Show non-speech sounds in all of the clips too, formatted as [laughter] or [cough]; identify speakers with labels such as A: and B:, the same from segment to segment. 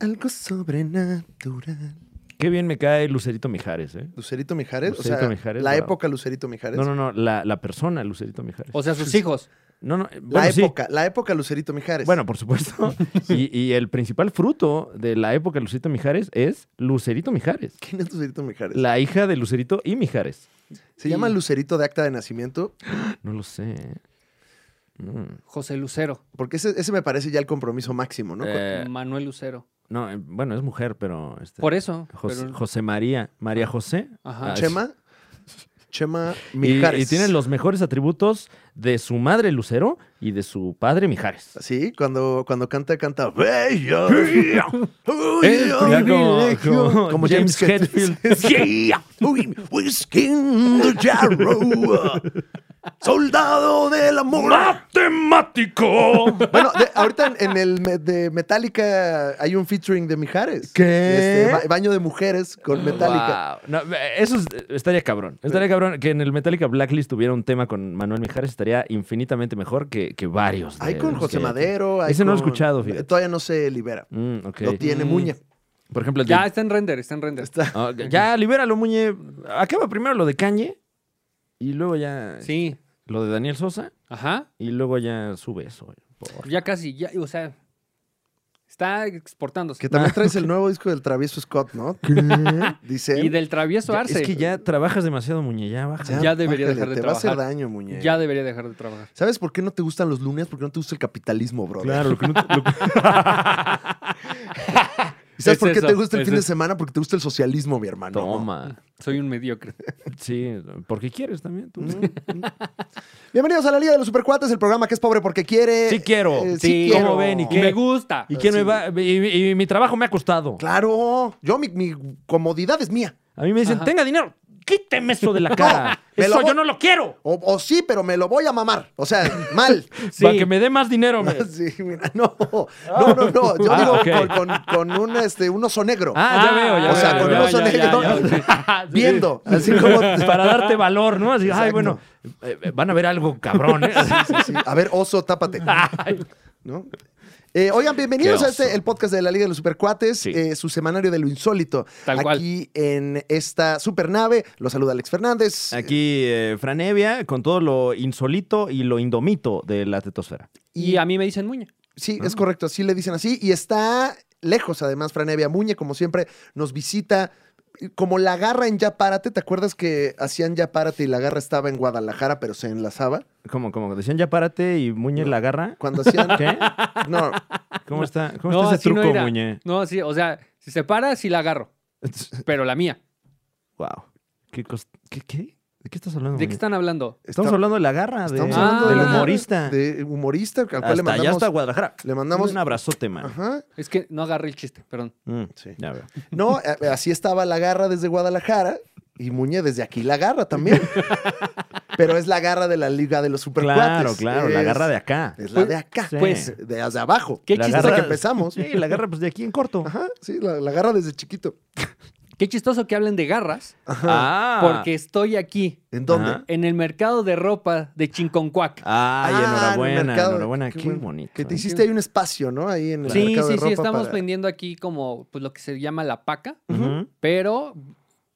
A: Algo sobrenatural.
B: Qué bien me cae Lucerito Mijares, ¿eh?
A: Lucerito Mijares, o
B: Lucerito
A: sea,
B: Mijares,
A: la
B: wow.
A: época Lucerito Mijares.
B: No, no, no, la, la persona, Lucerito Mijares.
C: O sea, sus hijos.
B: no, no, eh,
A: La
B: bueno, sí.
A: época, pues. la época Lucerito Mijares.
B: Bueno, por
A: [laughs]
B: supuesto. Y, y el principal fruto de la época de Lucerito Mijares es Lucerito Mijares.
A: ¿quién es Lucerito Mijares?
B: La hija de Lucerito y Mijares.
A: Se llama Lucerito de acta de nacimiento,
B: No lo sé. ¿eh? Mm.
C: José Lucero.
A: porque ese, ese me parece ya el compromiso máximo, ¿no?
B: Eh,
C: Manuel Lucero.
B: no, eh, bueno, es mujer, pero... este,
C: Por eso.
B: José,
C: pero-
B: José María. María José.
A: Con
B: Ah,
C: Ajá.
B: es-
A: Chema, Chema
B: Y,
A: Mijares.
B: y tiene los mejores atributos de su madre Lucero y de su padre Mijares.
A: Sí, cuando, cuando canta, canta. ¡Bello!
B: [laughs]
A: ¡Uy,
B: Eh,
A: oh,
B: ya como-
A: privilegio!
B: como- James
A: [laughs] Yeah. Uy, whisky in the jarro.
B: [laughs]
A: Soldado del amor.
B: ¡Matemático!
A: Bueno, de- ahorita en, en el me- de Metallica hay un featuring de Mijares.
B: ¿Qué?
A: Este, ba- baño de mujeres
C: Ah,
A: con Metallica.
B: Wow. No, eh, eso es- estaría cabrón. Estaría cabrón que en el Metallica Blacklist tuviera un tema con Manuel Mijares. Estaría infinitamente mejor que, que varios. de
A: Hay con
B: los
A: José
B: que-
A: Madero. hay
B: Ese no lo he
A: con-
B: escuchado, fíjate.
A: Todavía no se libera.
B: Mm, ok.
A: Lo tiene
C: Mm.
A: Muña.
B: Por ejemplo, el de-
C: Ya está en render, está en render.
A: Está-
B: Ah, ya, libéralo, Muñe. Acaba primero lo de Kanye y luego ya
C: Sí.
B: lo de Daniel Sosa
C: Ajá.
B: y luego ya sube eso. por-
C: Ya casi, ya, o sea, está exportándose. Ah,
A: Que
B: Ah,
A: también traes el nuevo disco del travieso Scott, ¿no? Dice.
C: Y del travieso
B: Ya,
C: Arce.
B: es que ya trabajas demasiado, Muñe. Ya baja.
C: ya debería dejar de
A: te va a hacer
C: trabajar.
A: daño, Muñe.
C: ya debería dejar de trabajar.
A: ¿Sabes por qué no te gustan los lunes? Porque no te gusta el capitalismo, brother.
B: Claro, lo que no
A: [laughs]
B: te- lo que-
A: ¿Y sabes
C: Es
A: por qué
C: eso,
A: te gusta el
C: es
A: fin de
C: eso.
A: semana? Porque te gusta el socialismo, mi hermano.
B: Toma.
C: Soy un mediocre.
B: Sí, porque quieres también tú.
A: [laughs] Bienvenidos a la Liga de los Supercuates, el programa que es pobre porque quiere.
B: Sí quiero.
A: Eh,
C: Sí,
A: quiero.
B: ¿cómo ven? [laughs] ¿Y
C: Y
B: qué?
C: me gusta.
B: ¿Y quién me
A: Sí.
B: va? Y, y mi trabajo me ha costado.
A: Claro. Yo, mi, mi comodidad es mía.
B: A mí me dicen,
C: Ajá.
B: tenga dinero, quíteme eso de la [laughs]
C: [laughs]
B: cara.
A: me lo
B: eso
A: voy-
B: yo no lo quiero.
A: O, o sí, pero me lo voy a mamar. O sea,
B: [laughs]
A: mal. Ah, [laughs]
C: Sí.
B: Para que me dé más dinero. [laughs] me-
A: Sí, mira, no. No, no, no. Yo
B: Ah,
A: digo
B: ok.
A: con, con- con un, este, un oso negro.
B: Ah, ya veo, ya
A: o sea,
B: veo,
A: con
B: ya
A: un oso
B: veo, ya,
A: negro.
B: ya, ya, ya.
A: Viendo. Así como.
B: [laughs] Para darte valor, ¿no? Así, ay,
A: Exacto.
B: bueno, eh, eh, van a ver algo cabrón, ¿eh?
A: Sí, sí. A ver, oso, tápate. ¿no? Eh, oigan, bienvenidos
B: Qué
A: a
B: oso.
A: este, el podcast de la Liga de los Supercuates,
B: Sí.
A: eh, su semanario de lo insólito.
C: Tal cual.
A: Aquí en esta supernave, los saluda Alex Fernández.
B: [laughs] Aquí, eh, Franevia, con todo lo insolito y lo indomito de la tetosfera.
C: [laughs] Y a mí me dicen muña.
A: Sí, es correcto, así le dicen así. Y está lejos, además, Franevia Muñe, como siempre, nos visita. Como la garra en Ya Párate, ¿te acuerdas que hacían Ya Párate y la garra estaba en Guadalajara, pero se enlazaba?
B: ¿Cómo, cómo? Decían, ya párate y Muñe la agarra.
A: Cuando
B: [laughs]
A: hacían.
B: ¿Qué?
A: No,
B: [laughs] ¿Cómo está, cómo
C: No,
B: está ese
C: así no
B: truco,
C: era.
B: Muñe? [laughs]
C: No, así, o sea, si se para, sí la agarro. Pero la mía.
B: Wow. ¿Qué, cos- qué, qué? ¿De qué estás hablando?
C: ¿De qué
B: Muñe?
C: están hablando?
B: Estamos
A: Está-
B: hablando de la garra, de,
A: estamos hablando
B: del
C: de la-
B: humorista.
A: de humorista, al cual le
B: hasta allá,
A: mandamos.
B: hasta Guadalajara.
A: Le mandamos.
B: Un abrazote, man.
A: Ajá.
C: Es que no agarré el chiste, perdón.
B: Mm,
A: Sí.
B: Ya veo.
A: No, a- así estaba la garra desde Guadalajara y Muñe desde aquí la garra también.
B: [laughs]
A: Pero es la garra de la Liga de los Supercuates.
B: Claro, claro, la
A: Es-
B: garra de acá.
A: Es la de acá,
B: Sí.
A: pues, de, desde abajo.
C: ¿Qué
B: La
A: Desde
C: chistoso,
B: garra-
A: que empezamos.
B: Sí, la garra pues de aquí en corto.
A: Ajá, sí, la, la garra desde chiquito.
C: qué chistoso que hablen de garras,
B: Ah.
C: porque estoy aquí,
A: ¿En dónde?
B: Ajá.
C: en el mercado de ropa de Chinconcuac.
B: Ay,
A: Ah, en el
B: enhorabuena,
A: mercado.
B: enhorabuena. Qué,
A: bueno.
B: bonito.
A: Que te
B: ¿eh?
A: hiciste ahí un espacio, ¿no? Ahí en el
C: Sí,
A: mercado de
C: sí,
A: ropa
C: sí, estamos
A: para-
C: vendiendo aquí como pues, lo que se llama la paca,
B: Ujú.
C: pero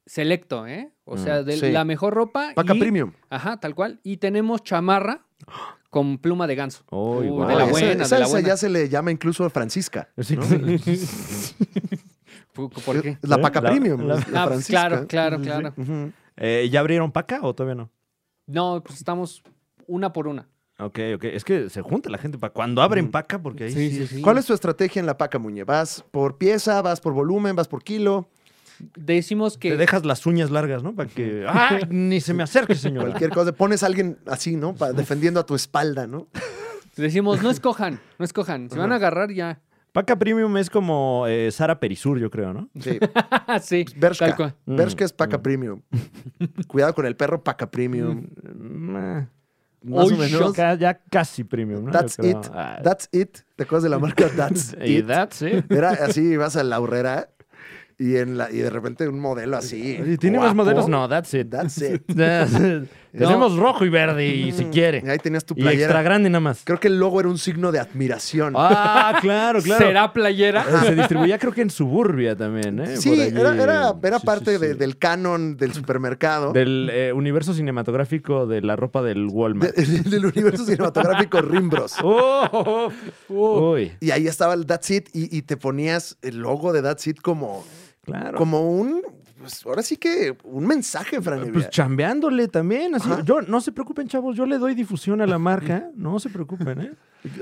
C: selecto, ¿eh? O sea,
B: Mm,
C: de
A: sí.
C: la mejor ropa.
A: Paca
C: y-
A: Premium.
C: Ajá, tal cual. Y
A: [gasps]
C: tenemos chamarra con pluma de ganso.
B: Uy,
C: Uh,
B: guau.
C: de la
A: Ah, Esa-
B: [laughs]
C: buena,
A: esa,
C: de la
A: esa
C: buena.
A: ya se le llama incluso Francisca.
B: Sí,
A: ¿no?
C: Pu- ¿Por qué?
A: Es La paca
B: La-
A: premium.
B: la-
A: es la
C: Ah, pues,
A: Francisca.
C: claro, claro,
A: Sí, sí, sí.
C: claro.
A: Ujú.
B: Eh, ¿Ya abrieron paca o todavía no?
C: No, pues estamos una por una.
B: Ok, ok. Es que se junta la gente para cuando abren
A: Ujú.
B: paca, porque ahí Mm. sí.
C: Sí, sí, sí.
A: ¿Cuál es tu estrategia en la paca, Muñe? ¿Vas por pieza? ¿Vas por volumen? ¿Vas por kilo?
C: Decimos que
B: Te dejas las uñas largas, ¿no? Para que. ¡Ah! Ni se me acerque, señora. [laughs]
A: Cualquier cosa. Pones a alguien así, ¿no? Pa- defendiendo a tu espalda, ¿no?
C: decimos
A: [laughs]
C: no escojan, no escojan, se van a agarrar ya. [laughs]
B: Paca Premium es como eh, Sara Perisur, yo creo, ¿no?
A: Sí.
C: Ah, sí.
A: pues,
C: [laughs]
A: Bershka.
C: Tal cual.
B: Mm,
A: Bershka es paca
B: mm.
A: premium. Cuidado con el perro paca premium.
B: Mm, eh.
A: Más o
B: Uy,
A: menos.
B: ca- Ya casi premium, ¿no? Yo
A: That's
B: creo.
A: it.
B: Ah,
A: That's it. ¿Te acuerdas de la
C: [laughs]
A: marca That's
B: y
A: It? [laughs]
B: that's it.
A: Era así, vas a la horrera y, en la, y de repente un modelo así.
B: ¿Y tiene más
A: guapo.
B: modelos? No, that's it.
A: That's it. [laughs]
B: That's it. Tenemos rojo y verde, y si [laughs] quiere.
A: Mm, Ahí tenías tu
B: Y extra
A: playera.
B: grande nada más.
A: Creo que el logo era un signo de admiración.
B: Ah, claro, claro.
A: [laughs]
C: ¿Será playera?
B: Eh, Se distribuía creo que en Suburbia también, ¿eh?
A: sí,
B: Por allí.
A: era, era- era
B: Sí,
A: parte
B: sí,
A: de-
B: sí.
A: del canon del supermercado.
B: Del eh, universo cinematográfico de la ropa del Walmart.
A: de- [laughs] del universo cinematográfico Rimbros.
B: [laughs] ¡Oh! oh, oh. Uy,
A: Y ahí estaba el That's It y, y te ponías el logo de That's It como,
B: claro.
A: como un... pues, ahora sí que un mensaje, Fran.
B: Pues
A: Evia.
B: chambeándole también. Así.
A: Ajá.
B: Yo, no se preocupen, chavos. Yo le doy difusión a la marca. No se preocupen, ¿eh?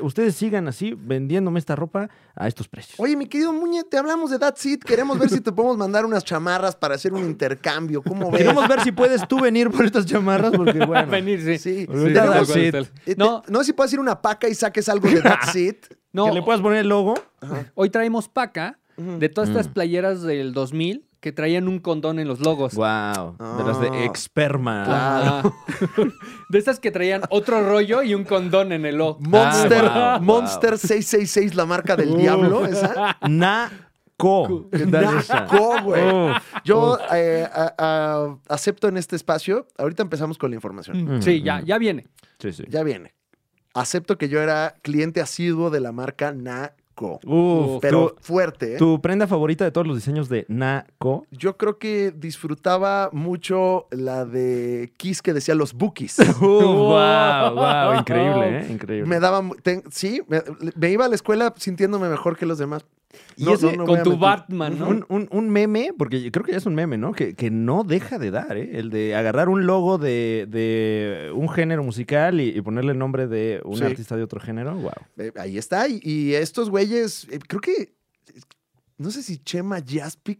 B: Ustedes sigan así vendiéndome esta ropa a estos precios.
A: Oye, mi querido Muñe, te hablamos de That's It. Queremos ver si te podemos mandar unas chamarras para hacer un intercambio. ¿Cómo ves?
B: Queremos ver si puedes tú venir por estas chamarras porque, [laughs] bueno...
C: [laughs] Venir, sí.
A: Sí.
C: Sí,
B: That's
C: tal cual,
B: it.
C: tal.
A: Eh, te-
C: No,
A: no. sé si puedes ir a una paca y saques algo de
B: [laughs]
A: That's It.
C: no.
B: Que le puedas poner el logo.
C: Hoy traemos paca
A: Ujú.
C: de todas estas
B: Mm.
C: playeras del 2000 que traían un condón en los logos.
B: Wow. De las
A: Ah.
B: de
A: [laughs]
B: Experma.
C: Ajá. De estas que traían otro rollo y un condón en el logo.
A: Monster,
B: Ah, wow,
A: Monster 666, la marca del diablo, esa.
B: Naco. [laughs] ¿Qué tal esa?
A: Naco, güey.
B: Uf.
A: Yo eh, a- a- acepto en este espacio. Ahorita empezamos con la información.
B: Mm,
C: Sí, ya,
B: mm.
C: ya viene.
B: Sí, sí.
A: Ya viene. Acepto que yo era cliente asiduo de la marca Naco.
B: Uf,
A: Pero
B: tu-
A: fuerte, ¿eh?
B: tu prenda favorita de todos los diseños de Naco.
A: Yo creo que disfrutaba mucho la de Kiss que decía los
B: [laughs]
A: bookies. [laughs]
B: wow, wow, increíble, ¿eh? increíble.
A: Me daba. mu- ten- sí, me, me iba a la escuela sintiéndome mejor que los demás.
B: Y
A: No,
B: ese-
A: no, no voy
C: Con
A: a
C: tu
A: mentir.
C: Batman, ¿no?
B: un, un- un meme, porque creo que ya es un meme, ¿no? Que, que no deja de dar, ¿eh? El de agarrar un logo de, de un género musical y, y ponerle el nombre de un
A: Sí.
B: artista de otro género, wow.
A: Eh, ahí está. Y, y estos güeyes, eh, creo que. No sé si Chema Jaspic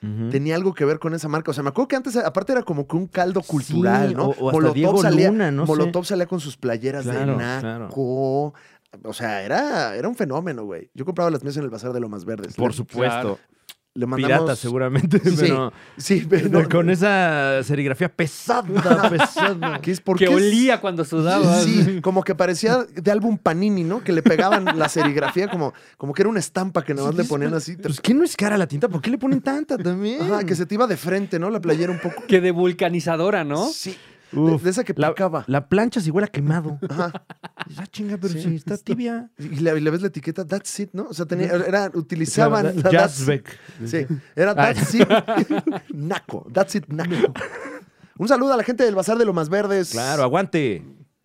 B: ¿Mm?
A: tenía algo que ver con esa marca. O sea, me acuerdo que antes, aparte, era como que un caldo
B: Sí,
A: cultural, ¿no?
B: o- o hasta Diego
A: salía,
B: Luna, no sé.
A: Molotov salía con sus playeras de
B: Claro,
A: naco. O sea, era, era un fenómeno, güey. Yo compraba las mías en el Bazar de Lomas Verdes.
B: Por
A: Le-
B: supuesto,
A: Le mandamos...
B: pirata seguramente,
A: Sí,
B: pero,
A: Sí, pero...
B: [laughs] pero
A: [laughs]
B: con esa serigrafía pesada, pesada.
A: ¿Qué es? ¿Por
C: Que
A: qué es-
C: olía cuando sudaba.
A: Sí, como que parecía de álbum Panini, ¿no? Que le pegaban la serigrafía como, como que era una estampa que nada más le ponían así.
B: Pues, ¿qué no es cara la tinta? ¿Por qué le ponen [laughs] tanta también?
A: Ajá, que se te iba de frente, ¿no? La playera un poco.
C: Que de vulcanizadora, ¿no?
A: Sí.
B: Uf,
A: de, de esa que
B: la-
A: picaba.
B: La plancha se igual a [laughs] quemado.
A: Ajá.
B: Ah, chinga, pero si está tibia.
A: Y le, y le ves la etiqueta, that's it, ¿no? O sea, tenía, era, utilizaban.
B: Claro,
A: la that's-
B: Jazzbeck.
A: Sí,
B: Ah.
A: era that's it. [laughs] naco. That's it,
B: [laughs]
A: naco. Un saludo a la gente del Bazar de Lomas Verdes.
B: Claro, aguante.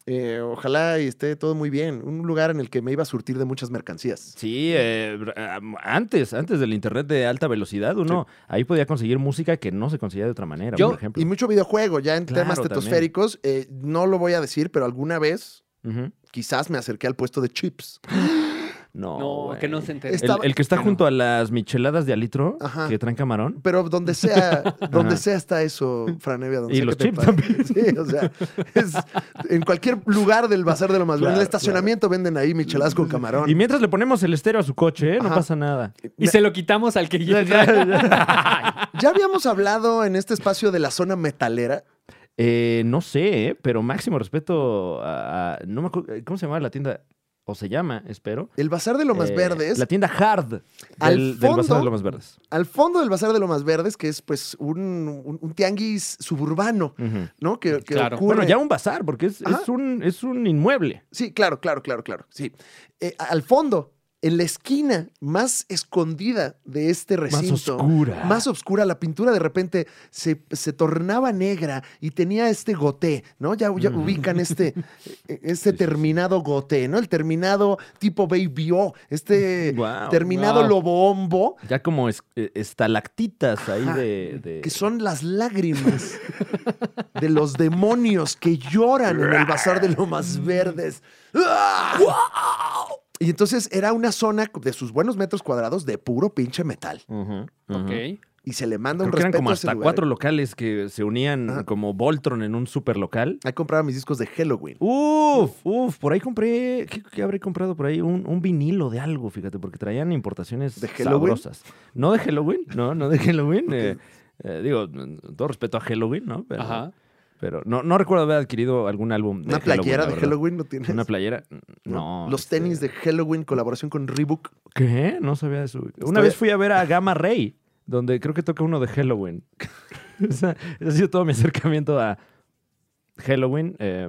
A: Eh, ojalá y esté todo muy bien. Un lugar en el que me iba a surtir de muchas mercancías.
B: Sí, eh, am- antes, antes del internet de alta velocidad, uno ahí podía conseguir música que no se conseguía de otra manera,
C: Yo-
B: por ejemplo.
A: Y mucho videojuego, ya en
B: Claro,
A: temas
B: también.
A: tetosféricos. Eh, no lo voy a decir, pero alguna vez
B: Ujú.
A: quizás me acerqué al puesto de chips.
B: No,
C: No,
B: güey.
C: que no se entere.
A: Esta-
B: El,
A: estaba-
B: el que está
C: que no.
B: junto a las micheladas de alitro
A: Ajá.
B: que traen camarón.
A: Pero donde sea, donde
B: [laughs] Ajá.
A: sea está eso, Franevia. Donde
B: Y
A: sea
B: los
A: que te
B: chips
A: pares. Sí, o sea, es- en cualquier lugar del Bazar de lo Más Grande, en el
B: Claro,
A: estacionamiento venden ahí micheladas con camarón.
B: [laughs] Y mientras le ponemos el estéreo a su coche, ¿eh? no
A: Ajá.
B: pasa nada.
C: [laughs] Y se lo quitamos al que ya
A: Ya habíamos hablado en este espacio de la zona metalera.
B: [laughs] Eh, no sé, ¿eh? pero máximo respeto a, a- no me acuerdo, ¿cómo se llamaba la tienda? O se llama, espero.
A: El Bazar de Lomas
B: Eh,
A: Verdes,
B: La tienda Hard
A: Al
B: del, del Bazar
A: fondo-
B: de Lomas Verdes.
A: al fondo del Bazar de Lomas Verdes, que es pues un, un- un tianguis suburbano,
B: Ujú.
A: ¿no? Que, que
C: Claro.
A: ocurre.
B: Bueno, ya un bazar, porque es,
A: Ajá.
B: es un, es un inmueble.
A: Sí, claro, claro, claro, claro. Sí. Eh, al fondo, en la esquina más escondida de este
B: Más
A: recinto.
B: oscura.
A: más oscura, la pintura de repente se, se tornaba negra y tenía este goté, ¿no? Ya, ya ubican
B: [laughs]
A: este, eh, este
B: sí, sí.
A: terminado goté, ¿no? El terminado tipo baby o, este
B: [laughs] Guau,
A: terminado
B: guau.
A: lobombo,
B: Ya como es- eh, estalactitas ahí
A: e, Ajá.
B: de, de-
A: que son las lágrimas de los demonios que lloran en el bazar de Lomas Verdes. ¡Ah! Y entonces era una zona de sus buenos metros cuadrados de puro pinche metal.
B: Ujú, ujú.
C: Ok.
A: Y se le manda
B: Creo
A: un
B: que eran
A: respeto
B: como
A: a ese
B: hasta
A: lugar,
B: cuatro
A: ¿eh?
B: locales que se unían
A: Ajá.
B: como Voltron en un super local.
A: Ahí compraba mis discos de Halloween.
B: Uf, uf, por ahí compré, ¿qué, qué habré comprado por ahí? Un, un vinilo de algo, fíjate, porque traían importaciones
A: ¿De Halloween?
B: sabrosas. No de Halloween, no, no de Halloween. eh, eh, digo, mm, todo respeto a Halloween, ¿no? Pero,
C: Ajá.
B: pero no, no recuerdo haber adquirido algún álbum de
A: Una playera
B: la
A: de
B: verdad.
A: Halloween no tienes. [laughs]
B: Una playera, no.
A: Los
B: este,
A: tenis de Halloween, colaboración con Reebok.
B: ¿Qué? No sabía eso. Una
A: Estoy-
B: vez fui a ver a Gamma Ray,
A: [laughs]
B: donde creo que toca uno de Halloween. O sea, ese ha sido todo mi acercamiento a Halloween. eh,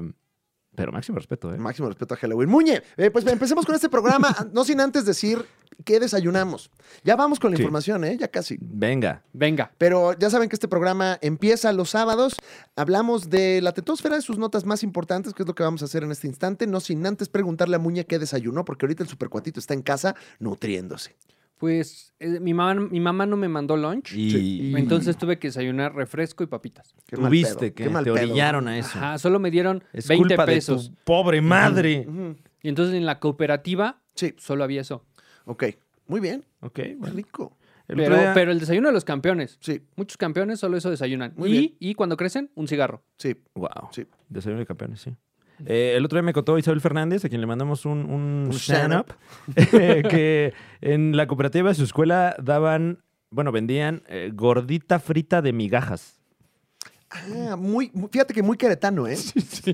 B: pero máximo respeto, ¿eh?
A: Máximo respeto a Halloween. Muñe, eh, pues empecemos con este
B: [laughs]
A: programa, no sin antes decir qué desayunamos. Ya vamos con la
B: Sí.
A: información, ¿eh? Ya casi.
B: Venga.
C: Venga.
A: Pero ya saben que este programa empieza los sábados. Hablamos de la tetósfera, de sus notas más importantes, que es lo que vamos a hacer en este instante. No sin antes preguntarle a Muñe qué desayunó, porque ahorita el supercuatito está en casa nutriéndose.
C: Pues eh, mi, mamá, mi mamá no me mandó lunch.
B: Y,
A: Sí.
C: Entonces tuve que desayunar refresco y papitas.
A: Qué mal
B: tuviste
A: pedo,
B: que
A: qué mal
B: te
A: pedo.
B: orillaron a eso.
C: Ajá, solo me dieron
B: Es
C: 20
B: culpa
C: pesos.
B: de tu pobre madre.
A: Ujú.
C: Y entonces en la cooperativa
A: Sí,
C: solo había eso.
A: ok. Muy bien,
B: Ok,
A: qué
B: bueno.
A: rico.
B: El otro
C: pero,
B: día-
C: pero el desayuno de los campeones.
A: Sí,
C: Muchos campeones solo eso desayunan.
A: Muy
C: y,
A: bien.
C: y cuando crecen, un cigarro.
A: sí,
B: Wow.
A: sí.
B: Desayuno de campeones, sí. Eh, el otro día me contó Isabel Fernández, a quien le mandamos un, un,
A: Un
B: stand-up, [laughs] que en la cooperativa de su escuela daban, bueno, vendían eh, gordita frita de migajas.
A: Ah, muy, muy- fíjate que muy queretano,
B: [laughs]
A: ¿eh?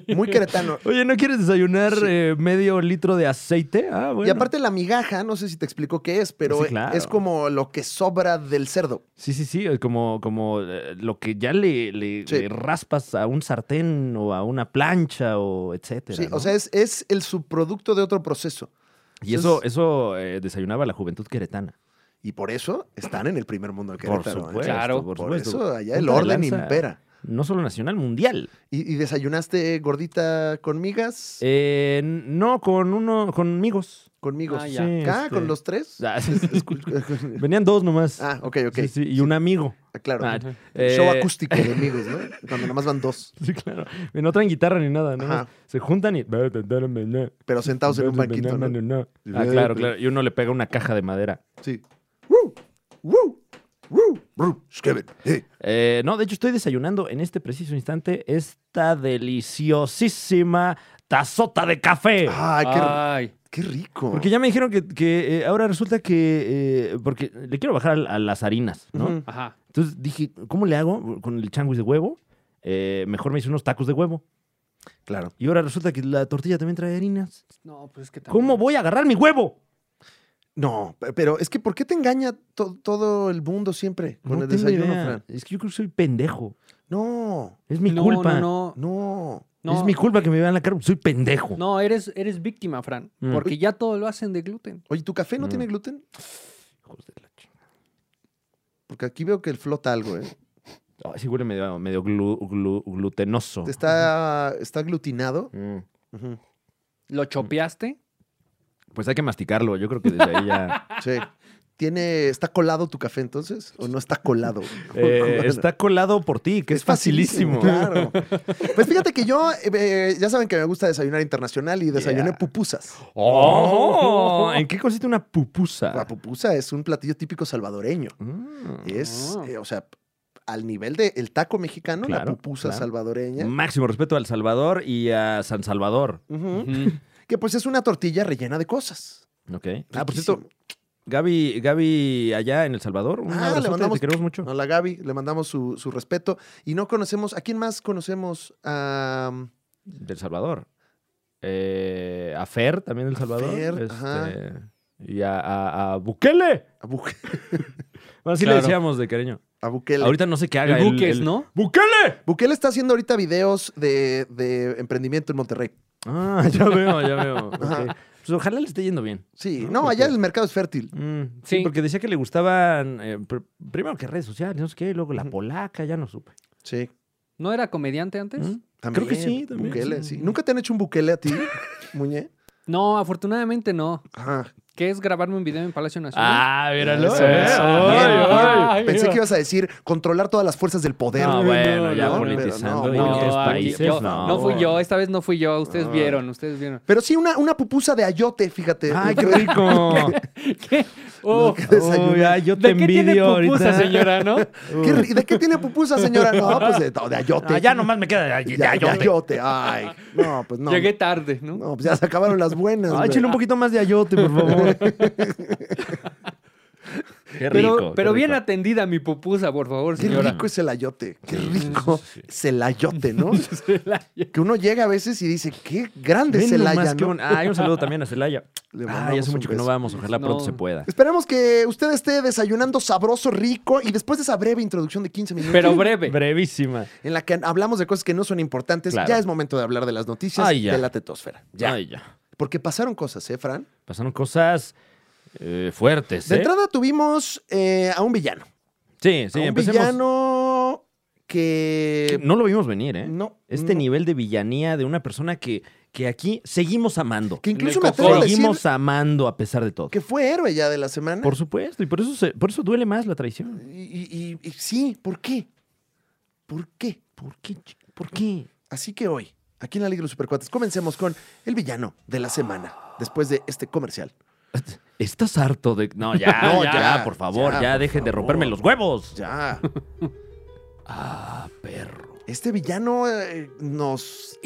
A: Muy queretano.
B: Oye, ¿no quieres desayunar
A: Sí.
B: eh, medio litro de aceite? Ah, bueno.
A: Y aparte la migaja, no sé si te explicó qué es, pero
B: Sí, claro.
A: es como lo que sobra del cerdo.
B: Sí, sí, sí, eh, como, como eh, lo que ya le, le-
A: Sí.
B: le raspas a un sartén o a una plancha o etcétera.
A: Sí,
B: ¿no?
A: o sea, es, es el subproducto de otro proceso.
B: y eso, eso eh, desayunaba la juventud queretana.
A: Y por eso están en el primer mundo del
B: Por
A: Querétaro. ¿eh?
B: supuesto,
C: Claro.
B: por
A: Por,
B: supuesto.
A: eso allá el
B: Punta de
A: orden
B: lanza,
A: impera.
B: No solo nacional, mundial.
A: ¿Y, y desayunaste gordita con migas?
B: Eh, no, con uno, con amigos.
A: ¿Conmigo?
C: ah,
A: Ah,
C: ya.
A: ¿Acá?
B: este-
A: ¿Con los tres?
B: [laughs] Ah,
A: [laughs]
B: sí, sí.
A: Escu-
B: Venían dos nomás.
A: ah, ok, ok.
B: Sí, sí, y un amigo.
A: Ah, Claro.
B: Ah,
A: El
B: eh,
A: Show acústico de amigos, ¿no? Cuando nomás van dos,
B: [laughs] Sí, claro. No traen guitarra ni nada, ¿no?
A: Ajá.
B: Se juntan y...
A: pero sentados en un banquito, ¿no?
B: Ah, claro, claro. Y uno le pega una caja de madera.
A: Sí. ¡Woo! ¡Woo! ¡Woo! ¡Woo! ¡Skevin! ¡Eh!
B: Eh, no, de hecho estoy desayunando en este preciso instante esta deliciosísima tazota de café.
A: ¡Ay, qué,
C: Ay.
A: qué rico!
B: Eh, ah. Porque ya me dijeron que, que, eh, ahora resulta que... eh, porque le quiero bajar a, a las harinas, ¿no?
A: Ujú.
C: Ajá.
B: Entonces dije, ¿cómo le hago con el changuis de huevo? Eh, mejor me hice unos tacos de huevo.
A: Claro.
B: Y ahora resulta que la tortilla también trae harinas.
C: No, pues es que también-
B: ¿Cómo voy a agarrar mi huevo?
A: No, pe- pero es que ¿por qué te engaña to- todo el mundo siempre con
B: No
A: el
B: tengo
A: desayuno,
B: idea.
A: Fran?
B: Es que yo creo que soy pendejo.
A: No,
B: Es mi
C: no,
B: culpa.
C: No, no,
A: no.
C: no.
B: Es mi culpa que me vean la cara. Soy pendejo.
C: No, eres, eres víctima, Fran.
B: Mm.
C: Porque ya todo lo hacen de gluten.
A: Oye, ¿tu café no
B: Mm.
A: tiene gluten?
B: Hijos de la chingada.
A: Porque aquí veo que flota algo, ¿eh?
B: Ay, sí huele medio, medio glu- glu- glutenoso.
A: Está, está aglutinado.
B: Mm.
A: Ujú.
C: ¿Lo chopeaste?
B: Pues hay que masticarlo. Yo creo que desde ahí ya...
A: Sí. ¿Tiene, ¿Está colado tu café entonces? ¿O no está colado?
B: [laughs]
A: [laughs]
B: Eh, está colado por ti, que es, facilísimo.
A: Claro. Pues fíjate que yo, eh, eh, ya saben que me gusta desayunar internacional y desayuné
B: Yeah.
A: pupusas.
B: [laughs] Oh, ¿En qué consiste una pupusa?
A: La pupusa es un platillo típico salvadoreño.
B: Mm.
A: Es,
C: Ah.
A: eh, o sea, al nivel del el taco mexicano, la
B: Claro,
A: pupusa
B: claro. Mm.
A: salvadoreña.
B: Máximo respeto al Salvador y a San Salvador.
A: Ujú.
C: Ujú.
A: Que pues es una tortilla rellena de cosas.
B: Ok. Ah, por cierto,
A: Riquísimo.
B: Gaby, Gaby allá en El Salvador. Un
A: Ah,
B: abrazote,
A: le mandamos-
B: te queremos mucho.
A: A la Gaby le mandamos su, su respeto. Y no conocemos, ¿a quién más conocemos? A, um,
B: Del Salvador. Eh, a Fer también del Salvador.
A: Fer,
B: Este,
A: ajá.
B: Y a, a- a Bukele.
A: a, Buke-
B: Bueno, así
C: Claro.
B: le decíamos de cariño.
A: a Bukele.
B: Ahorita no sé qué haga.
C: El Buques, ¿no?
B: ¡Bukele!
A: Bukele está haciendo ahorita videos de, de emprendimiento en Monterrey.
B: Ah, [laughs] ya veo, ya veo. Ok.
A: Ajá.
B: Pues ojalá le esté yendo bien.
A: Sí,
B: Ah,
A: no,
B: ok.
A: allá el mercado es fértil.
B: Mm, sí,
C: Sí.
B: porque decía que le gustaban eh, pr- primero que redes sociales, no sé qué, y luego la polaca, ya no supe.
A: Sí.
C: ¿No era comediante antes?
B: Mm.
A: También,
B: Creo que sí, también,
A: Bukele,
B: sí.
A: sí. ¿Nunca te han hecho un Bukele a ti, [laughs] Muñe?
C: No, afortunadamente no.
A: Ajá.
C: ¿Qué es grabarme un video en Palacio Nacional?
B: Ah, míralo.
A: Eso,
B: eh.
A: eso.
B: Ay,
A: Bien,
B: ay.
A: bien.
C: ay,
A: Pensé
C: mira.
A: que ibas a decir controlar todas las fuerzas del poder.
B: No, bueno, ya
A: no,
B: politizando
A: pero
B: y
A: no,
B: otros
C: aquí-
B: países,
C: yo-
B: no.
C: no fui yo, esta vez no fui yo. Ustedes
A: Ah.
C: vieron, ustedes vieron.
A: Pero sí, una, una pupusa de ayote, fíjate.
B: Ay, qué [laughs] rico.
C: ¿Qué? Oh,
A: que desayuné.
B: Uy, ay, yo te
C: ¿De qué
B: envidio
C: tiene pupusa,
B: ahorita.
C: señora, no?
A: ¿Qué ri- ¿De qué tiene pupusa, señora? No, pues de, de ayote.
B: Allá Ah, nomás me queda de
A: Ya-
B: ay-
A: de
B: de
A: ayote.
B: ayote.
A: Ay, no, pues [laughs] no.
C: Llegué tarde, ¿no?
A: No, pues ya se
B: Ah,
A: acabaron las buenas.
B: Ay,
A: güey.
B: [laughs] échale un poquito más de ayote, por favor. Qué
C: pero
B: rico,
C: pero
B: qué
C: bien
B: rico.
C: atendida mi pupusa, por favor,
A: Ah, Qué
C: señora.
A: rico es el ayote. Qué rico
B: sí, sí.
A: es el ayote,
B: [laughs]
A: ¿no? que uno llega a veces y dice, qué grande
B: Ven
A: es el
B: nomás
A: haya,
B: qué
A: ¿no?
B: bon- Ah, hay un saludo también a Celaya.
A: Le
B: Ah,
A: mandamos
B: ya hace
A: un
B: mucho que no
A: beso.
B: vamos. Ojalá
C: No.
B: pronto se pueda.
A: Esperemos que usted esté desayunando sabroso, rico y después de esa breve introducción de 15 minutos
C: [laughs] Pero breve.
B: Brevísima.
A: en la que hablamos de cosas que no son importantes,
B: Claro.
A: ya es momento de hablar de las noticias
B: Ay, ya.
A: de la tetosfera.
B: Ya. ya.
A: Porque pasaron cosas, ¿eh, Fran?
B: Pasaron cosas eh, fuertes,
A: De
B: ¿eh?
A: entrada tuvimos eh, a un villano.
B: Sí, sí,
A: a un
B: empecemos.
A: villano
B: Que
A: que...
B: No lo vimos venir, ¿eh?
A: No,
B: Este
A: no.
B: nivel de villanía de una persona que, que aquí seguimos amando.
A: Que incluso
C: Le
A: me atrevo a
C: costó.
A: decir
B: Seguimos amando a pesar de todo.
A: que fue héroe ya de la semana.
B: Por supuesto, y por eso, se- por eso duele más la traición.
A: Y, y- y- y sí, ¿por qué? ¿Por qué?
B: ¿Por qué? ch- ¿Por qué?
A: Así que hoy, aquí en la Liga de los Supercuates, comencemos con el villano de la semana, después de este comercial.
B: ¿Estás harto de.? No, ya,
A: [laughs] No,
B: ya,
A: ya,
B: por favor,
A: ya,
B: ya,
A: por
B: dejen de
A: favor.
B: romperme los huevos.
A: Ya,
B: Ah, perro.
A: este villano eh, nos...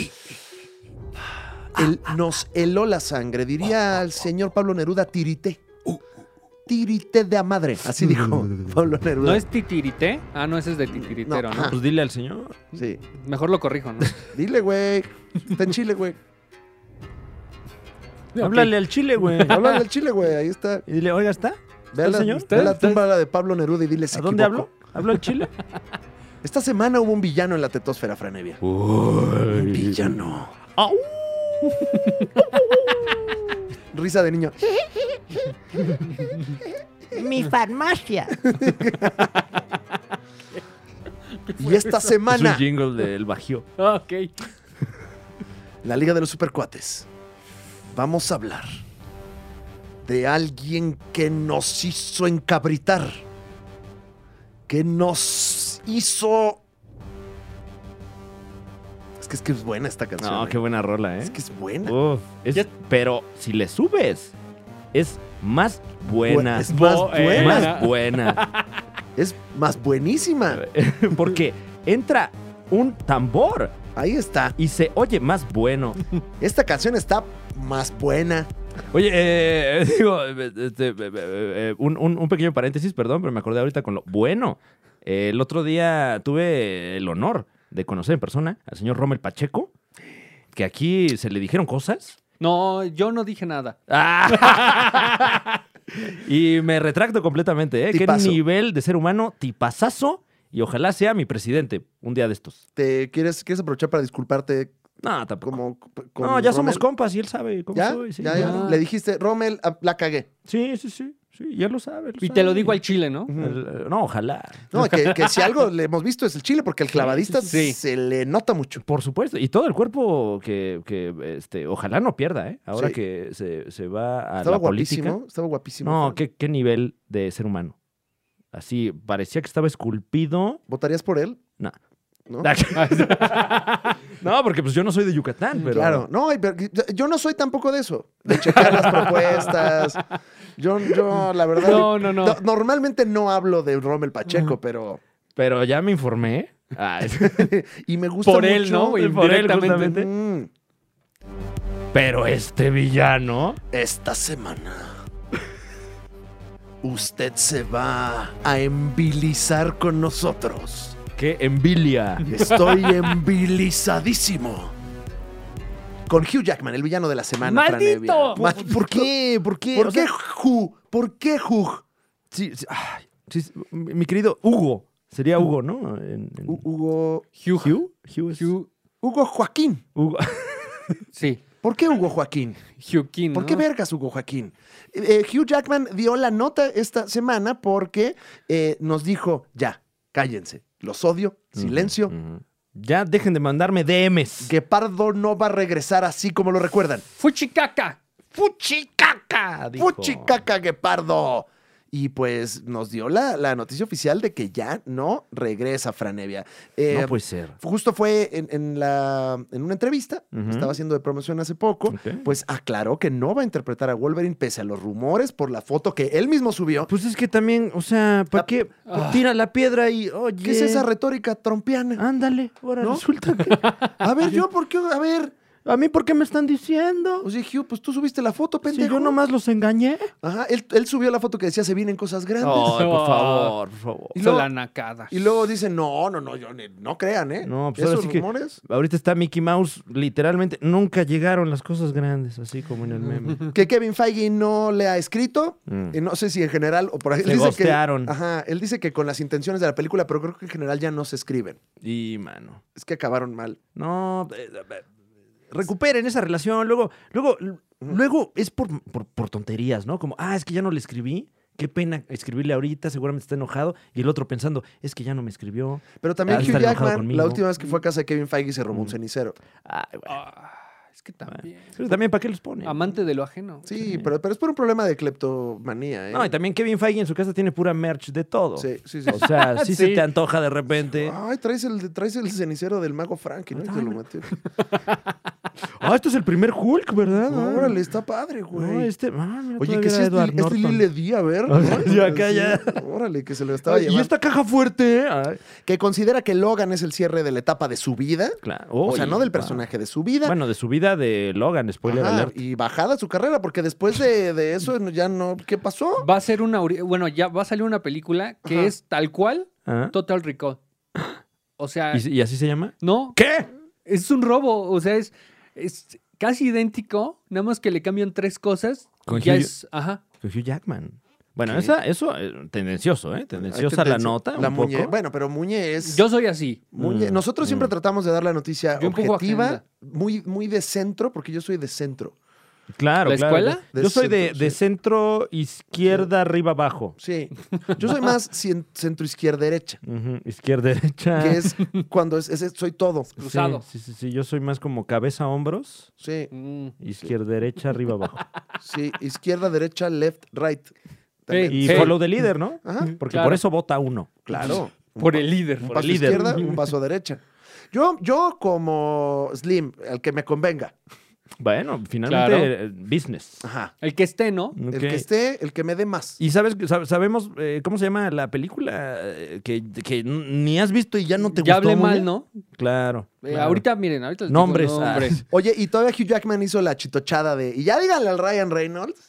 A: el- nos heló la sangre, diría el señor Pablo Neruda, tirité. Tirité de a madre, así
B: [laughs]
A: dijo Pablo Neruda.
C: ¿No es titirité? Ah, no, ese es de titiritero,
A: No,
C: ¿no?
A: ajá. [laughs]
B: Pues dile al señor.
A: Sí.
C: Mejor lo [laughs] corrijo, ¿no?
A: Dile, güey. Está en Chile, güey.
B: Háblale al
A: [laughs]
B: chile, güey.
A: Habla del Chile, güey. Ahí está.
B: Y dile, oiga, ¿está?
A: Ve a la,
B: ¿Está el señor?
A: ve a la
B: ¿Está?
A: tumba de Pablo Neruda y dile,
B: ¿A
A: ¿se
B: dónde hablo?
A: equivocó.
B: ¿Hablo
A: [laughs]
B: al chile?
A: Esta semana hubo un villano en la tetosfera, Franevia. Un villano.
B: Au.
A: [laughs] Risa de niño.
D: Mi farmacia.
A: Y esta
B: Es un
A: semana,
B: jingle del bajío.
C: ok.
A: la Liga de los Supercuates. Vamos a hablar de alguien que nos hizo encabritar. Que nos hizo. Es que es, que es buena esta canción.
B: No,
A: eh.
B: qué buena rola, ¿eh?
A: Es que es buena.
B: Uf, es-
C: Ya-
B: pero si le subes, es más buena. Oh,
A: Es más
C: Bo- eh,
A: buena.
B: Más buena. [laughs]
A: Es más buenísima.
B: Porque entra un tambor
A: Ahí está.
B: y se oye más bueno.
A: Esta canción está más buena.
B: Oye, eh, [laughs] digo, este, eh, eh, un, un- un pequeño paréntesis, perdón, pero me acordé ahorita con lo bueno. Eh, el otro día tuve el honor de conocer en persona al señor Rommel Pacheco, que aquí se le dijeron cosas.
C: No, yo no dije nada.
B: Ah. [laughs] y me retracto completamente, ¿eh?
A: Tipazo.
B: Qué nivel de ser humano, tipazazo, y ojalá sea mi presidente un día de estos.
A: ¿Te quieres, quieres aprovechar para disculparte
B: No, tampoco.
A: como con
B: no, ya
A: Rommel?
B: somos compas y él sabe cómo
A: ¿Ya?
B: soy. Sí,
A: ¿Ya, ya?
C: ya.
A: Le dijiste, Rommel, ah, la cagué.
B: sí, sí, sí, sí, ya lo sabe.
C: Y te lo digo al chile, ¿no?
B: El- eh, No, ojalá.
A: No, que, que si algo le hemos visto es el chile, porque el clavadista
C: Sí.
A: se le nota mucho.
B: Por supuesto. Y todo el cuerpo que, que, este, ojalá no pierda, ¿eh? Ahora
A: Sí.
B: que se, se va a
A: Estaba
B: la política.
A: guapísimo, estaba guapísimo.
B: No, qué, qué nivel de ser humano. Así, parecía que estaba esculpido.
A: ¿Votarías por él?
B: No. [laughs]
A: ¿No?
B: no, porque pues yo no soy de Yucatán, pero.
A: Claro, no, y pero yo- yo no soy tampoco de eso, de checar las propuestas. Yo, yo, la verdad,
C: No, no, no.
A: no- normalmente no hablo de Rommel Pacheco, pero...
B: Pero ya me informé. Ay,
A: [laughs] y me gusta
C: Por él,
A: mucho-
C: ¿no?
B: por él,
C: Indirectamente.
B: justamente.
A: Mm.
B: pero este villano.
A: Esta semana usted se va a embilizar con nosotros.
B: Qué envidia.
C: [laughs]
A: Estoy embilizadísimo. Con Hugh Jackman, el villano de la semana. Fran
C: ¡Maldito!
A: Evia. Ma- ¿Por qué?
B: ¿Por qué?
A: ¿Por
B: O sea,
A: qué Hugh? ¿Por qué Hugh?
B: sí, sí, ay, sí, sí, mi mi querido Hugo. Sería Hugo, ¿no? En- en-
A: Hu- Hugo.
C: Hugh.
B: Hugh. Hugh. es-
C: Hugh-
A: Hugo Joaquín.
B: Hugo.
C: Sí,
A: ¿Por qué Hugo Joaquín?
C: Hughkin.
A: ¿Por
C: ¿no?
A: qué vergas, Hugo Joaquín? Eh, eh, Hugh Jackman dio la nota esta semana porque eh, nos dijo: ya, cállense. Los odio, silencio,
B: Ujú. Ya dejen de mandarme DMs.
A: Guepardo no va a regresar así como lo recuerdan.
C: ¡Fuchicaca!
A: ¡Fuchicaca!
B: Ah, dijo.
A: ¡Fuchicaca Guepardo! Y pues nos dio la, la noticia oficial de que ya no regresa Franevia. Eh,
B: no pues. puede ser.
A: Justo fue en, en la, en una entrevista, que
B: Ujú.
A: estaba haciendo de promoción hace poco,
B: Ok.
A: pues aclaró que no va a interpretar a Wolverine pese a los rumores por la foto que él mismo subió.
B: Pues es que también, o sea, ¿para
A: La-
B: qué? Tira la piedra y, oye.
A: ¿Qué es esa retórica trompiana?
B: Ándale, ahora
A: ¿No?
B: [laughs] resulta que.
A: A ver, yo, ¿por qué? A ver,
B: ¿A mí por qué me están diciendo?
A: Oye, Hugh, pues tú subiste la foto,
B: Si
A: pendejo.
B: yo nomás los engañé.
A: Ajá, él, él subió la foto que decía se vienen cosas grandes.
B: Ay, por
C: Oh.
B: favor, por favor.
A: Y
C: Hizo
A: luego-
C: la nacada.
A: Y luego dicen, no, no, no, yo ni- no crean, ¿eh?
B: No, pues ahora
A: Esos
B: sí que-
A: rumores.
B: [laughs] Ahorita está Mickey Mouse, literalmente nunca llegaron las cosas grandes, así como en el
A: [laughs]
B: meme.
A: que Kevin Feige no le ha escrito.
B: Mm.
A: Y no sé si en general o por ahí.
B: Se
A: Él dice que,
B: ghostearon.
A: ajá, él dice que con las intenciones de la película, pero creo que en general ya no se escriben.
B: Y mano.
A: Es que acabaron mal.
B: No, eh, eh, recuperen esa relación, luego luego luego es por, por, por tonterías, ¿no? Como, ah, es que ya no le escribí. Qué pena escribirle ahorita, seguramente está enojado. Y el otro pensando, es que ya no me escribió.
A: Pero también
B: Ah,
A: Hugh
B: está enojado
A: Jackman,
B: conmigo. Mm.
A: la última vez que fue a casa de Kevin Feige, se robó un cenicero.
B: Ay, bueno,
C: Ah, es que también.
B: Pero también, ¿para qué los pone?
C: Amante de lo ajeno.
A: Sí, Pero, pero es por un problema de cleptomanía, ¿eh?
B: No, y también Kevin Feige en su casa tiene pura merch de todo.
A: Sí, sí, sí.
B: O sea, si se
C: Sí.
B: te antoja de repente.
A: Ay, traes el, traes el cenicero del mago Frankie, ¿no? Y te lo metió.
B: [laughs] Ah, este es el primer Hulk, ¿verdad? Ah.
A: Órale, está padre, güey.
B: No, este. ah, mira,
A: Oye,
B: todavía
A: que
B: era
A: si es este
B: Edward
A: de- es de
B: Norton.
A: Lille Dí, a ver.
B: [laughs] O sea,
A: ¿no?
B: ya acá, ya.
A: Órale, que se lo estaba
B: Ay, Y
A: llevando.
B: esta caja fuerte. ¿eh? Ay,
A: Que considera que Logan es el cierre de la etapa de su vida.
B: claro.
A: o sea,
B: Oy,
A: no del
B: wow.
A: personaje, de su vida.
B: Bueno, de su vida de Logan, spoiler
A: Ajá,
B: alert.
A: y bajada su carrera, porque después de, de eso no- ya no. ¿Qué pasó?
C: Va a ser una. ori- Bueno, ya va a salir una película que
A: Ajá.
C: es tal cual
B: Ah.
C: Total Recall. O sea,
B: ¿Y, y así se llama?
C: no,
B: ¿Qué?
C: es un robo. O sea, es, es casi idéntico, nada más que le cambian tres cosas.
B: Con
C: ya
B: Hugh-
C: es. Ajá.
B: Con Pues Hugh Jackman. Bueno,
A: ¿Qué?
B: esa, eso, eh, tendenciosa, ¿eh? Tendenciosa
A: Hay
B: la
A: tendencia-
B: nota.
A: La
B: un
A: Muñe.
B: poco.
A: Bueno, pero Muñe es.
C: Yo soy así.
A: Muñe-
B: Mm,
A: Nosotros siempre
B: mm.
A: tratamos de dar la noticia
C: Yo empujo
A: objetiva,
C: agenda.
A: muy, muy de centro, porque yo soy de centro.
B: Claro,
C: ¿La
B: claro.
C: escuela?
B: Yo
A: De
B: soy de,
A: centro,
B: de
A: sí.
B: centro izquierda arriba abaro
A: Sí. Yo soy más cien- centro-izquierda-derecha,
B: Izquierda derecha.
A: que es cuando es, es- soy todo.
B: Sí,
C: cruzado.
B: Sí, sí, sí, yo soy más como cabeza hombros,
A: Sí,
C: Mm.
B: izquierda derecha arriba abajo.
A: sí. Izquierda-derecha, left-right.
B: Y
C: Hey.
B: follow the líder, ¿no?
A: Ajá,
B: Porque
C: claro.
B: por eso vota uno.
A: claro.
C: Por el líder.
A: Un
B: Por
A: paso
B: el líder.
A: izquierda, un paso derecha. Yo, yo como Slim, el que me convenga.
B: Bueno, finalmente
C: Claro.
B: eh, business.
A: Ajá.
C: El que esté, ¿no?
A: El
B: Ok.
A: que esté, el que me dé más.
B: Y sabes, sab- sabemos eh, cómo se llama la película eh, que, que n- ni has visto y ya no te
C: ya
B: gustó.
C: hablé
B: muy
C: mal,
B: bien?
C: ¿no?
B: Claro.
C: Eh,
B: claro.
C: Ahorita, miren, ahorita les digo
B: Nombres. ah. [laughs]
C: nombres.
A: Oye, y todavía Hugh Jackman hizo la chitochada de. Y ya díganle al Ryan Reynolds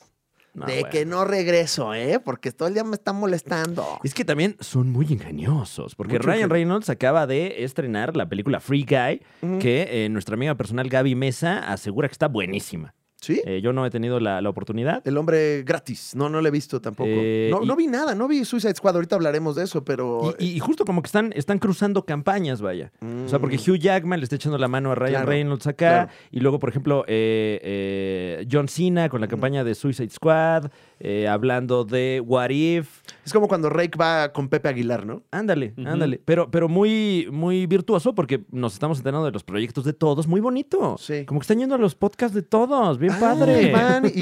B: No,
A: de
B: bueno.
A: que no regreso, ¿eh? Porque todo el día me está molestando.
B: Es que también son muy ingeniosos, porque
A: Mucho
B: Ryan
A: ingenio.
B: Reynolds acaba de estrenar la película Free Guy,
A: Ujú.
B: que eh, nuestra amiga personal Gaby Mesa asegura que está buenísima.
A: ¿Sí?
B: Eh, yo no he tenido la, la oportunidad.
A: El hombre gratis. No, no lo he visto tampoco.
B: Eh,
A: no,
B: y-
A: no vi nada, no vi Suicide Squad. Ahorita hablaremos de eso, pero.
B: Y, y- y justo como que están, están cruzando campañas, vaya. O sea, porque
A: Mm.
B: Hugh Jackman le está echando la mano a Ryan
A: Claro,
B: Reynolds acá.
A: claro.
B: Y luego, por ejemplo, eh, eh, John Cena
A: Mm.
B: con la campaña de Suicide Squad, eh, hablando de What If.
A: Es como cuando Rake va con Pepe Aguilar, ¿no?
B: Ándale,
C: Ujú.
B: ándale. Pero, pero muy, muy virtuoso porque nos estamos enterando de los proyectos de todos. Muy bonito.
A: Sí.
B: Como que están yendo a los podcasts de todos. Bien
A: Ah,
B: padre. [laughs]
A: van
B: Bien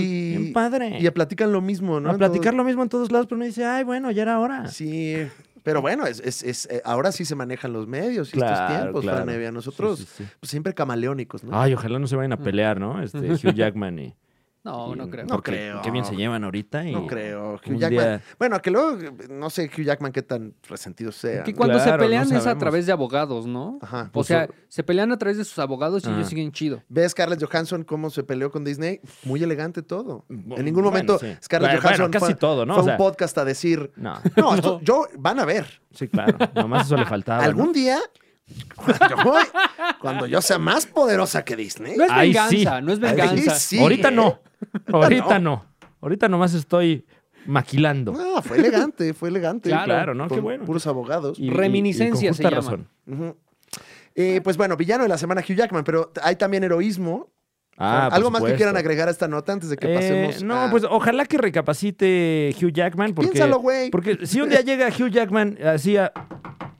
A: y,
B: padre.
A: y platican lo mismo, ¿no?
B: a platicar
A: Entonces-
B: lo mismo en todos lados, pero uno dice, ay, bueno, ya era hora.
A: Sí, pero bueno, es, es- es, eh, ahora sí se manejan los medios y estos
B: Claro,
A: tiempos,
B: claro.
A: Fran Evia. Nosotros,
B: Sí, sí, sí.
A: pues, siempre camaleónicos, ¿no? Mm.
B: Ay, ojalá no se vayan a pelear, ¿no?
A: [laughs]
B: Este, Hugh Jackman y...
C: No,
B: y-
C: no creo.
A: No
B: porque
A: creo.
B: Qué bien se llevan ahorita. Y
A: no creo. Hugh
B: un
A: Jackman.
B: día-
A: Bueno, que luego, eh, no sé Hugh Jackman qué tan resentido sea.
C: Que
A: ¿no?
C: cuando
B: Claro,
C: se pelean
B: no
C: es a
B: sabemos. pues
C: través de abogados, ¿no?
A: Ajá.
C: O sea, se pelean a través de sus abogados y
B: Ah.
C: ellos siguen chido.
A: ¿Ves Scarlett Johansson cómo se peleó con Disney? Muy elegante todo.
B: Bueno,
A: En ningún momento
B: sí.
A: Scarlett
B: Bueno,
A: Johansson
B: bueno, casi
A: fue,
B: todo, ¿no?
A: fue
B: O sea,
A: un podcast a
B: [laughs]
A: decir,
B: No, Ah,
A: no, esto, yo, van a ver,
B: sí, claro. Nomás eso le faltaba.
A: algún
B: ¿no?
A: día, cuando yo, voy- cuando yo sea más poderosa que Disney,
C: No es
B: Ahí
C: venganza,
B: sí.
C: no es
A: ahí
C: venganza.
A: sí,
B: Ahorita
A: ¿eh? [laughs]
B: no. Ahorita no. Ahorita nomás estoy maquilando.
A: No, fue elegante, fue elegante.
C: Claro.
B: Claro, ¿no? Qué
A: Con
B: bueno.
A: Puros abogados.
B: Y- y- y
C: Reminiscencia
B: con justa
C: se llama.
B: razón.
A: Ujú. Eh, pues bueno, villano de la semana Hugh Jackman, pero t- hay también heroísmo.
B: Ah, por
A: Algo más que
B: supuesto.
A: quieran agregar a esta nota antes de que
B: Eh,
A: pasemos.
B: no,
A: a-
B: pues ojalá que recapacite Hugh Jackman. Porque,
A: Piénsalo, güey.
B: Porque si un día llega Hugh Jackman así a.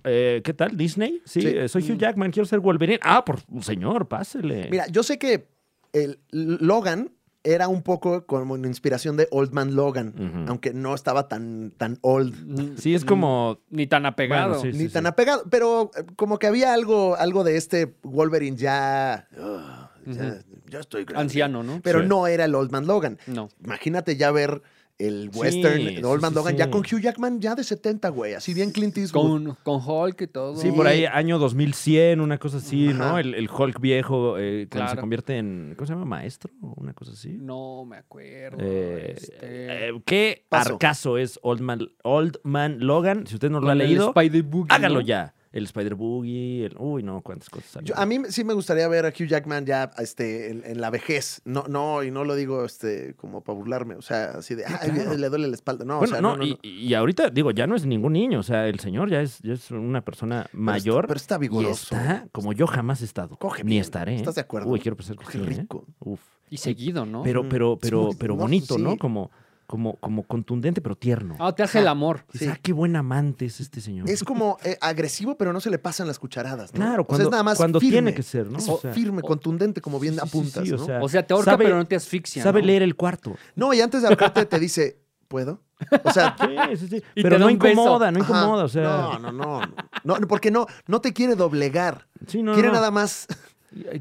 B: eh, ¿Qué tal? ¿Disney? Sí,
A: Sí. Mm.
B: eh, soy Hugh Jackman, quiero ser Wolverine. Ah, por señor, pásele.
A: Mira, yo sé que el Logan era un poco como una inspiración de Old Man Logan,
B: Ujú.
A: aunque no estaba tan, tan old.
B: sí,
A: mm.
B: es como.
C: Ni tan apegado.
B: Bueno, sí.
A: ni tan apegado, pero eh, como que había algo, algo de este Wolverine ya. "Ah, ya, ya estoy grande".
C: Anciano, ¿no?
A: Pero
B: Sí.
A: no era el Old Man Logan.
C: No.
A: Imagínate ya ver el
B: Sí,
A: western
B: sí,
A: de Old Man
B: sí,
A: Logan,
B: sí.
A: ya con Hugh Jackman ya de 70, güey, así bien Clint Eastwood.
C: Con, con Hulk y todo.
B: Sí, por ahí año 2100, una cosa así, ¿no?
A: Ajá.
B: El, el Hulk viejo eh, cuando se
C: Claro.
B: convierte en, ¿cómo se llama? Maestro o una cosa así.
C: No me acuerdo.
B: Eh,
C: este,
B: eh, ¿Qué
A: Paso.
B: arcazo es Old Man, Old Man Logan? Si usted no lo
C: con
B: ha
C: el
B: leído,
C: Spider Boogie,
B: hágalo
C: ¿no?
B: ya. El Spider Boogie, el... Uy, no, cuántas cosas
A: Yo-
B: salieron.
A: a mí sí me gustaría ver a Hugh Jackman ya este, en, en la vejez. No, no, y no lo digo este, como para burlarme. O sea, así de, ay, le duele la espalda. No,
B: bueno,
A: o sea,
B: no,
A: no, no,
B: y,
A: no.
B: y ahorita, digo, ya no es ningún niño. O sea, el señor ya es, ya es una persona mayor.
A: Pero está, pero está
B: y
A: vigoroso.
B: está como yo jamás he estado.
A: Coge
B: ni
A: bien,
B: estaré. ¿eh?
A: ¿estás de acuerdo?
B: Uy, quiero pensar que
A: Qué
B: sí, ¿eh?
A: rico.
B: Uf.
C: Y seguido, ¿no?
B: Pero,
A: Mm.
B: pero,
A: Es
B: pero,
A: muy-
B: pero
A: no,
B: bonito, ¿no?
A: sí.
B: Como, como, como contundente, pero tierno.
C: Ah, te hace el amor.
A: sí.
B: Ah, qué buen amante es este señor.
A: Es como eh, agresivo, pero no se le pasan las cucharadas. ¿no?
B: Claro,
A: O sea,
B: cuando,
A: es nada más
B: cuando
A: firme.
B: tiene que ser, ¿no?
A: Es
B: O sea,
A: firme, contundente, como bien
B: sí, sí, sí,
A: apuntas.
B: o
A: ¿no?
B: sea,
C: O sea, te ahorca,
B: sabe-
C: pero no te asfixia.
B: Sabe
C: ¿no?
B: leer el
C: [laughs]
B: cuarto.
A: No, y antes de ahorcarte te dice, ¿puedo? O sea,
B: Sí, sí, sí.
C: Y
B: Pero
C: te
B: no
C: da un beso.
B: incomoda, [laughs] no
A: ajá,
B: incomoda. O sea,
A: No, no, no, no. no, Porque no, no te quiere doblegar.
B: sí, no,
A: quiere
B: no.
A: nada más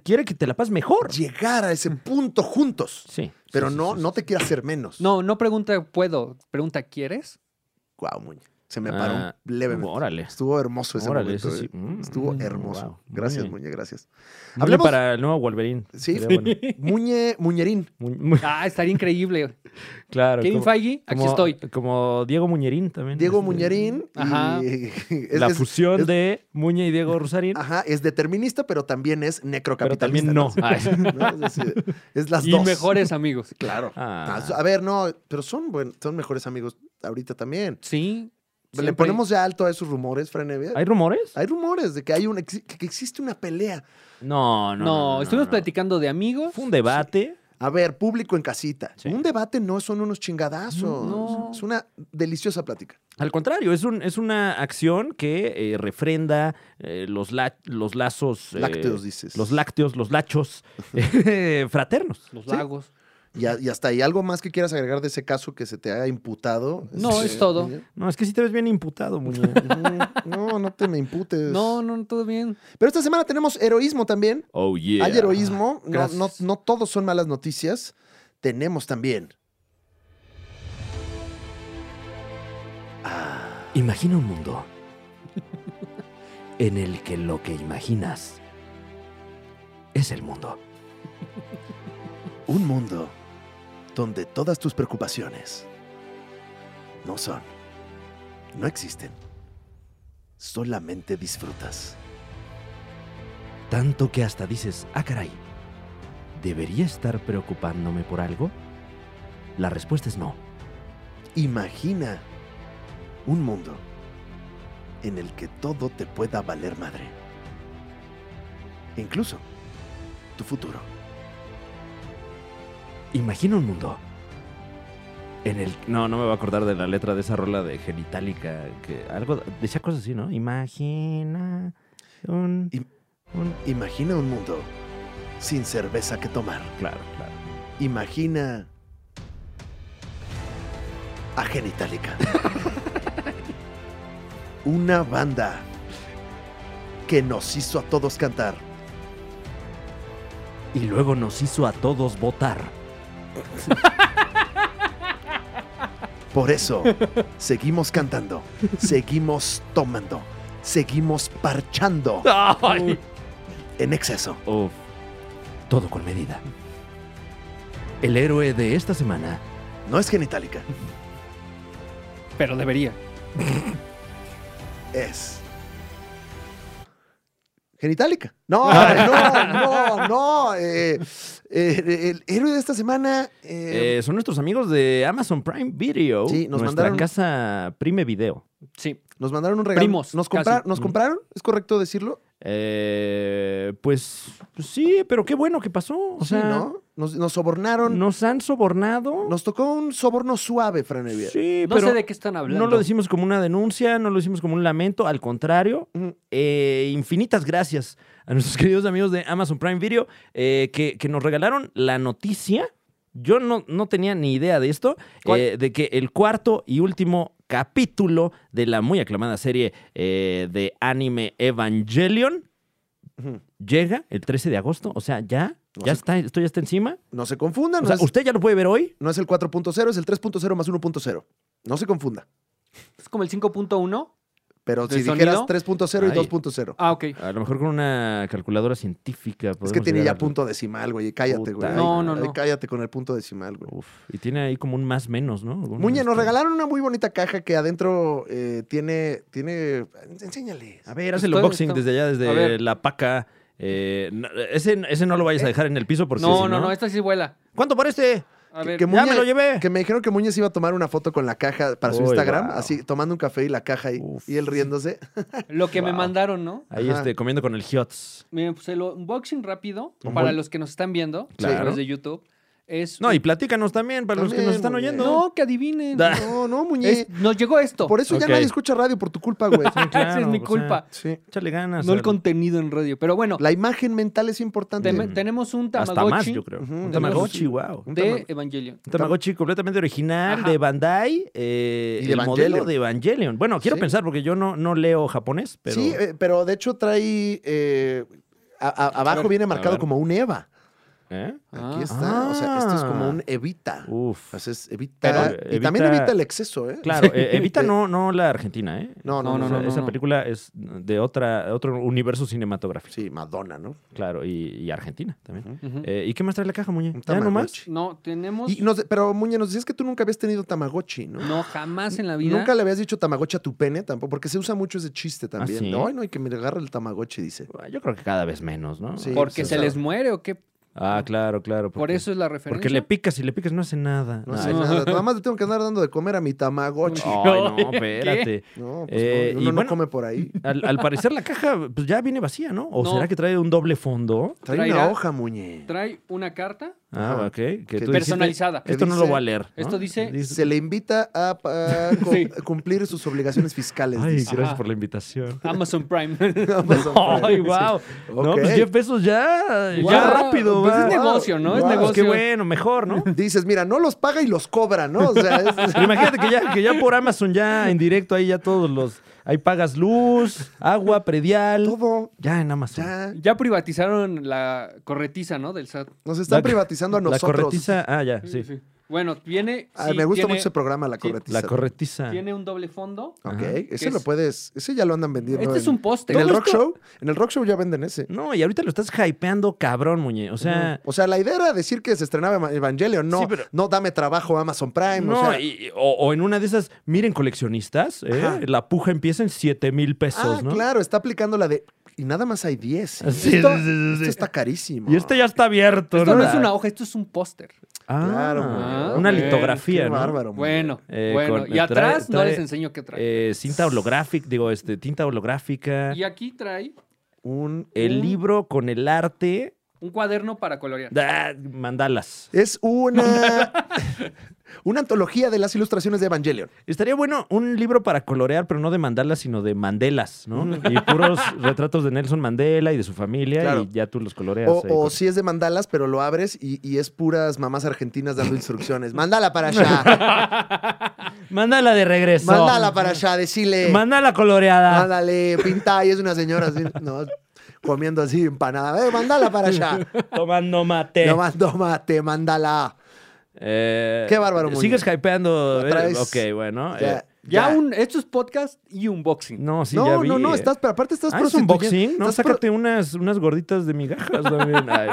B: Quiere que te la pases mejor.
A: llegar a ese punto juntos.
B: Sí.
A: Pero
B: sí, sí,
A: no,
B: sí,
A: no
B: sí.
A: te quiere hacer menos.
C: No, no pregunta puedo, pregunta ¿quieres?
A: Guau, Muñe. Se me paró
B: Ah,
A: levemente.
B: Órale.
A: Estuvo hermoso ese
B: Órale,
A: momento.
B: ese sí.
A: eh.
B: Mm,
A: Estuvo
B: mm,
A: hermoso.
B: wow, muy
A: gracias,
B: bien.
A: Muñe, gracias.
B: Muñe
A: Hablemos-
B: para el nuevo Wolverine.
A: Sí.
B: Sería bueno.
A: [laughs]
C: [laughs]
A: Muñe, Muñerín.
B: Muy- muy-
C: Ah, estaría
B: [laughs]
C: increíble.
B: claro.
C: Kevin
B: como-
C: Feige, aquí
B: como-
C: estoy.
B: [laughs] Como Diego Muñerín también.
A: Diego
B: este,
A: Muñerín. y-
C: Ajá.
A: [laughs] es-
B: La
A: es-
B: fusión
A: es- Ah,
B: de Muñe y Diego Rosarín.
A: Ajá, es determinista, pero también es
B: Pero
A: necrocapitalista.
B: también no.
A: ¿no?
B: Ay.
A: ¿No?
B: [laughs]
A: Es, decir, es las
C: Y
A: dos.
C: mejores amigos.
A: Claro.
B: Ah.
A: A ver, no, pero son, buen- son mejores amigos ahorita también.
C: Sí.
A: ¿Le
C: siempre-
A: ponemos ya alto a esos rumores, Fran Evia?
B: ¿Hay rumores?
A: Hay rumores de que hay una, que que existe una pelea.
B: No, no.
C: No,
B: No, no,
C: estuvimos
B: no.
C: platicando de amigos.
B: Fue un debate.
A: A ver, público en casita.
B: Sí.
A: Un debate no son unos chingadazos.
C: No.
A: Es una deliciosa plática.
B: Al contrario, es, un, es una acción que eh, refrenda eh, los, la- los lazos. eh,
A: Lácteos, dices.
B: Los lácteos,
A: [laughs]
B: los lachos eh, fraternos.
C: Los
A: Sí.
C: lagos.
A: y, a- y hasta ahí, ¿algo más que quieras agregar de ese caso que se te haya imputado?
C: No,
A: Este,
C: es todo.
A: Muñe?
B: No, es que sí te ves bien imputado,
A: [laughs]
B: Muñe.
A: Ujú. [laughs] No, no te me imputes.
C: No, no, todo bien.
A: Pero esta semana tenemos heroísmo también.
B: Oh, yeah.
A: Hay heroísmo. No,
C: Gracias.
A: no, no todos son malas noticias. Tenemos también.
B: Imagina un mundo en el que lo que imaginas es el mundo.
A: Un mundo donde todas tus preocupaciones no son, no existen, solamente disfrutas.
B: Tanto que hasta dices, ah, caray, ¿debería estar preocupándome por algo? La respuesta es no.
A: Imagina un mundo en el que todo te pueda valer madre. Incluso tu futuro.
B: Imagina un mundo en el... No, no me va a acordar de la letra de esa rola de genitálica, que algo... Decía cosas así, ¿no? Imagina un...
A: Im-
B: un-
A: Imagina un mundo sin cerveza que tomar.
B: Claro, claro.
A: Imagina a Genitalica. Una banda que nos hizo a todos cantar.
B: Y luego nos hizo a todos votar.
A: Por eso seguimos cantando, seguimos tomando, seguimos parchando
B: ¡Ay!
A: en exceso.
B: Uf. Todo con medida. El héroe de esta semana
A: No es Genitalica,
C: Pero debería.
A: es Genitalica. No, no, no, no. eh, eh, el héroe de esta semana. eh,
B: Eh, son nuestros amigos de Amazon Prime Video.
A: Sí, nos
B: nuestra
A: mandaron-
B: casa Prime Video.
C: Sí.
A: Nos mandaron un regalo.
C: Primos,
A: Nos,
C: casi.
A: comprar- ¿Nos
B: Mm.
A: compraron? ¿Es correcto decirlo?
B: Eh, pues sí, pero qué bueno que pasó. O sea,
A: sí, ¿no? Nos, nos sobornaron.
B: nos han sobornado.
A: Nos tocó un soborno suave, Fran Evia.
B: sí,
C: No
B: pero
C: sé de qué están hablando.
B: no lo decimos como una denuncia, no lo decimos como un lamento. Al contrario,
A: Ujú.
B: eh, infinitas gracias a nuestros [laughs] queridos amigos de Amazon Prime Video eh, que, que nos regalaron la noticia. Yo no, no tenía ni idea de esto,
C: ¿Cuál?
B: eh, de que el cuarto y último capítulo de la muy aclamada serie eh, de anime Evangelion
A: Ujú.
B: llega el 13 de agosto, o sea, ya
A: No,
B: Ya
A: se,
B: está, esto ya está encima.
A: no se confundan.
B: O
A: no
B: sea,
A: es-
B: usted ya lo puede ver hoy.
A: No es el 4.0, es el 3.0 más 1.0. No se confunda.
C: Es como el 5.1.
A: Pero
C: ¿De
A: si
C: sonido?
A: dijeras 3.0 y
B: Ay.
A: 2.0.
C: Ah, ok.
B: A lo mejor con una calculadora científica.
A: Es que
B: podemos
A: tiene
B: llegar
A: ya
B: a-
A: punto decimal, güey. y Cállate,
B: Puta.
A: güey.
C: No,
A: Ay,
C: no,
A: ay,
C: no.
A: Cállate con el punto decimal, güey.
B: Uf, y tiene ahí como un más menos, ¿no? Alguna
A: Muñe, nos
B: este-
A: regalaron una muy bonita caja que adentro eh, tiene, tiene. Enséñales.
B: A ver, haz el
C: Estoy-
B: unboxing
C: estoy-
B: desde allá,
C: A
B: desde
C: ver.
B: la paca. Eh, no, ese, ese no lo vayas a dejar en el piso porque
C: no,
B: si
C: no, no, esta sí vuela.
B: ¿Cuánto por este?
C: A
A: Que-
C: ver,
A: que
B: Ya
A: Muñe-
B: me lo llevé.
A: Que me dijeron que Muñez iba a tomar una foto con la caja para su
B: Uy,
A: Instagram,
B: guau.
A: así tomando un café y la caja ahí.
B: Uf.
A: Y él riéndose.
B: [laughs]
C: lo que me
B: Wow.
C: mandaron, ¿no?
B: Ahí
A: Ajá.
B: este, comiendo con el Hiots.
C: Miren, pues el unboxing rápido
A: Un
C: para
A: bol-
C: los que nos están viendo
B: Claro.
C: a través de YouTube es.
B: No, y platícanos también para los que nos
A: También,
B: están
A: Muñe.
B: oyendo.
C: No, que adivinen.
B: Da.
A: No, no, Muñe.
C: Es- nos llegó esto.
A: Por eso
B: Ah. Ok.
A: ya nadie escucha radio por tu culpa,
B: [laughs]
A: güey.
B: Sí, claro,
C: [laughs] Esa es mi
B: o sea,
C: culpa.
A: Sí.
B: échale ganas.
C: no el
B: al-
C: contenido en radio. Pero bueno,
A: La imagen mental es importante.
C: tem- tenemos un
B: Hasta más,
C: Tamagotchi
B: yo creo.
A: Ujú,
B: Un
A: tenemos-
B: Tamagotchi, wow.
A: un
C: de
A: Tamagotchi.
C: Evangelion.
B: Un Tamagotchi completamente original
C: Ajá.
B: de Bandai. eh,
A: Y de
B: el modelo
A: Evangelion.
B: de Evangelion. Bueno, quiero
A: Sí.
B: pensar porque yo no, no leo japonés, pero.
A: Sí, eh, pero de hecho trae. eh, a- a- abajo
C: ver,
A: viene
B: a
A: marcado
B: ver.
A: como un Eva.
B: ¿Eh?
C: Ah.
A: Aquí está. O sea, esto es como un Evita.
B: Ah. Uf.
A: O sea, es
B: Pero,
A: evita,
B: eh,
A: Y también
B: evita-
A: evita el exceso, ¿eh? [laughs]
B: Claro, eh, Evita no, no la Argentina, ¿eh?
A: No, no,
C: No,
A: no.
B: O sea,
A: no.
B: esa
C: no.
B: película es de otra, otro universo cinematográfico.
A: Sí, Madonna, ¿no?
B: Claro, y, y Argentina también.
A: Ujú.
C: Ujú.
B: Eh, ¿Y qué más trae la caja, Muñe?
A: Un
B: ¿Ya nomás?
A: Tamagotchi.
C: No, tenemos.
A: Y nos- pero, Muñe, nos decías que tú nunca habías tenido Tamagotchi, ¿no?
C: No, jamás en la vida.
A: Nunca le habías dicho Tamagotchi a tu pene tampoco, porque se usa mucho ese chiste también.
B: ¿sí?
A: Ay, no, y que me agarra el Tamagotchi, dice.
B: Yo creo que cada vez menos, ¿no?
A: Sí.
C: Porque
A: sí,
C: se
A: sí.
C: les muere o qué.
B: Ah, claro, claro.
C: Por
B: porque-
C: eso es la referencia.
B: Porque le picas y le picas, no hace nada.
A: No
B: Ay,
A: hace
C: no.
A: nada. Nada más le tengo que andar dando de comer a mi Tamagotchi.
B: Ay, [laughs] no, espérate.
A: No, pues
B: Eh,
A: no,
B: y
A: uno no
B: bueno-
A: come por ahí.
B: Al, al parecer la caja pues, ya viene vacía, ¿no? ¿O
C: No.
B: será que trae un doble fondo?
A: Trae
C: Traerá-
A: una hoja, Muñe.
C: Trae una carta.
B: Ah,
A: Ajá.
B: ok. Que tú dijiste,
C: Personalizada.
B: Esto no
A: dice-
B: lo voy a leer. ¿no?
C: Esto dice-
A: Se le invita a, a cu-
C: Sí.
A: cumplir sus obligaciones fiscales.
B: Ay,
A: dice.
B: gracias
C: Ajá.
B: por la invitación.
C: Amazon Prime. [laughs]
A: Amazon Prime.
B: Ay, wow.
A: Ah,
B: No,
A: Ok.
B: pues 10 pesos ya, ya
C: Guau,
B: rápido.
C: Pues
B: va.
C: es negocio, ¿no? Es
A: Wow,
B: Pues
C: negocio.
B: qué bueno, mejor, ¿no?
A: Dices, mira, no los paga y los cobra, ¿no? O sea, es-
B: Pero imagínate que ya, que ya por Amazon, ya en directo, ahí ya todos los. Ahí pagas luz, agua, predial.
A: todo.
B: Ya en Amazon.
A: Ya,
C: Ya privatizaron la corretiza, ¿no? Del SAT.
A: nos están
B: La-
A: privatizando a
B: La
A: nosotros.
B: corretiza. Ah, ya, sí.
C: Sí. Bueno, viene.
A: Ah,
C: sí,
A: me gusta
C: tiene-
A: mucho ese programa, La
C: sí,
A: Corretiza.
B: La corretiza.
C: Tiene un doble fondo.
A: Ok,
B: Ajá.
C: Que
A: ese
C: es-
A: lo puedes, ese ya lo andan vendiendo.
C: Este es
A: en-
C: un póster.
A: En el
C: Todo
A: rock
C: esto-
A: show, en el rock show ya venden ese.
B: No, y ahorita lo estás hypeando cabrón, muñe. O sea.
A: Mm. O sea, la idea era decir que se estrenaba Eva- Evangelion, no,
B: Sí, pero-
A: no dame trabajo Amazon Prime.
B: No,
A: o sea,
B: y- y- o, o en una de esas, miren, coleccionistas, ¿eh?
A: Ajá.
B: la puja empieza en 7 mil pesos,
A: ah,
B: ¿no?
A: claro, está aplicando la de. Y nada más hay 10.
B: Ah, sí,
A: esto,
B: sí, sí, sí.
A: esto está carísimo.
B: Y este ya está abierto,
C: Esto no
B: La-
C: es una hoja, esto es un póster.
B: Ah,
A: Claro,
C: güey.
B: una
C: Ah, bueno,
B: litografía,
A: Qué
B: ¿no?
A: bárbaro.
C: Bueno,
B: Eh,
C: bueno.
B: con-
C: y atrás
B: trae-
C: no
B: trae-
C: les enseño qué trae.
B: Eh, cinta holográfica, digo, este, tinta holográfica.
C: y aquí trae
A: Un,
B: El
C: un-
B: libro con el arte.
C: un cuaderno para colorear.
B: Ah, mandalas.
A: es
B: [laughs]
A: una. una antología de las ilustraciones de Evangelion.
B: Estaría bueno un libro para colorear, pero no de mandalas, sino de mandelas, ¿no? Y puros [laughs] retratos de Nelson Mandela y de su familia,
A: Claro.
B: y ya tú los coloreas.
A: O,
B: ahí
A: o
B: con-
A: si es de mandalas, pero lo abres y, y es puras mamás argentinas
B: [laughs]
A: dando instrucciones. Mándala para allá.
B: Mandala de regreso.
A: Mándala
B: [laughs]
A: para allá. Decile.
B: Mandala coloreada.
A: Mándale, pinta. Y es una señora así, no, comiendo así empanada. Eh, mándala para allá.
B: Tomando mate.
A: No más mate, mándala.
B: Eh,
A: Qué bárbaro, Muñe.
B: Sigues hypeando.
A: Otra
B: eh,
A: vez.
B: Ok, bueno. eh,
C: Ya, un, esto es podcast y unboxing.
B: no, sí,
A: no,
B: ya vi,
A: no, no,
B: eh.
A: estás, pero aparte estás
B: Ah, es
A: prostituyendo.
B: unboxing, ¿no?
A: Estás, pro-
B: Sácate unas, unas gorditas de migajas [laughs] también. Ay.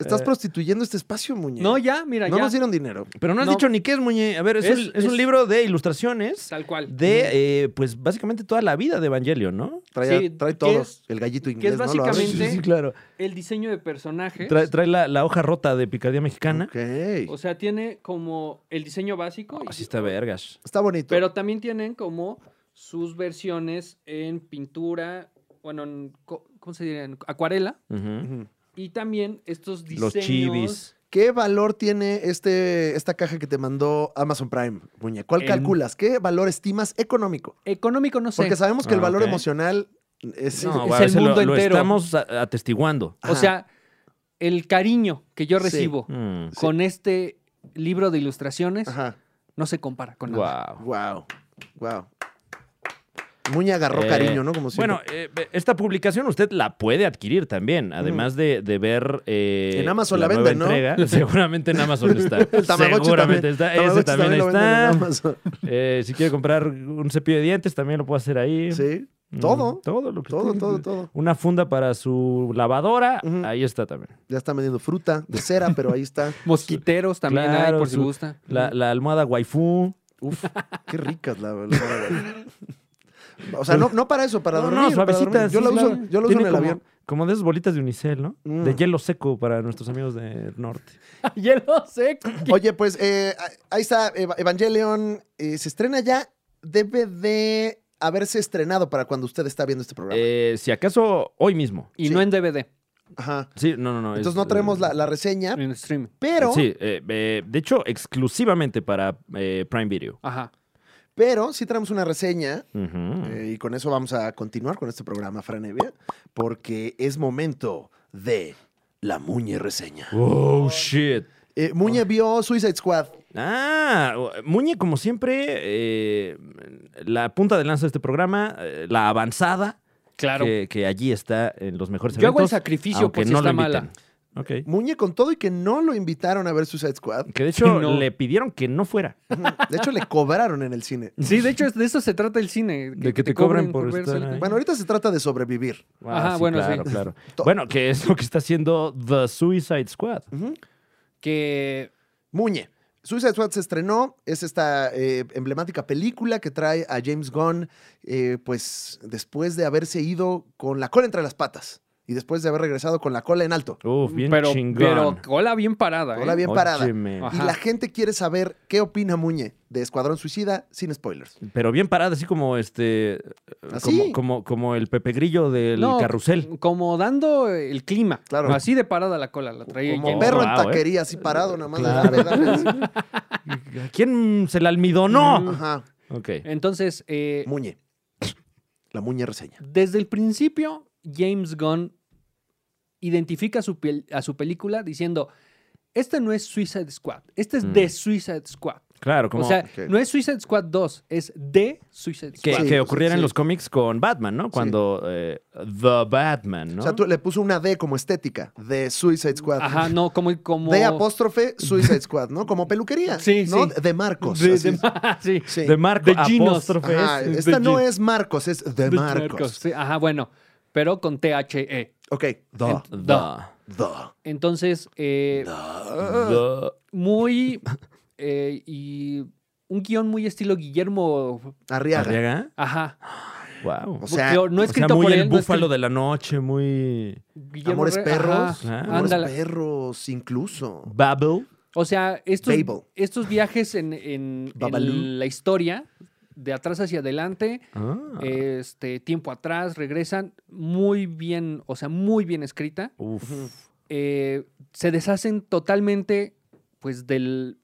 A: estás
B: Eh.
A: prostituyendo este espacio, muñeco.
C: No, ya, mira,
A: No
C: ya.
A: nos dieron dinero.
B: Pero no has
C: No.
B: dicho ni qué es, Muñe. A ver, es,
C: Es-
B: un, es un
C: es-
B: libro de ilustraciones
C: Tal cual.
B: de, eh, pues, básicamente toda la vida de Evangelion, ¿no?
A: Trae,
C: Sí,
A: trae
C: que
A: todos.
C: es-
A: el gallito
C: que
A: inglés,
C: es
A: ¿no? Lo abres.
C: básicamente- Sí.
B: claro.
C: El diseño de personajes.
B: Trae, trae la, la hoja rota de Picardía Mexicana.
A: Ok.
C: O sea, tiene como el diseño básico. y-
B: Así Ah, está vergas.
A: Está bonito.
C: Pero también tienen como sus versiones en pintura, bueno, en co- ¿cómo se diría? En acuarela.
B: Ujú.
A: Ujú.
C: Y también estos diseños.
B: Los chivis.
A: ¿Qué valor tiene este, esta caja que te mandó Amazon Prime, muñeco? ¿Cuál
C: En-
A: calculas? ¿Qué valor estimas económico?
C: Económico, no sé.
A: Porque sabemos que el
B: Ah,
A: valor
B: ok.
A: emocional es...
B: No,
C: es
B: güey,
C: el
B: se lo-
C: mundo
B: lo
C: entero.
B: estamos a- atestiguando.
A: Ajá.
C: O sea, el cariño que yo
A: Sí.
C: recibo
B: Mm.
C: con este libro de ilustraciones
A: Ajá.
C: no se compara con nada.
B: Wow.
A: Wow. Wow. Muña agarró
B: Eh,
A: cariño, ¿no? Como siempre.
B: Bueno, eh, esta publicación usted la puede adquirir también, además de, de ver. eh,
A: En Amazon la
B: nueva
A: venden, ¿no?
B: [laughs] entrega. Seguramente en Amazon está.
A: el Tamagotchi
B: Seguramente
A: también.
B: está.
A: Tamagotchi
B: Ese también, ahí
A: lo venden en
B: está.
A: Amazon.
B: Eh, si quiere comprar un cepillo de dientes, también lo puede hacer ahí.
A: Sí,
B: Mm,
A: todo.
B: Todo lo que
A: todo,
B: usted-
A: todo, todo.
B: Una funda para su lavadora,
A: Ujú.
B: ahí está también.
A: Ya está vendiendo fruta de cera, pero ahí está.
C: Mosquiteros también hay,
B: Claro,
C: por si
B: su-
C: gusta. [laughs]
B: La, la almohada waifu.
A: Uf, qué ricas la verdad. O sea, no, no para eso, para
B: No,
A: dormir.
B: no,
A: para
B: suavecita.
A: dormir. Yo
B: sí,
A: la uso,
B: claro.
A: yo la uso
B: Tiene
A: en el
B: como-
A: avión.
B: Como de esas bolitas de unicel, ¿no?
A: Mm.
B: De hielo seco para nuestros amigos del norte.
C: Hielo seco.
A: Oye, pues eh, ahí está Eva- Evangelion. eh, se estrena ya. Debe de haberse estrenado para cuando usted está viendo este programa.
B: Eh, si acaso hoy mismo.
C: Y
A: Sí.
C: no en DVD,
A: Ajá.
B: Sí, no, no, no. es-
A: Entonces no traemos la, la
B: Ah.
A: reseña,
C: en streaming.
A: pero,
B: Sí, eh, eh, de hecho, exclusivamente para eh, Prime Video.
C: Ajá.
A: pero sí traemos una reseña.
B: Ujú.
A: eh, y con eso vamos a continuar con este programa, Fran Evia, porque es momento de la Muñe reseña.
B: Oh, shit.
A: Eh, Muñe vio Suicide Squad.
B: Ah, Muñe, como siempre, eh, la punta de lanza de este programa, eh, la avanzada,
C: Claro.
B: que, que allí está en los mejores
C: Yo hago el
B: eventos,
C: sacrificio
B: aunque
C: por si
B: no
C: está
B: lo inviten.
C: mala.
B: Ok.
A: Muñe con todo y que no lo invitaron a ver Suicide
B: [laughs]
A: Squad.
B: Que de hecho
C: [laughs] no.
B: le pidieron que no fuera.
A: De hecho, le cobraron en el cine.
C: Sí, de hecho, es- de eso se trata el cine.
B: De que te cobran por
C: ver
B: estar
C: solita.
B: ahí.
A: Bueno, ahorita se trata de sobrevivir.
B: Ah,
C: Ajá, bueno,
B: claro,
C: sí.
B: claro.
A: To-
B: Bueno, que es lo que está haciendo The Suicide Squad.
C: Que
A: Muñe. Suicide Squad se estrenó, es esta eh, emblemática película que trae a James Gunn, eh, pues después de haberse ido con la cola entre las patas y después de haber regresado con la cola en alto.
B: Uf, bien
C: pero,
B: chingón.
C: Pero cola bien parada.
A: Cola
C: ¿eh?
A: bien parada.
B: Óyeme.
A: Y
C: Ajá.
A: la gente quiere saber qué opina Muñe de Escuadrón Suicida sin spoilers.
B: Pero bien parada, así como este.
A: Así.
B: Como, como, como el Pepe Grillo del
C: No,
B: carrusel.
C: Como dando el clima.
A: Claro.
C: Así de parada la cola. La traía
A: Como
B: James-
A: perro
B: Wow,
A: en
B: ¿eh?
A: taquería, así parado, nada más. de pues.
B: Claro.
A: verdad.
B: ¿A ¿Quién se la
C: Mm.
B: almidonó?
A: Ajá.
B: Ok.
C: Entonces, eh,
A: Muñe. La Muñe reseña.
C: desde el principio, James Gunn identifica a su, pel- a su película diciendo: Esta no es Suicide Squad. Esta es
B: Mm.
C: The Suicide Squad.
B: Claro, como.
C: o sea,
A: Ok.
C: no es Suicide Squad 2, es The Suicide
B: que,
C: Squad.
A: Sí,
B: que ocurriera
A: sí.
B: en los cómics con Batman, ¿no? Cuando eh, The Batman,
A: O
B: ¿no?
A: sea, tú le puso una D como estética de Suicide Squad.
C: Ajá, no, como. como...
A: D apóstrofe Suicide Squad, ¿no? Como peluquería.
C: Sí,
A: ¿no?
C: sí.
A: De Marcos.
C: De,
A: así
C: de-
A: es.
C: [laughs] sí.
A: Sí.
B: De Marco
C: De Ginos.
B: apóstrofe.
A: eh, Ajá,
B: S.
A: esta no
B: Gi-
A: es Marcos, es de,
C: De
A: Marcos.
C: sí, ajá, bueno, pero con THE.
A: Ok. Da,
C: Ent-
B: The.
C: Ah.
A: da,
C: Entonces, eh,
A: da.
C: muy. eh, y un guión muy estilo Guillermo.
B: The.
A: Arriaga.
B: Arriaga.
C: Ajá.
B: Wow.
A: O sea,
C: porque no
B: O sea,
C: escrito
B: muy
C: por
B: el
C: él. no
B: búfalo
C: escrito-
B: de la noche, muy.
C: Guillermo
A: Amores
C: Re-
A: perros.
C: ajá,
B: Ah.
A: Amores
C: ándale.
A: perros, incluso.
B: Babel.
C: O sea, estos,
A: Babel.
C: estos viajes en, en- en
A: Babalú.
C: la historia, de atrás hacia adelante,
B: Ah.
C: este tiempo atrás, regresan muy bien, o sea, muy bien escrita.
B: Uf.
C: eh, se deshacen totalmente, pues, del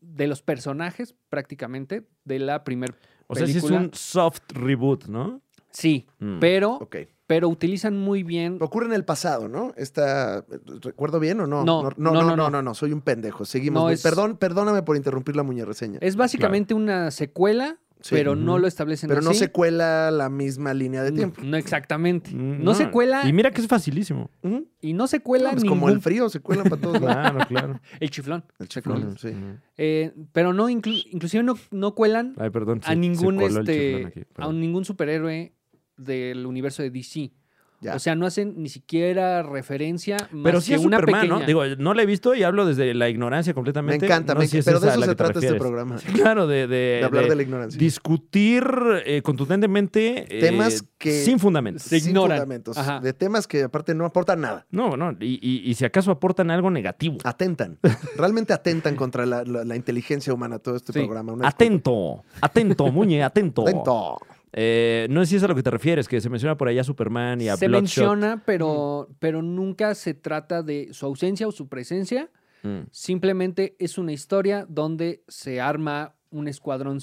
C: de los personajes, prácticamente, de la primer
B: O sea, sí es
C: película.
B: un soft reboot, ¿no?
C: Sí,
B: Mm.
C: pero,
A: Ok.
C: pero utilizan muy bien.
A: Ocurre en el pasado, ¿no? Esta, eh, ¿Recuerdo bien o no?
C: No,
A: no, no, no, no, no,
C: no.
A: soy un pendejo. Seguimos.
C: No,
A: muy-
C: es- Eh,
A: Perdón, perdóname por interrumpir la muñe reseña.
C: Es básicamente una secuela,
A: Sí.
C: pero no
B: Ujú.
C: lo establecen
A: Pero no
C: así.
A: se cuela la misma línea de tiempo.
C: No, exactamente.
B: Mm,
C: no, se cuela
B: Y
C: y,
B: mira que
A: [laughs]
B: es facilísimo.
A: Ujú.
C: no se cuela
A: No, pues
C: ningún-
A: como el frío, se cuelan para todos
B: [laughs]
A: lados.
B: Claro, claro.
C: el chiflón.
A: El
C: se cuela.
A: chiflón, sí.
C: Eh, pero no, inclu- inclusive no, no cuelan
B: Ay, perdón. Ah, se-
C: a
B: se
C: ningún
B: coló el
C: este
B: chiflón aquí,
C: a
B: perdón.
C: un- ningún superhéroe del universo de DC.
A: Ya.
C: O sea, no hacen ni siquiera referencia más
B: Pero sí
C: que
B: es
C: una
B: Superman,
C: pequeña.
B: ¿no? Digo, no la he visto y hablo desde la ignorancia
A: me
B: completamente.
A: encanta,
B: No
A: me
B: sé si
A: enca-
B: es
A: pero de
B: esa
A: eso
B: a la
A: se
B: que te
A: trata este
B: refieres.
A: programa.
B: Sí, Claro, de... De,
A: De hablar de,
B: de
A: la ignorancia.
B: Discutir eh, contundentemente... eh,
A: Temas que-
B: Sin fundamento.
C: se
A: Sin
C: ignoran.
A: fundamentos,
C: Ajá.
A: De temas que aparte no aportan nada.
B: No, no. Y, y- y si acaso aportan algo negativo.
A: Ah, Atentan. Realmente atentan contra la, la- la inteligencia humana todo este
C: Sí.
A: programa. Una disculpa.
B: Atento, atento, Muñe, atento.
A: Atento.
B: Eh, no sé si es a lo que te refieres, que se menciona por allá Superman y a
C: se
B: Bloodshot. Mm.
C: menciona, pero, pero nunca se trata de su ausencia o su presencia.
B: Mm,
C: Simplemente es una historia donde se arma un escuadrón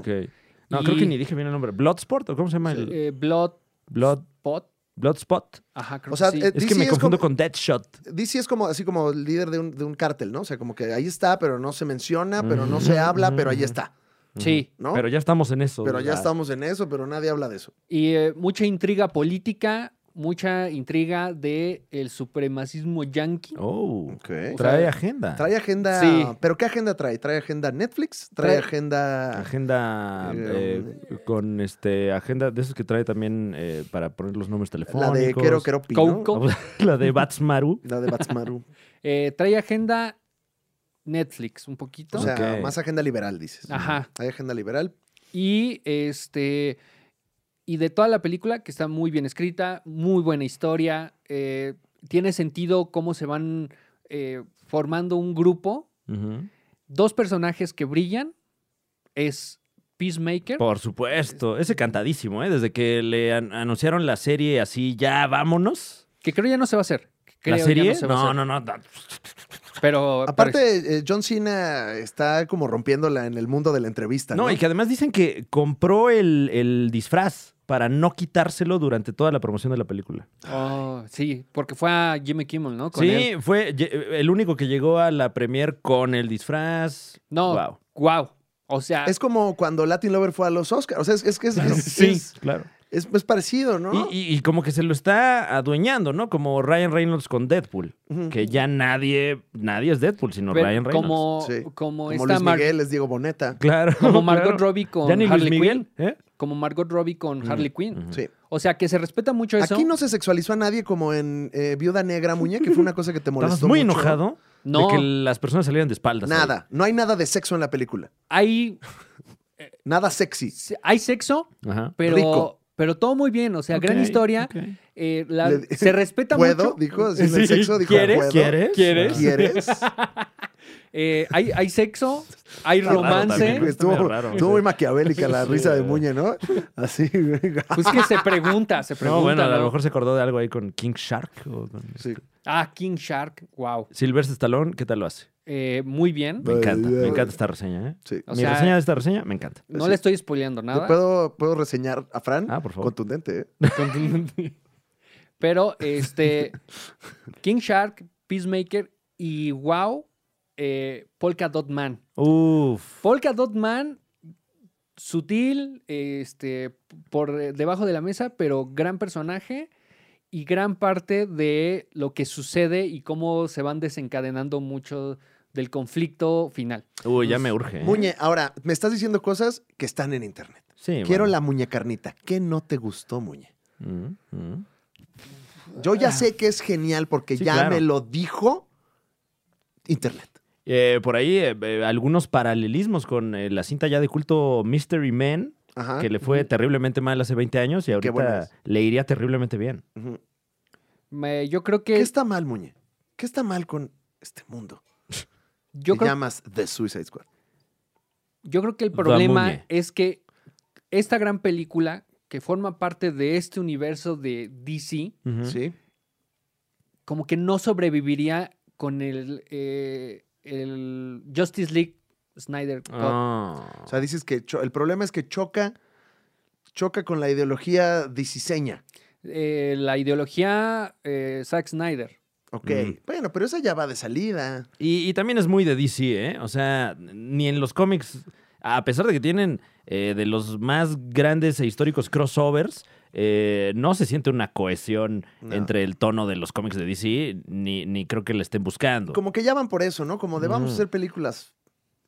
A: Claro.
B: ok. No,
C: Y-
B: creo que ni dije bien el nombre. ¿Bloodsport o cómo se llama? el
C: Eh, Bloodspot.
B: Blood, Bloodspot.
C: Ajá, creo
A: O sea,
C: que sí.
A: eh,
B: Es
A: DC
B: que me
A: es
B: confundo
A: como-
B: con Deadshot.
A: DC es como así como el líder de un, de un cártel, ¿no? O sea, como que ahí está, pero no se menciona, pero no se
B: Ujú,
A: habla,
B: ujú,
A: pero ahí
B: ujú.
A: está.
C: Sí.
A: ¿no?
B: Pero ya estamos en eso.
A: Pero ya
B: Ah,
A: estamos en eso, pero nadie habla de eso.
C: Y eh, mucha intriga política, mucha intriga del el supremacismo yanqui.
B: Oh,
A: Ok.
B: trae
C: sea,
B: agenda.
A: Trae agenda.
C: Sí.
A: ¿Pero qué agenda trae? ¿Trae agenda Netflix? ¿Trae,
C: Trae-
A: agenda.
B: Agenda
A: Eh,
B: eh, con este agenda de esos que trae también eh, para poner los nombres
A: La
B: telefónicos.
A: de Quero
B: [laughs]
A: Quero Pino.
C: Coco.
B: La de Batsmaru.
A: La de
B: [laughs]
A: Batsmaru.
C: Eh, trae agenda Netflix un poquito.
A: O sea,
B: Ok.
A: más agenda liberal, dices.
C: Ajá.
A: Hay agenda liberal.
C: y este. Y de toda la película, que está muy bien escrita, muy buena historia. eh, tiene sentido cómo se van eh, formando un grupo.
B: Ujú.
C: Dos personajes que brillan es Peacemaker.
B: Por supuesto. Ese cantadísimo, ¿eh? Desde que le an- anunciaron la serie así, ya vámonos.
C: Que creo ya no se va a hacer. que creo
B: ¿La
C: ya
B: serie?
C: se va a
B: No,
C: hacer.
B: no, no, no.
A: Pues,
C: Pero pero-
A: Aparte, eh, John Cena está como rompiéndola en el mundo de la entrevista. No,
B: No, y que además dicen que compró el, el disfraz para no quitárselo durante toda la promoción de la película.
C: Oh, sí, porque fue a Jimmy Kimmel, ¿no? Con
B: sí,
C: él.
B: fue ye- el único que llegó a la premier con el disfraz.
C: No,
B: Wow.
C: wow. O sea,
A: Es como cuando Latin Lover fue a los Oscars. O sea, es, es que
B: [laughs]
A: es, es-
B: sí,
A: es-
B: claro.
A: es- es parecido, ¿no?
B: Y, y- y como que se lo está adueñando, ¿no? Como Ryan Reynolds con Deadpool.
A: Ujú.
B: Que ya nadie, nadie es Deadpool, sino
C: pero
B: Ryan Reynolds.
C: como,
A: Sí.
C: como,
A: Como
C: esta
A: Luis
B: [laughs]
C: Mar- Mm.
A: Miguel es Diego Boneta.
B: Claro.
C: como Margot
B: claro.
C: Robbie con
B: Ya ni Luis
C: Harley
B: Miguel,
C: Quinn.
B: ¿eh?
C: Como Margot Robbie con
B: Ujú,
C: Harley Quinn.
B: ujú.
A: Sí.
C: O sea, que se respeta mucho eso.
A: Aquí no se sexualizó a nadie como en eh, Viuda Negra, Muñe, que fue una cosa que
B: [laughs]
A: te
B: Estabas
A: molestó
B: muy
A: mucho.
B: enojado
C: No.
B: de que las personas salieran de espaldas. ahí.
A: Nada, no hay nada de sexo en la película.
C: Hay,
A: Nada sexy.
C: hay sexo,
B: Ajá.
C: pero,
A: Rico.
C: pero todo muy bien. O sea, gran
B: Ok,
C: historia.
B: ok.
C: eh, la-
A: Le- [laughs]
C: se respeta
A: ¿Puedo?
C: mucho.
A: Dijo, así en el
B: Sí.
A: sexo dijo,
B: ¿Quieres?
A: ¿puedo?
B: ¿Quieres?
C: ¿Quieres? [laughs]
A: ¿Quieres?
C: Eh, hay, hay sexo, hay
A: Está raro
C: romance.
A: también, güey,
B: Está medio
A: Estuvo,
B: raro.
A: estuvo muy maquiavélica la
B: Sí.
A: risa de Muñe, ¿no? Así, [laughs] güey.
C: Pues que se pregunta, se pregunta.
B: [laughs] No, bueno, a
C: ¿no?
B: lo mejor se acordó de algo ahí con King Shark. O con...
A: Sí.
C: Ah, King Shark, wow.
B: Silverse Stallone, ¿qué tal lo hace?
C: Eh, muy bien.
B: Me
A: Ay,
B: encanta, me
A: ay.
B: encanta esta reseña, ¿eh?
A: Sí.
C: O
B: Mi
C: sea-
B: reseña de esta reseña me encanta.
C: No
A: Sí.
C: le estoy spoileando nada. [laughs]
A: ¿Puedo, ¿Puedo reseñar a Fran?
B: Ah, por favor. [laughs]
A: Contundente, ¿eh?
C: contundente. Pero este King Shark, Peacemaker y Wow, eh, Polka Dot Man.
B: Uf.
C: Polka Dot Man, sutil, este, por eh, debajo de la mesa, pero gran personaje y gran parte de lo que sucede y cómo se van desencadenando mucho del conflicto final.
B: Uy, ya me urge. ¿eh?
A: Muñe, ahora, me estás diciendo cosas que están en internet.
B: Sí,
A: Quiero
B: bueno.
A: la muñecarnita. ¿Qué no te gustó, Muñe?
B: Mm, mm.
A: Yo ya sé que es genial porque
B: Ah. Sí,
A: ya
B: claro.
A: me lo dijo internet.
B: Eh, por ahí eh, eh, algunos paralelismos con eh, la cinta ya de culto Mystery Man,
A: Ajá.
B: que le fue terriblemente mal hace 20 años y
A: Ah, buena
B: ahorita
A: es.
B: le iría terriblemente bien.
A: Ujú.
C: Me- yo creo
A: ¿Qué
C: que
A: está mal, Muñe? ¿Qué está mal con este mundo?
C: yo
A: que
C: creo
A: llamas The Suicide Squad.
C: Yo creo que el
B: Da
C: problema
B: Muñe.
C: es que esta gran película que forma parte de este universo de DC,
B: Ujú.
A: Sí.
C: como que no sobreviviría con el, eh, el Justice League Snyder Cut.
B: Ah.
A: Oh. O sea, dices que cho- el problema es que choca, choca con la ideología disiseña.
C: Eh, la ideología eh, Zack Snyder.
A: Ok.
B: Ujú.
A: Bueno, pero esa ya va de salida.
B: Y, y también es muy de DC, ¿eh? O sea, ni en los cómics, a pesar de que tienen eh, de los más grandes e históricos crossovers, eh, no se siente una cohesión
A: No.
B: entre el tono de los cómics de DC, ni, ni creo que le estén buscando.
A: Como que ya van por eso, ¿no? Como de vamos a
B: Mm.
A: hacer películas.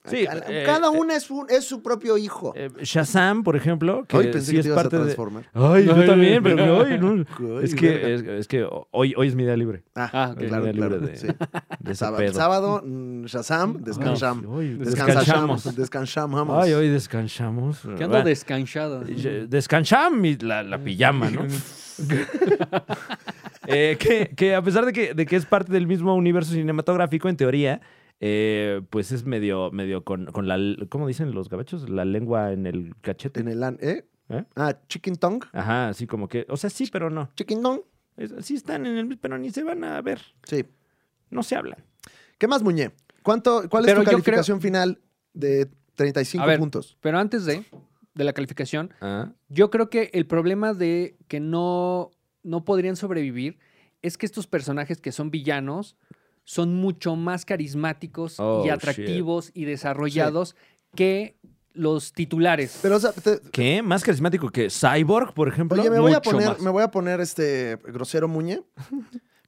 B: Sí,
A: Cada,
B: eh,
A: cada
B: eh,
A: una es, un- es su propio hijo.
B: Eh, Shazam, por ejemplo, que
A: Hoy pensé
B: sí
A: que
B: es
A: te ibas a
B: parte de...
A: transformar.
B: Ay, yo
C: Ay,
B: también, pero no, ay, no.
A: Ay,
B: Es que,
A: verga.
B: es, es que hoy, hoy es mi día libre.
A: Ah,
C: Ah, ok.
A: claro,
B: Libre
A: claro.
B: de-
A: sí.
B: De ese
A: Ah, Sábado,
B: pedo.
A: sábado, mm, Shazam, descansam.
B: Ay, ay,
A: Descansamos.
B: descansamos.
A: Descansamos.
B: Ay, hoy descansamos.
C: Que ando
B: Va. eh,
C: descanchado.
B: Ye- Descancham y la, la
A: [laughs]
B: pijama, ¿no? Eh, que, que a pesar de que, de que es parte del mismo universo cinematográfico, en teoría, eh, pues es medio, medio con, con la. ¿Cómo dicen los gabachos? La lengua en el cachete.
A: En el an- ¿eh?
B: ¿Eh?
A: Ah, Chicken Tongue.
B: Ajá, así como que. O sea, sí, pero no.
A: Chicken Tongue.
B: Es- sí están en el. Pero ni se van a ver.
A: Sí.
B: No se hablan.
A: ¿Qué más, Muñe? ¿Cuánto, ¿Cuál es
C: Pero
A: tu
C: yo creo-
A: calificación final de 35
C: A ver.
A: puntos?
C: Pero antes de, de la calificación, Yo creo que el problema de que no, no podrían sobrevivir es que estos personajes que son villanos son mucho más carismáticos
B: Oh,
C: y
B: shit.
C: atractivos y desarrollados que los titulares.
A: Pero, o sea, te-
B: ¿Qué? ¿Más carismático que Cyborg, por ejemplo?
A: oye, me voy, a
B: Mucho
A: poner,
B: más.
A: me voy a poner este grosero
B: [laughs]
A: muñe.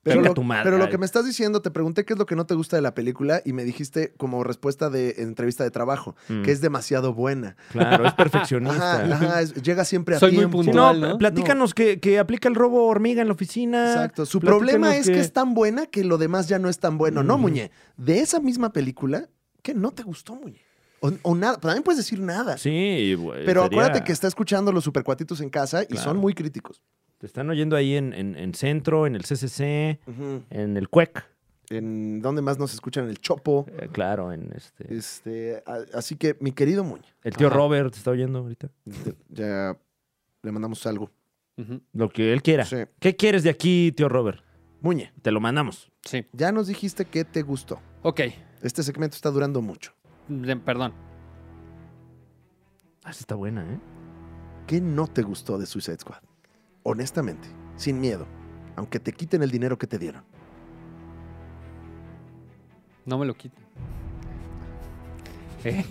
B: Venga
A: Pero lo,
B: tu madre.
A: pero lo que me estás diciendo, te pregunté qué es lo que no te gusta de la película y me dijiste como respuesta de entrevista de trabajo,
B: Mm.
A: que es demasiado buena. [laughs]
B: Claro, es perfeccionista.
A: Ajá, ajá, es- llega siempre a
C: Soy muy
A: tiempo.
B: Sí,
C: puntual,
B: no, [laughs]
C: ¿no?
B: platícanos Que, que aplica el robo hormiga en la oficina.
A: Exacto. Su
B: Platícanos
A: problema es que... es tan buena que lo demás ya no es tan bueno. No,
B: Ujú.
A: Muñe. De esa misma película, que no te gustó, Muñe? O, o nada. También puedes decir nada.
B: Sí, güey.
A: Pero
B: sería-
A: acuérdate que está escuchando los supercuatitos en casa y
B: Claro.
A: son muy críticos.
B: Te están oyendo ahí en, en, en Centro, en el CCC, en el CUEC.
A: En donde más nos escuchan el chopo.
B: Eh, claro, en este...
A: Este, a- así que, mi querido Muñe,
B: El tío
C: Ajá.
B: Robert te está oyendo ahorita.
A: ya le mandamos algo.
C: Ujú,
B: Lo que él quiera.
A: Sí.
B: ¿Qué quieres de aquí, tío Robert?
A: Muñe,
B: Te lo mandamos.
C: Sí.
A: ya nos dijiste que te gustó.
C: Ok.
A: Este segmento está durando mucho.
C: de- perdón.
B: Ah, esa está buena, ¿eh?
A: ¿Qué no te gustó de Suicide Squad? Honestamente, sin miedo, aunque te quiten el dinero que te dieron.
C: No me lo quiten. Eh,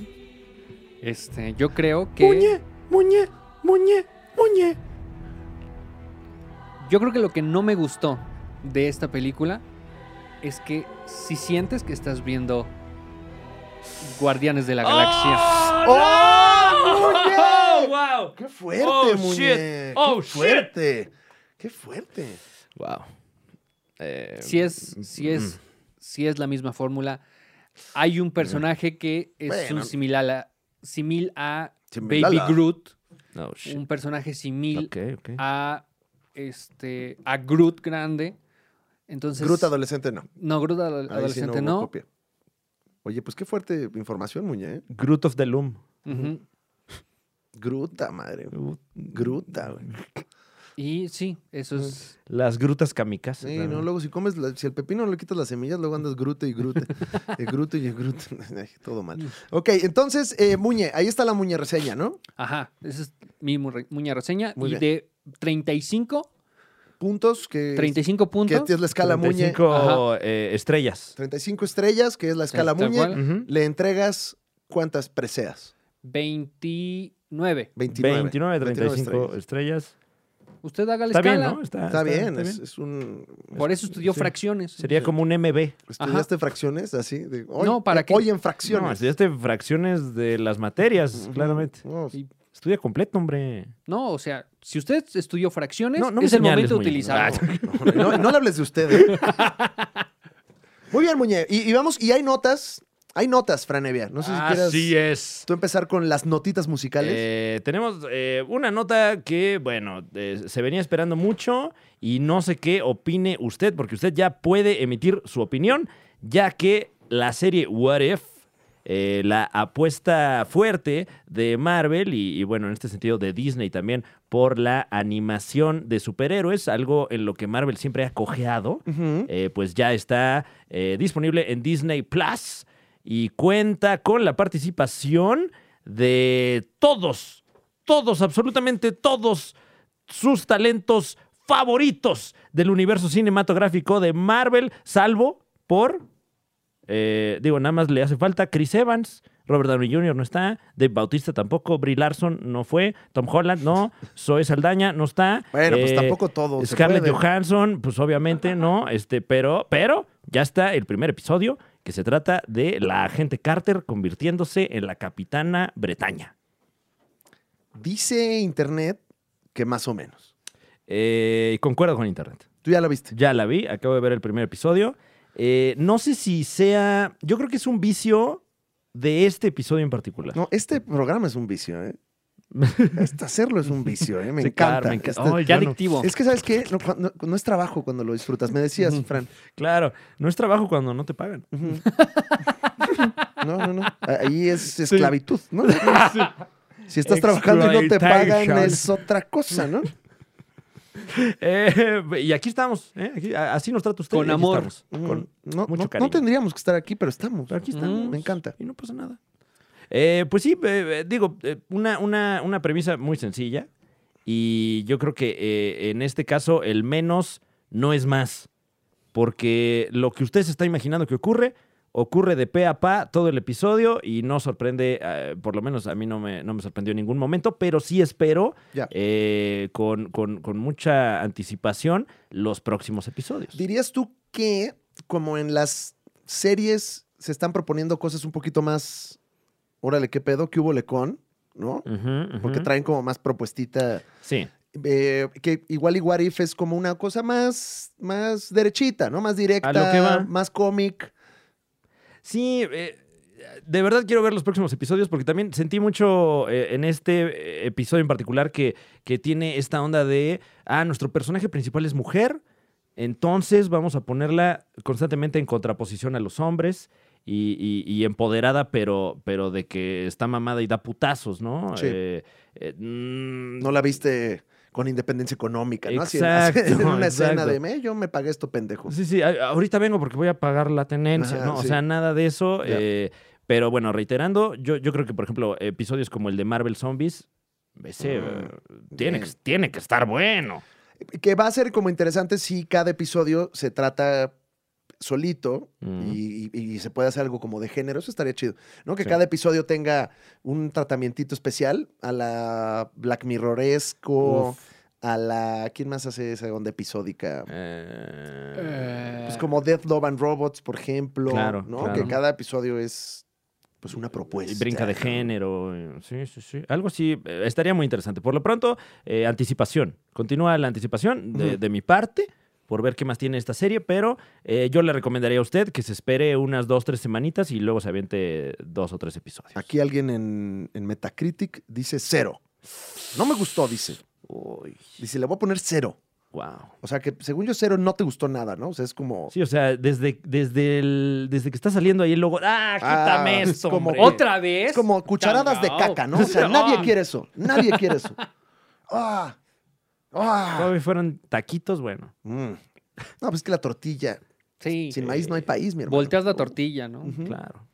C: Este, yo creo que.
B: muñe, muñe, muñe.
C: Yo creo que lo que no me gustó de esta película es que si sientes que estás viendo Guardianes de la Galaxia.
A: ¡Ah! ¡Oh,
B: [laughs] ¡Wow!
A: ¡Qué fuerte,
B: Oh,
A: Muñe!
B: shit. Oh,
A: ¡Qué
B: shit.
A: fuerte! ¡Qué fuerte!
B: ¡Wow! Eh,
C: Si es, si
A: Mm.
C: es, si es la misma fórmula. Hay un personaje que es
A: Bueno.
C: un similar a, simil a
A: Similar
C: Baby
A: a-
C: Groot.
B: No, shit.
C: Un personaje simil
B: Ok, ok.
C: a este a Groot grande. Entonces,
A: Groot adolescente no.
C: no, Groot ado-
A: Ahí sí
C: adolescente
A: hubo
C: no.
A: copia. Oye, pues qué fuerte información, Muñe. ¿eh?
B: Groot of the Loom.
C: Ujú.
A: Gruta, madre. Gruta, güey.
C: Y sí, eso es.
B: Las grutas kamikaze.
A: Sí,
B: claro.
A: no, luego si comes, la- si al pepino le quitas las semillas, luego andas grute y
B: [laughs]
A: grute. y grute y grute. [laughs] Ay, Todo mal. Ok, entonces, eh, Muñe, ahí está la Muñe reseña, ¿no?
C: Ajá, esa es mi mu- muña reseña.
A: Muy bien.
C: y de 35,
A: Puntos que...
C: 35
A: que
C: puntos.
A: es la escala Muñe.
B: 35 eh, estrellas.
A: 35 estrellas, que es la escala
C: Eh, Tal- tal
A: Muñe.
C: cual.
B: Ujú.
A: Le entregas cuántas preseas.
C: 29.
A: 29.
B: 29, 35
A: 29 estrellas.
B: estrellas.
C: Usted haga la
B: Está bien,
C: escala.
B: ¿no? Está,
A: Está
B: está-
A: bien,
B: está
A: Es, es un...
C: Por eso estudió
B: Sí.
C: fracciones.
B: Sería como un MB.
A: ¿Estudiaste fracciones así? de, hoy-
C: No, ¿para
A: eh,
C: qué?
A: Hoy en
B: No,
A: fracciones.
B: estudiaste fracciones de las materias,
A: Ujú.
B: claramente.
A: No,
C: Y-
B: Estudia completo, hombre.
C: No, o sea, si usted estudió fracciones,
B: No, no me
C: es el
B: señales, Ah,
C: momento de
B: muñe.
C: utilizarlo.
A: No, no le hables de usted.
C: [laughs]
A: ¿eh? Muy bien, Muñe. Y, y vamos, y hay notas. Hay notas, Franevia. No sé
C: Ah,
A: si quieras
B: Ah,
C: eh.
B: es.
A: tú empezar con las notitas musicales.
B: Eh, tenemos eh, una nota que, bueno, eh, se venía esperando mucho y no sé qué opine usted, porque usted ya puede emitir su opinión, ya que la serie What If, eh, la apuesta fuerte de Marvel y, y, bueno, en este sentido de Disney también, por la animación de superhéroes, algo en lo que Marvel siempre ha cojeado,
A: Ujú.
B: eh, pues ya está eh, disponible en Disney Plus y cuenta con la participación de todos, todos, absolutamente todos sus talentos favoritos del universo cinematográfico de Marvel, salvo por, eh, digo, nada más le hace falta Chris Evans. Robert Downey Jr. no está, Dave Bautista tampoco, Brie Larson no fue, Tom Holland no, [laughs] Zoe Saldaña no está.
A: Bueno, pues
B: eh,
A: tampoco todo. se
B: Scarlett
A: puede.
B: Johansson, pues obviamente no, este, pero, pero ya está el primer episodio que se trata de la agente Carter convirtiéndose en la capitana Bretaña.
A: Dice internet que más o menos.
B: Eh, concuerdo con internet.
A: Tú ya la viste.
B: Ya la vi, acabo de ver el primer episodio. Eh, no sé si sea, yo creo que es un vicio de este episodio en particular.
A: No, este programa es un vicio,
B: [laughs]
A: ¿eh? Hasta hacerlo es un vicio, ¿eh? Me
B: Sí,
A: encanta.
B: claro, me enca-
A: Este-
B: Ay,
C: Qué
B: yo no-
C: adictivo.
A: Es que, ¿sabes qué? No, cuando- no es trabajo cuando lo disfrutas. Me decías,
B: Ujú.
A: Fran.
B: Claro, no es trabajo cuando no te pagan. [laughs]
A: Ujú. No, no, no. Ahí es esclavitud, ¿no? Si estás trabajando y no te pagan,
B: Exploitation.
A: es otra cosa, ¿no?
B: Eh, [laughs] y aquí estamos, ¿eh? Aquí- a- así nos trata usted.
C: Con
B: y aquí
C: amor.
B: estamos.
A: Mm.
B: Con-
A: no,
B: mucho
A: no- no
B: cariño.
A: tendríamos que estar aquí, pero estamos.
B: Pero aquí estamos.
A: Me encanta.
B: Y no pasa nada. Mm. Eh, pues sí, eh, eh, digo, eh, una, una, una premisa muy sencilla. Y yo creo que eh, en este caso el menos no es más. Porque lo que usted se está imaginando que ocurre, Ocurre de pe a pa todo el episodio y no sorprende, eh, por lo menos a mí no me, no me sorprendió en ningún momento, pero sí espero
A: Ya.
B: eh, con, con- con mucha anticipación los próximos episodios.
A: ¿Dirías tú que, como en las series, se están proponiendo cosas un poquito más. Órale, qué pedo, qué hubo lecón, ¿no?
B: Ujú, ujú.
A: Porque traen como más propuestita.
B: Sí,
A: eh, que igual y What If es como una cosa más, más derechita, ¿no? Más directa,
B: A lo que va.
A: más cómic.
B: sí eh, de verdad quiero ver los próximos episodios porque también sentí mucho eh, en este eh, episodio en particular que, que tiene esta onda de, ah, nuestro personaje principal es mujer, entonces vamos a ponerla constantemente en contraposición a los hombres. Y, y- y empoderada, pero, pero de que está mamada y da putazos, ¿no?
A: Sí.
B: Eh, eh, mm,
A: No la viste con independencia económica, ¿no? Así en- [laughs]
B: Exacto,
A: en una escena
B: exacto.
A: de, "Eh, yo me pagué esto, pendejo.
B: Sí, sí, a- ahorita vengo porque voy a pagar la tenencia,
A: Ajá,
B: ¿no? O
A: sí.
B: sea, nada de eso.
A: Ya.
B: eh, pero bueno, reiterando, yo, yo creo que, por ejemplo, episodios como el de Marvel Zombies, ese,
A: Mm,
B: eh, tiene, que,
A: bien.
B: tiene que estar bueno.
A: Que va a ser como interesante si cada episodio se trata solito
B: Mm.
A: y, y- y se puede hacer algo como de género. Eso estaría chido, ¿no? Que
B: Sí.
A: cada episodio tenga un tratamientito especial a la Black Mirroresco,
B: Uf,
A: a la... ¿Quién más hace esa onda episódica?
B: eh,
A: Pues como Death, Love and Robots, por ejemplo,
B: Claro,
A: ¿no?
B: claro.
A: Que cada episodio es pues una propuesta.
B: y brinca de género. eh, Sí, sí, sí. Algo así eh, estaría muy interesante. Por lo pronto, eh, anticipación. Continúa la anticipación de,
A: Ujú.
B: de mi parte por ver qué más tiene esta serie, pero eh, yo le recomendaría a usted que se espere unas dos, tres semanitas y luego se aviente dos o tres episodios.
A: Aquí alguien en, en Metacritic dice cero. No me gustó, dice.
B: Uy,
A: Dice, le voy a poner cero.
B: wow.
A: O sea que según yo cero no te gustó nada, ¿no? O sea, es como...
B: Sí, o sea, desde, desde, el, desde que está saliendo ahí el logo, ¡ah, quítame
A: Ah, es
B: esto,
A: como
B: hombre!
A: que-
C: ¿Otra vez?
A: Es como cucharadas de
C: No.
A: caca,
C: [laughs]
A: ¿no? O sea, nadie
C: No.
A: quiere eso. Nadie quiere eso. ¡Ah! ¡Ah!
B: Todavía fueron taquitos, bueno.
A: Mm. No, pues es que la tortilla.
C: Sí.
A: Sin maíz no hay país, mi hermano.
C: Volteas la tortilla, ¿no?
A: Ujú.
B: Claro.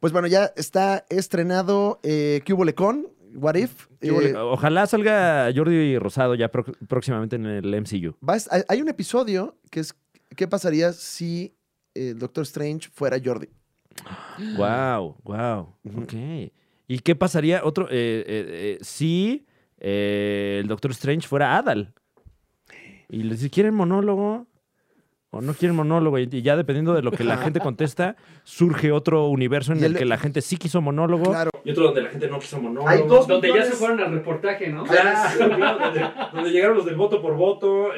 A: Pues bueno, ya está estrenado eh, ¿Qué hubo lecón? What If.
B: Y bueno,
A: Eh,
B: Ojalá salga Jordi Rosado ya pro- próximamente en el
A: [gasps]
B: MCU.
A: va a est- hay- hay un episodio que es ¿Qué pasaría si el Doctor Strange fuera Jordi?
B: Wow, wow.
A: Ujú.
B: Ok. ¿Y qué pasaría otro eh, eh, eh, si eh, el Doctor Strange fuera Adal? Y les dice, ¿quieren monólogo? O no quieren monólogo. Y y ya dependiendo de lo
A: [laughs]
B: que la gente contesta, surge otro universo en
A: Y
B: el,
A: el-
B: que la gente sí quiso monólogo.
A: Claro.
B: Y otro donde la gente no quiso monólogo.
A: Hay dos millones. Ah,
C: al reportaje, ¿no?
B: donde, llegaron los del voto por voto.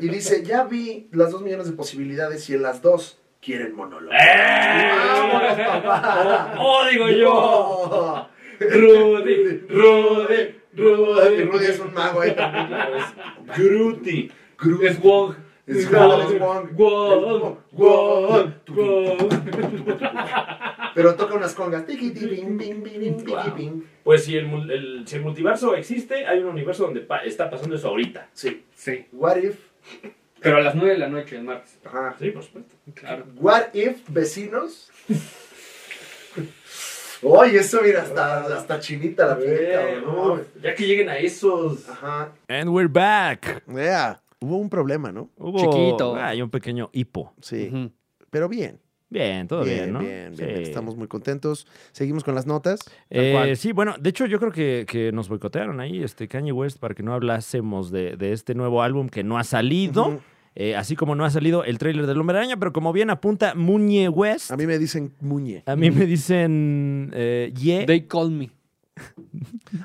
A: Y dice, ya vi las dos millones de posibilidades y en las dos quieren monólogo. ¡Vámonos, papá!
B: digo
A: ¡No!
B: Rudy, Rudy,
A: Rudy Rudy es un mago ahí también.
B: Gruti.
A: Groot.
B: Wong.
A: Es Wong, es Wong. Wong, Wong, Pero toca unas congas. Tiki, ti, bing, bing, bing, bing, tiki,
B: Wow.
A: bing.
B: Pues si el, mul- el- si el multiverso existe, hay un universo donde pa- está pasando eso ahorita.
A: Sí.
C: Sí.
A: What if...
C: Pero a las 9 de la noche, el martes.
A: Ajá.
B: Sí, por supuesto.
C: Claro.
A: What if vecinos? Oye, eso mira, hasta, hasta chinita la piel, cabrón.
B: ya que lleguen a esos.
A: Ajá.
B: And we're back.
A: Hubo un problema, ¿no?
B: Hubo,
C: Chiquito.
B: Hay un pequeño hipo.
A: Sí. Pero bien.
B: Bien, todo bien, ¿no?
A: bien, bien.
B: Sí.
A: Estamos muy contentos. Seguimos con las notas.
B: Eh,
C: cual.
B: sí, bueno, de hecho yo creo que, que nos boicotearon ahí este Kanye West para que no hablásemos de, de este nuevo álbum que no ha salido,
A: Ujú.
B: eh, así como no ha salido el tráiler del Hombre Araña, pero como bien apunta Muñe West,
A: A mí me dicen Muñe.
B: a mí me dicen eh, Ye
C: They call me.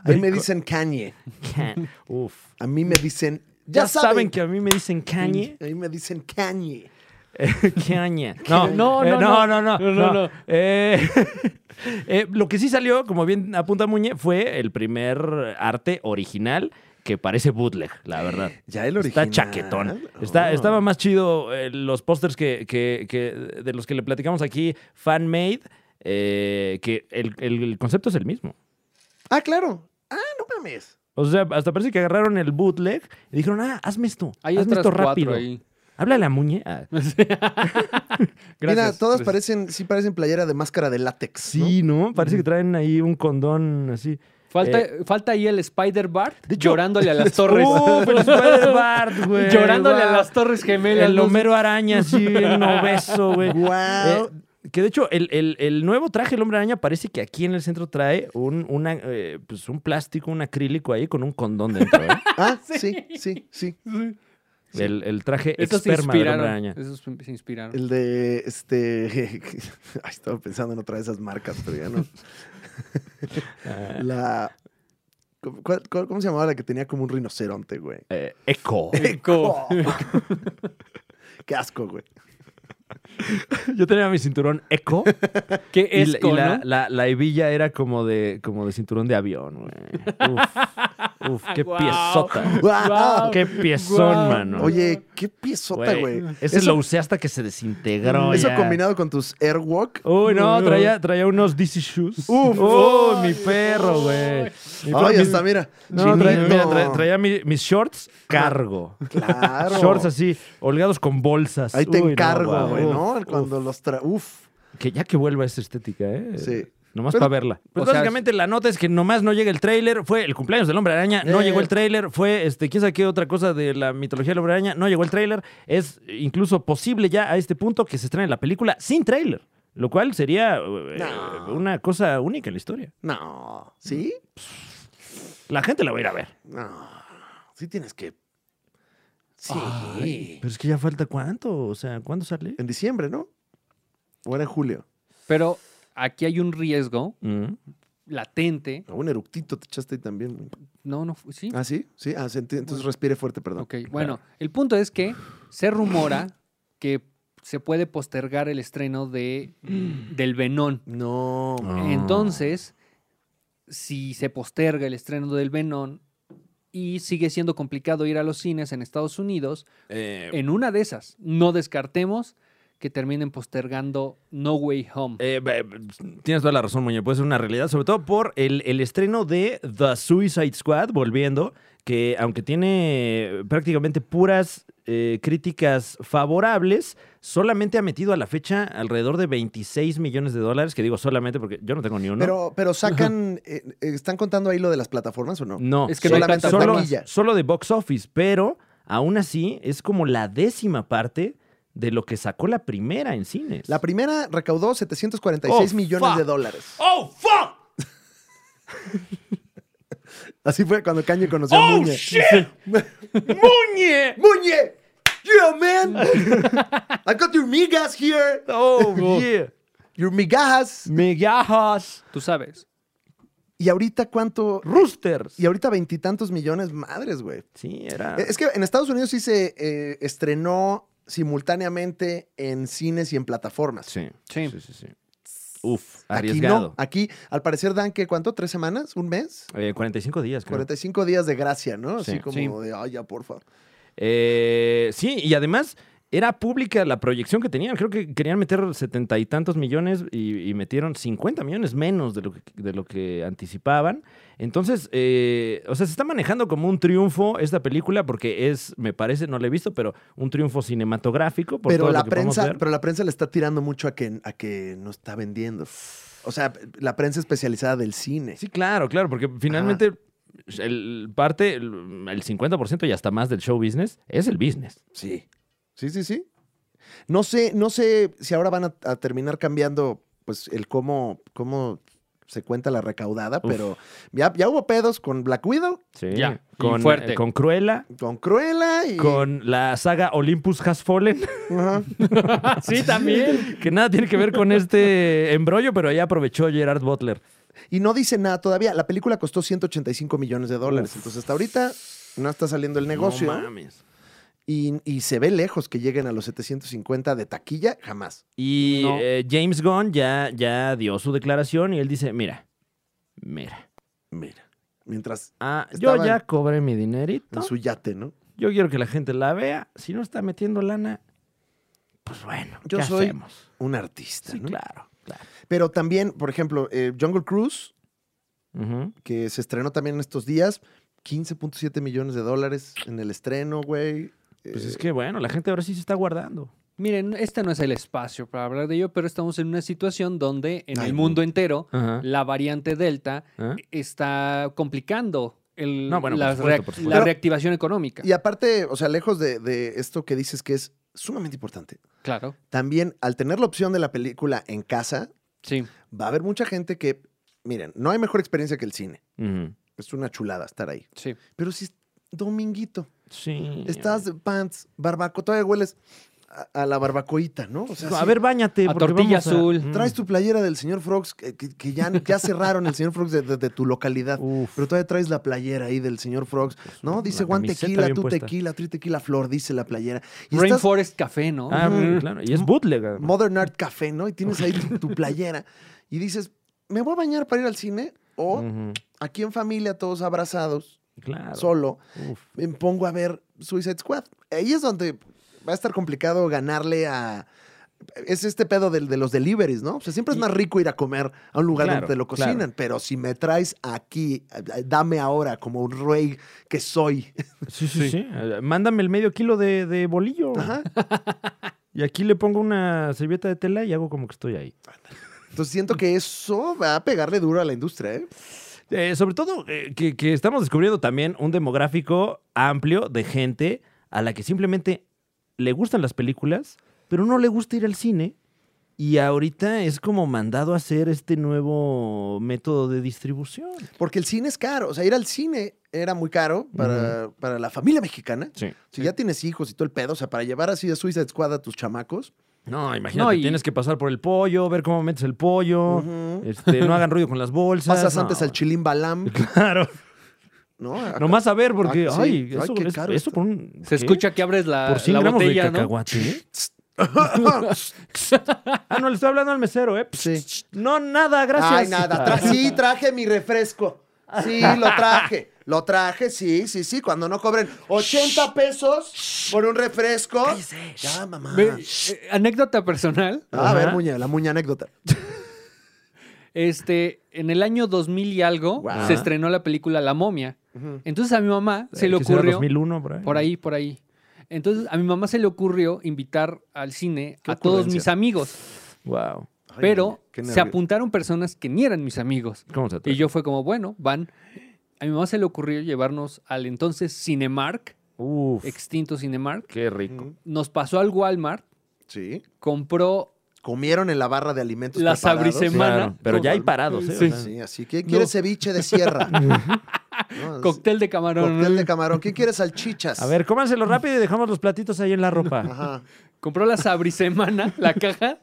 A: A mí me dicen Kanye.
C: [laughs]
B: Can- Uf.
A: A mí me dicen.
B: Ya, saben. que a mí me dicen Kanye.
A: A mí me dicen Kanye.
B: [laughs]
C: [laughs]
B: Kanye. No,
C: No,
B: eh,
C: no,
B: no, no,
C: no.
B: no,
C: No,
B: no.
C: no, no.
B: Eh, [laughs] eh, lo que sí salió, como bien apunta Muñe, fue el primer arte original que parece bootleg, la verdad.
A: Ya el
B: Está chaquetón. Está,
A: Oh.
B: Estaba más chido eh, los pósters que, que- que- de los que le platicamos aquí, fan-made, eh, que el, el concepto es el mismo.
A: Ah, claro. Ah, no mames.
B: O sea, hasta parece que agarraron el bootleg y dijeron, ah, hazme esto,
C: Hay
B: hazme
C: otras
B: esto
C: cuatro
B: rápido.
C: ahí.
B: Háblale a Muñe.
C: [laughs]
B: Ah, [laughs]
A: Mira, todas
C: gracias.
A: parecen, sí parecen playera de máscara de látex.
B: sí, ¿no? Parece que traen ahí un condón así.
C: Falta,
B: Eh,
C: falta ahí el Spider Bart
B: De hecho-
C: llorándole a
A: [laughs] Uh,
C: las torres. [laughs]
B: ¡Uf, el Uh, Spider-Bart, güey!
C: llorándole
B: Guau.
C: a las torres gemelas.
B: El
C: ¿no?
B: Homero Araña así, bien obeso, güey.
A: Wow.
B: Eh, Que de hecho, el, el- el nuevo traje del hombre araña parece que aquí en el centro trae un, una, eh, pues un plástico, un acrílico ahí con un condón dentro.
C: [laughs]
B: ¿eh? [laughs]
A: Ah, sí, sí, sí.
B: El, el traje
C: Estos se
B: esperma del hombre
C: inspiraron.
B: araña.
C: Esos se inspiraron.
A: El de este. [laughs] Ay, estaba pensando en otra de esas marcas, pero ya no.
B: Ah,
A: La. ¿Cómo, cuál- cuál- cómo se llamaba la que tenía como un rinoceronte, güey? ¡Oh!
B: eh, eco.
A: [laughs]
C: Eco.
A: Qué asco, güey.
B: [laughs] Yo tenía mi cinturón eco.
C: Qué
B: Y, la-
C: esco,
B: y la,
C: ¿no?
B: la- la hebilla era como de, como de cinturón de avión,
C: [laughs]
B: güey. Uf, uf, qué
C: Guau.
B: piezota.
A: [laughs] ¡Guau!
B: Qué piezón,
C: Guau.
B: mano.
A: Oye, qué piezota,
B: Güey,
A: güey.
B: Ese
A: Eso-
B: lo usé hasta que se desintegró.
A: Eso
B: ya. Oh,
A: combinado con tus Airwalk.
B: Uy, no,
C: No.
B: traía, traía unos DC shoes.
A: Uf.
B: Uy, mi
C: Ay,
B: perro, güey.
C: ay.
B: Mi perro,
A: Ay,
B: mis-
A: hasta mira.
B: No, traía,
A: Chinito.
B: mira, tra- traía mi- mis shorts cargo.
A: Claro.
B: [laughs] Shorts así, holgados con bolsas.
A: Ahí te
B: Uy, no,
A: encargo,
B: guau.
A: güey,
B: Uf,
A: ¿no? Cuando los tra... Uf.
B: Que ya que vuelva esa estética, ¿eh?
A: Sí.
B: Nomás
A: Pero-
B: para verla. Pues
C: o sea,
B: básicamente la nota es que nomás no llega el tráiler. Fue el cumpleaños del Hombre Araña, no
A: Eh.
B: llegó el tráiler. Fue, este, quién sabe qué otra cosa de la mitología del Hombre Araña, no llegó el tráiler. Es incluso posible ya a este punto que se estrene la película sin tráiler. Lo cual sería eh,
A: No.
B: una cosa única en la historia.
A: No. ¿Sí?
B: La gente la va a ir a ver.
A: No. Sí tienes que... Sí.
C: Ay.
B: Pero es que ya falta cuánto. O sea, ¿cuándo sale?
A: En diciembre, ¿no? O era en julio.
C: Pero aquí hay un riesgo
B: Mm.
C: latente.
A: O un eructito te echaste ahí también. güey.
C: No, no, fu- sí.
A: ¿Ah, sí? Sí. Ah, sentí- entonces respire fuerte, perdón.
C: Ok, bueno, el punto es que se rumora que se puede postergar el
B: [clears throat]
C: estreno de, del Venón.
A: No.
B: Ah.
C: Entonces, si se posterga el estreno del Venón y sigue siendo complicado ir a los cines en Estados Unidos, en una de esas, no descartemos que terminen postergando No Way Home.
B: Eh, be- tienes toda la razón, Muñe. Puede ser una realidad, sobre todo por el, el estreno de The Suicide Squad, volviendo, que aunque tiene prácticamente puras eh, críticas favorables, solamente ha metido a la fecha alrededor de 26 millones de dólares, que digo solamente porque yo no tengo ni uno.
A: Pero, pero sacan... eh, eh, ¿Están contando ahí lo de las plataformas o no?
B: no,
C: Es que
A: no hay
B: solamente-
A: tantas
B: solo,
A: taquillas.
B: solo de box office, pero aún así es como la décima parte de lo que sacó la primera en cines.
A: La primera recaudó 746
B: Oh,
A: millones de
B: fuck.
A: dólares.
B: ¡Oh, fuck!
A: [laughs] Así fue cuando Kanye conoció a [laughs] Muñe.
B: Oh, ¡Muñe!
A: ¡Muñe! Yeah, man! [laughs] I got your migas here. [laughs]
B: ¡Oh, yeah!
A: Your migajas.
B: Migajas.
C: Tú sabes.
A: ¿Y ahorita cuánto?
B: Roosters.
A: Y ahorita veintitantos millones, madres, güey.
B: Sí, era.
A: Es que en Estados Unidos sí se eh, estrenó simultáneamente en cines y en plataformas.
B: Sí.
C: Sí.
B: Sí, sí, sí. Uf,
A: Aquí
B: arriesgado.
A: no. Aquí, al parecer, dan que cuánto, tres semanas, un mes,
B: Eh, 45 días, creo.
A: 45 días de gracia, ¿no?
B: Sí.
A: Así como de, ay, ya, porfa.
B: Eh, sí, y además era pública la proyección que tenían. Creo que querían meter setenta y tantos millones y, y metieron 50 millones menos de lo que, de lo que anticipaban. Entonces, eh, o sea, se está manejando como un triunfo esta película porque es, me parece, no la he visto, pero un triunfo cinematográfico. Por
A: Pero
B: todo
A: la
B: lo que podemos
A: prensa,
B: ver.
A: pero la prensa le está tirando mucho a que, a que no está vendiendo. O sea, la prensa especializada del cine.
B: Sí, claro, claro, porque finalmente el parte, el, el 50% y hasta más del show business es el business.
A: Sí. Sí, sí, sí. No sé, no sé si ahora van a, a terminar cambiando pues el cómo, cómo se cuenta la recaudada,
B: Uf.
A: pero ya, ya hubo pedos con Black Widow,
B: Sí,
C: Ya, y
B: con,
C: fuerte.
B: eh, con Cruella,
A: con Cruella y
B: con la saga Olympus Has Fallen,
A: [laughs]
B: [laughs]
A: Ajá.
C: sí, también.
B: que nada tiene que ver con este embrollo, pero ahí aprovechó Gerard Butler.
A: y no dice nada todavía. La película costó 185 millones de dólares, entonces hasta ahorita no está saliendo el negocio
B: No mames.
A: y, y se ve lejos que lleguen a los 750 de taquilla, jamás.
B: Y
C: No.
B: eh, James Gunn ya, ya dio su declaración y él dice, mira, mira,
A: Mira, mientras
B: ah, yo
A: Estaba
B: ya
A: en-
B: cobré mi dinerito.
A: en su yate, ¿no?
B: Yo quiero que la gente la vea. Si no está metiendo lana, pues bueno,
A: Yo
B: ¿qué
A: soy-
B: hacemos?
A: Un artista,
B: Sí,
A: ¿no?
B: claro, claro.
A: Pero también, por ejemplo, eh, Jungle Cruise
B: Ujú.
A: que se estrenó también en estos días. 15.7 millones de dólares en el estreno, güey.
B: Pues
A: Eh,
B: es que bueno, la gente ahora sí se está guardando.
C: Miren, este no es el espacio para hablar de ello, pero estamos en una situación donde en
A: Ay,
C: el
A: no.
C: mundo entero
B: Ajá.
A: Eh,
C: la variante Delta
B: ¿Ah?
C: está complicando el-
B: No, bueno, por
C: la,
B: supuesto,
C: reac-
B: por supuesto.
C: la
A: Pero-
C: reactivación económica.
A: Y aparte, o sea, lejos de, de esto que dices que es sumamente importante.
C: Claro.
A: También, al tener la opción de la película en casa,
C: Sí.
A: va a haber mucha gente que, miren, no hay mejor experiencia que el cine.
B: Ujú.
A: Es una chulada estar ahí.
C: Sí.
A: Pero si es dominguito,
B: Sí.
A: estás de pants, barbaco, todavía hueles a, a la barbacoita, ¿no? O sea,
B: a
A: sí,
B: ver, bañate.
C: A tortilla azul.
B: Mm.
A: Traes tu playera del señor Frogs, que, que- que ya, ya cerraron el señor Frogs de, de- de tu localidad. Pero todavía traes la playera ahí del señor Frogs, ¿no? Dice
B: Pues la
A: Juan
B: camiseta
A: tequila,
B: bien
A: tú
B: puesta".
A: tequila, tri tequila, flor, dice la playera. Y estás
C: Rainforest Café, ¿no?
B: Ah,
A: Ujú.
B: claro. Y es bootleg. además.
A: Modern Art Café, ¿no? Y tienes ahí tu,
B: [laughs]
A: tu playera. Y dices, ¿me voy a bañar para ir al cine? O
B: Ujú.
A: aquí en familia, todos abrazados,
B: Mm. Claro.
A: solo,
B: Uf.
A: me pongo a ver Suicide Squad. Ahí es donde va a estar complicado ganarle a... Es este pedo del- de, los deliveries, ¿no? O sea, siempre es
B: Y-
A: más rico ir a comer a un lugar
B: Claro,
A: donde te lo
B: claro.
A: cocinan, pero si me traes aquí, eh, dame ahora como un rey que soy. [laughs]
B: Sí, sí, sí. Eh, Mándame el medio kilo de, de bolillo.
A: Ajá.
B: Y aquí le pongo una servilleta de tela y hago como que estoy ahí.
A: Entonces siento que eso va a pegarle duro a la industria, ¿eh?
B: Eh, sobre todo eh, que, que estamos descubriendo también un demográfico amplio de gente a la que simplemente le gustan las películas, pero no le gusta ir al cine. Y ahorita es como mandado a hacer este nuevo método de distribución.
A: Porque el cine es caro. O sea, ir al cine era muy caro para, para la familia mexicana.
B: Sí.
A: Si ya tienes hijos y todo el pedo, o sea, para llevar así a Suicide Squad a tus chamacos.
B: No, imagínate,
C: No, y-
B: tienes que pasar por el pollo, ver cómo metes el pollo,
A: Ujú.
B: este, no hagan ruido con
A: [laughs]
B: las bolsas.
A: Pasas
B: no,
A: antes al Chilim Balam,
B: [laughs] Claro.
A: ¿no? Acá-
B: Nomás a ver, porque,
A: Ah, sí.
B: ay,
A: Ay,
B: eso,
A: qué
B: es-
A: caro
B: eso
A: está.
B: por un.
C: Se
B: ¿qué?
C: escucha que abres la,
B: por 100
C: la
B: gramos
C: botella,
B: de
C: ¿no?
B: cacahuate. [laughs] ah, no, le estoy hablando al mesero, ¿eh?
A: Sí.
B: No, nada, gracias.
A: Ay, nada. Tra- sí, traje mi refresco. Sí, lo traje. Lo traje, sí, sí, sí. Cuando no cobren 80 pesos por un refresco. Ya, mamá.
C: Ve, eh, anécdota personal.
A: Ah, a ver,
B: Ajá.
A: muña, la muña anécdota.
C: Este, en el año 2000 y algo
B: Guau.
C: se estrenó la película La momia.
A: Ujú.
C: Entonces a mi mamá se
B: Eh,
C: le
B: que será
C: ocurrió
B: 2001, por ahí.
C: por ahí, por ahí. Entonces a mi mamá se le ocurrió invitar al cine
A: Qué
C: a todos
A: ocurrencia.
C: mis amigos,
B: Wow.
A: Ay,
C: pero
A: muña, qué
C: se
A: nervio.
C: apuntaron personas que ni eran mis amigos.
B: ¿Cómo se
C: Y
B: te
C: yo fue como, bueno, van. A mi mamá se le ocurrió llevarnos al entonces Cinemark,
B: Uf,
C: extinto Cinemark.
B: qué rico.
A: Ujú.
C: Nos pasó al Walmart,
A: Sí.
C: compró
A: Comieron en la barra de alimentos.
C: Las
A: preparados.
C: abrisemana.
B: Claro, pero
A: Con
B: ya hay
A: alma.
B: parados, ¿eh? O
C: Sí.
B: sea,
A: Sí, así. ¿Quién
C: No.
A: quiere ceviche de
B: [laughs]
A: sierra? No, es-
C: cóctel de camarón.
A: cóctel de camarón. ¿Quién quiere salchichas?
B: A ver, cómanselo rápido y dejamos los platitos ahí en la ropa.
A: Ajá.
C: Compró la sabrisemana, la caja,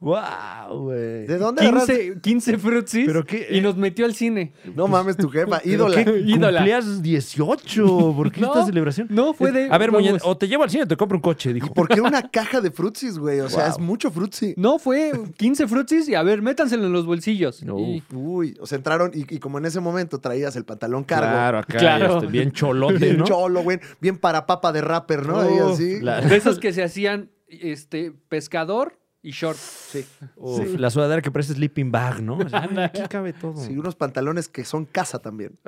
B: wow, güey. [laughs]
A: ¿De dónde agarraste?
C: 15, 15 frutsis
B: Pero qué-
C: y nos metió al cine.
A: No mames, tu jefa,
B: [laughs] ¿Pero
A: ídola.
B: qué?
C: Ídola.
B: Cumplías 18. ¿Por qué
C: [laughs] No,
B: esta celebración?
C: no, fue de-
B: A ver,
C: vamos.
B: muñe, o te llevo al cine o te compro un coche, dijo.
A: ¿Por qué una caja de frutsis, güey? O sea,
B: Wow.
A: es mucho frutsi.
C: No, fue 15 frutsis y a ver, métanselo en los bolsillos.
B: No.
C: Y-
A: Uy, o sea, entraron y, y como en ese momento traías el pantalón cargo.
B: Claro, acá,
C: Claro.
B: este, bien cholote,
A: [laughs] Bien
B: ¿no?
A: cholo, güey. Bien para papa de rapper, ¿no? Ahí
C: Oh,
A: así.
B: la-
C: de esos que se hacían este, pescador y short.
A: Sí.
B: Uf, La sudadera que parece sleeping bag, ¿no? O sea, aquí cabe todo.
A: Sí, unos pantalones que son casa también.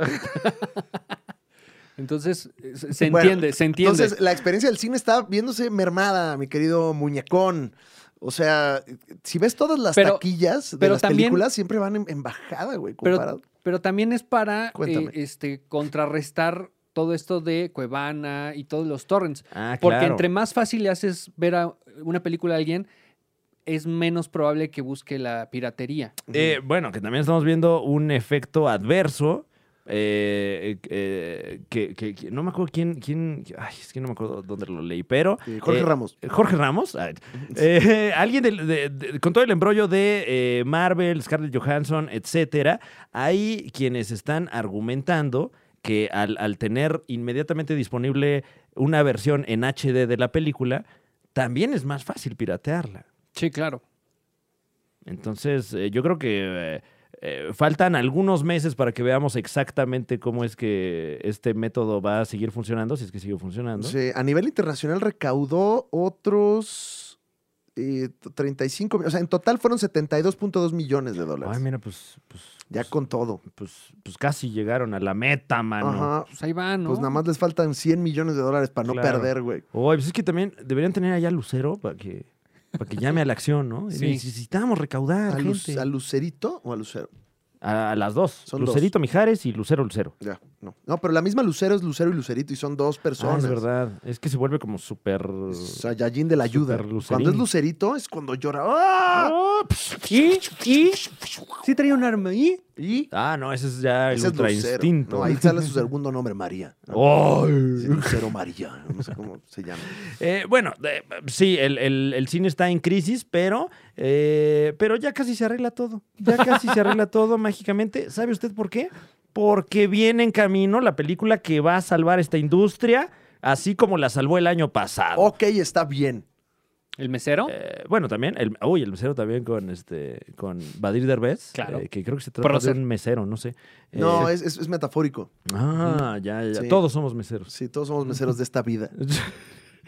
C: Entonces, eh, se se
A: Bueno,
C: entiende, se entiende.
A: Entonces, la experiencia del cine está viéndose mermada, mi querido muñecón. O sea, si ves todas las
C: Pero-
A: taquillas de
C: pero
A: las
C: también-
A: películas, siempre van en, en bajada, güey, comparado.
C: pero, pero también es para eh,
A: Cuéntame.
C: este, contrarrestar todo esto de Cuevana y todos los torrents.
B: Ah,
C: Porque
B: claro.
C: entre más fácil le haces ver a una película a alguien, es menos probable que busque la piratería.
B: Eh, bueno, que también estamos viendo un efecto adverso. eh, eh, que, que- que- no me acuerdo quién, quién. Ay, es que no me acuerdo dónde lo leí, pero.
A: Eh, Jorge
B: eh,
A: Ramos.
B: Jorge Ramos. ah, eh, [laughs] alguien del- de- de- con todo el embrollo de eh, Marvel, Scarlett Johansson, etcétera. Hay quienes están argumentando que al, al tener inmediatamente disponible una versión en HD de la película, también es más fácil piratearla.
C: Sí, claro.
B: Entonces, eh, yo creo que eh, eh, faltan algunos meses para que veamos exactamente cómo es que este método va a seguir funcionando, si es que sigue funcionando.
A: Sí, a nivel internacional recaudó otros eh, 35 mil- O sea, en total fueron 72.2 millones de dólares.
B: Ay, mira, pues, pues,
A: ya
B: pues,
A: con todo.
B: pues, pues casi llegaron a la meta, mano.
A: Ajá.
C: Pues ahí va, ¿no?
A: Pues nada más les faltan 100 millones de dólares para no
B: Claro.
A: perder, güey.
B: Oye, pues es que también deberían tener allá a Lucero para que, para que llame a la acción, ¿no?
C: Sí.
B: Necesitamos recaudar
A: ¿A, Luz-
B: gente.
A: a Lucerito o a Lucero?
B: A, a las dos.
A: Son dos.
B: Lucerito Mijares y Lucero Lucero.
A: Ya. No. No, pero la misma Lucero es Lucero y Lucerito y son dos
B: Ah,
A: personas.
B: es verdad. Es que se vuelve como súper.
A: Saiyajin de la ayuda.
B: Super Lucerín.
A: Cuando es Lucerito es cuando llora. ¡Ah!
C: Y, y, sí traía un arma. Y,
A: Y
B: Ah, no, ese es ya el
A: ese es
B: ultra
A: Lucero.
B: instinto.
A: No, ahí sale
B: [laughs]
A: su segundo nombre, María. ¿no?
B: ¡Ay!
A: Sí, Lucero María. No sé cómo se llama.
B: Eh, bueno, eh, sí, el, el- el cine está en crisis, pero, eh, pero ya casi se arregla todo. Ya casi se
C: [laughs]
B: arregla todo mágicamente. ¿Sabe usted por qué? Porque viene en camino la película que va a salvar esta industria, así como la salvó el año pasado.
A: Ok, está bien.
C: ¿El mesero?
B: Eh, bueno, también, el, uy, el mesero también con este con Badir Derbez,
C: Claro.
B: eh, que creo que se trata
C: Prócer.
B: de un mesero, no sé. Eh,
A: No, es, es- es metafórico.
C: eh,
B: Ah, ya, ya.
A: Sí.
B: Todos somos
C: [laughs]
B: meseros.
A: Sí, todos somos meseros de esta
B: [laughs]
A: vida.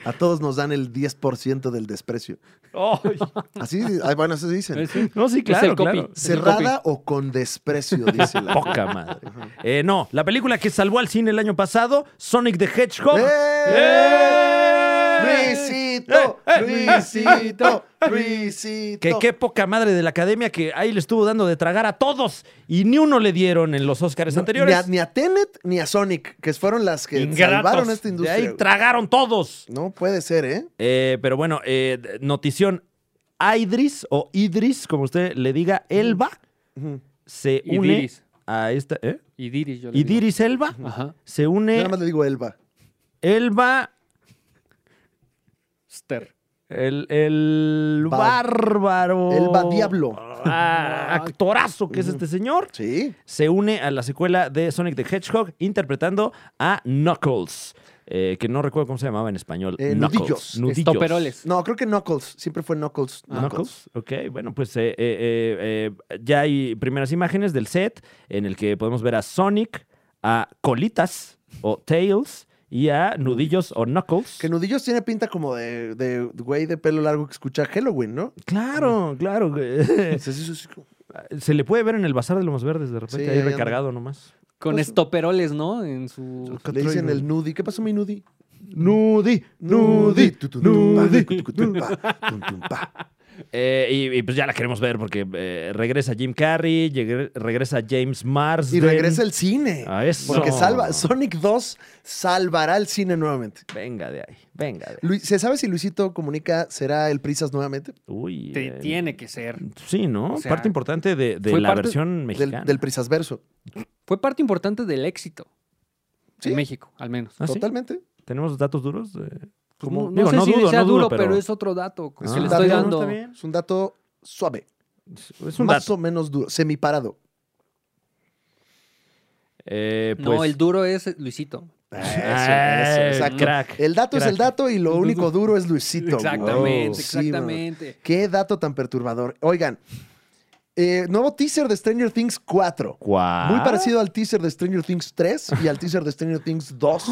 A: A todos nos dan el 10% del desprecio.
B: Ay,
A: Así, ah, bueno, eso dicen.
B: [laughs]
C: Sí.
B: no, sí,
C: Oh. Es el
B: claro,
C: copy.
B: claro.
C: Es el
A: Cerrada o con desprecio, dice
B: [laughs]
A: la
B: Poca madre. Eh, no, la película que salvó al cine el año pasado, Sonic the Hedgehog. ¡Eh!
A: Luisito,
B: ¡Eh! [laughs]
A: Luisito, Luisito.
B: Que qué poca madre de la academia que ahí le estuvo dando de tragar a todos y ni uno le dieron en los Oscars
A: Ni a,
B: anteriores.
A: ni a Tenet ni a Sonic, que fueron las que
B: Ingratos.
A: salvaron esta industria.
B: De ahí
A: güey.
B: tragaron todos.
A: no puede ser, ¿eh?
B: Eh, pero bueno, eh, d- notición. Idris o Idris, como usted le diga, Elba
A: Ujú.
B: se
C: Y
B: une
C: Diris.
B: a esta... ¿eh?
C: Y Diris, yo le digo.
B: Idris Elba
C: Ajá.
B: se
A: Yo
B: une
A: nada más le digo Elba.
B: Elba
C: Ster.
B: El, el
A: Ba-
B: bárbaro.
A: el ba diablo. [laughs]
B: Ah, actorazo que es este señor.
A: Sí.
B: Se une a la secuela de Sonic the Hedgehog interpretando a Knuckles. eh, que no recuerdo cómo se llamaba en español.
A: Eh,
B: Knuckles.
A: nudillos.
C: Estoperoles.
A: No, creo que Knuckles. Siempre fue Knuckles.
B: Ah, Knuckles. Ok, bueno, pues eh, eh, eh, eh, ya hay primeras imágenes del set en el que podemos ver a Sonic, a Colitas o Tails y a Nudillos o Knuckles.
A: Que Nudillos tiene pinta como de, de güey de pelo largo que escucha Halloween, ¿no?
B: Eh. Claro,
A: [laughs]
B: claro.
A: Es- es- es-
B: Se le puede ver en el Bazar de Lomas Verdes de repente,
A: Sí, ahí
B: ahí
A: anda.
B: recargado nomás.
C: Con estoperoles, ¿no? En Pues, su.
A: Le dicen el Nudi. ¿Qué pasó, mi Nudi?
B: Nudi,
A: Nudi. Nudi.
B: [laughs] y, y pues ya la queremos ver porque eh, regresa Jim Carrey, llegre- regresa James Marsden.
A: Y regresa el cine.
B: A eso.
A: Porque salva, Sonic 2 salvará el cine nuevamente.
B: Venga de ahí, venga de ahí.
A: Luis- ¿Se sabe si Luisito comunica será el Prisas nuevamente?
B: Uy.
C: Te-
B: eh,
C: tiene que ser.
B: Sí, ¿no?
C: O sea,
B: parte importante de, de
C: fue
B: la
C: parte
B: versión
A: Del,
B: mexicana.
A: del Prisas Verso.
C: Fue parte importante del éxito.
A: Sí.
C: En México, al menos.
B: ¿Ah, sí?
A: Totalmente.
B: ¿Tenemos datos duros? Eh,
A: Pues
B: como-
C: no, no
B: digo,
C: sé
B: no
C: si
B: dudo,
C: sea
B: no dudo,
C: duro,
B: pero-
C: pero... es otro dato que
B: Ah.
C: le
A: un
C: estoy
A: dato, ¿no?
C: dando.
B: Está bien.
A: Es un dato suave.
B: Es un
A: más
B: dato.
A: o menos duro. Semiparado.
B: Eh,
C: No,
B: pues-
C: el duro es Luisito.
A: Eso,
B: Ah,
A: eso, exacto.
B: Eh, crack,
A: el dato es
B: crack.
A: el dato y lo único duro es Luisito. güey.
C: exactamente,
B: wow.
A: Sí, bro.
C: exactamente.
A: Qué dato tan perturbador. Oigan, eh, nuevo teaser de Stranger Things 4.
B: ¿Cuál?
A: Muy parecido al teaser de Stranger Things 3 y al teaser de Stranger Things
B: [gasps]
A: 2.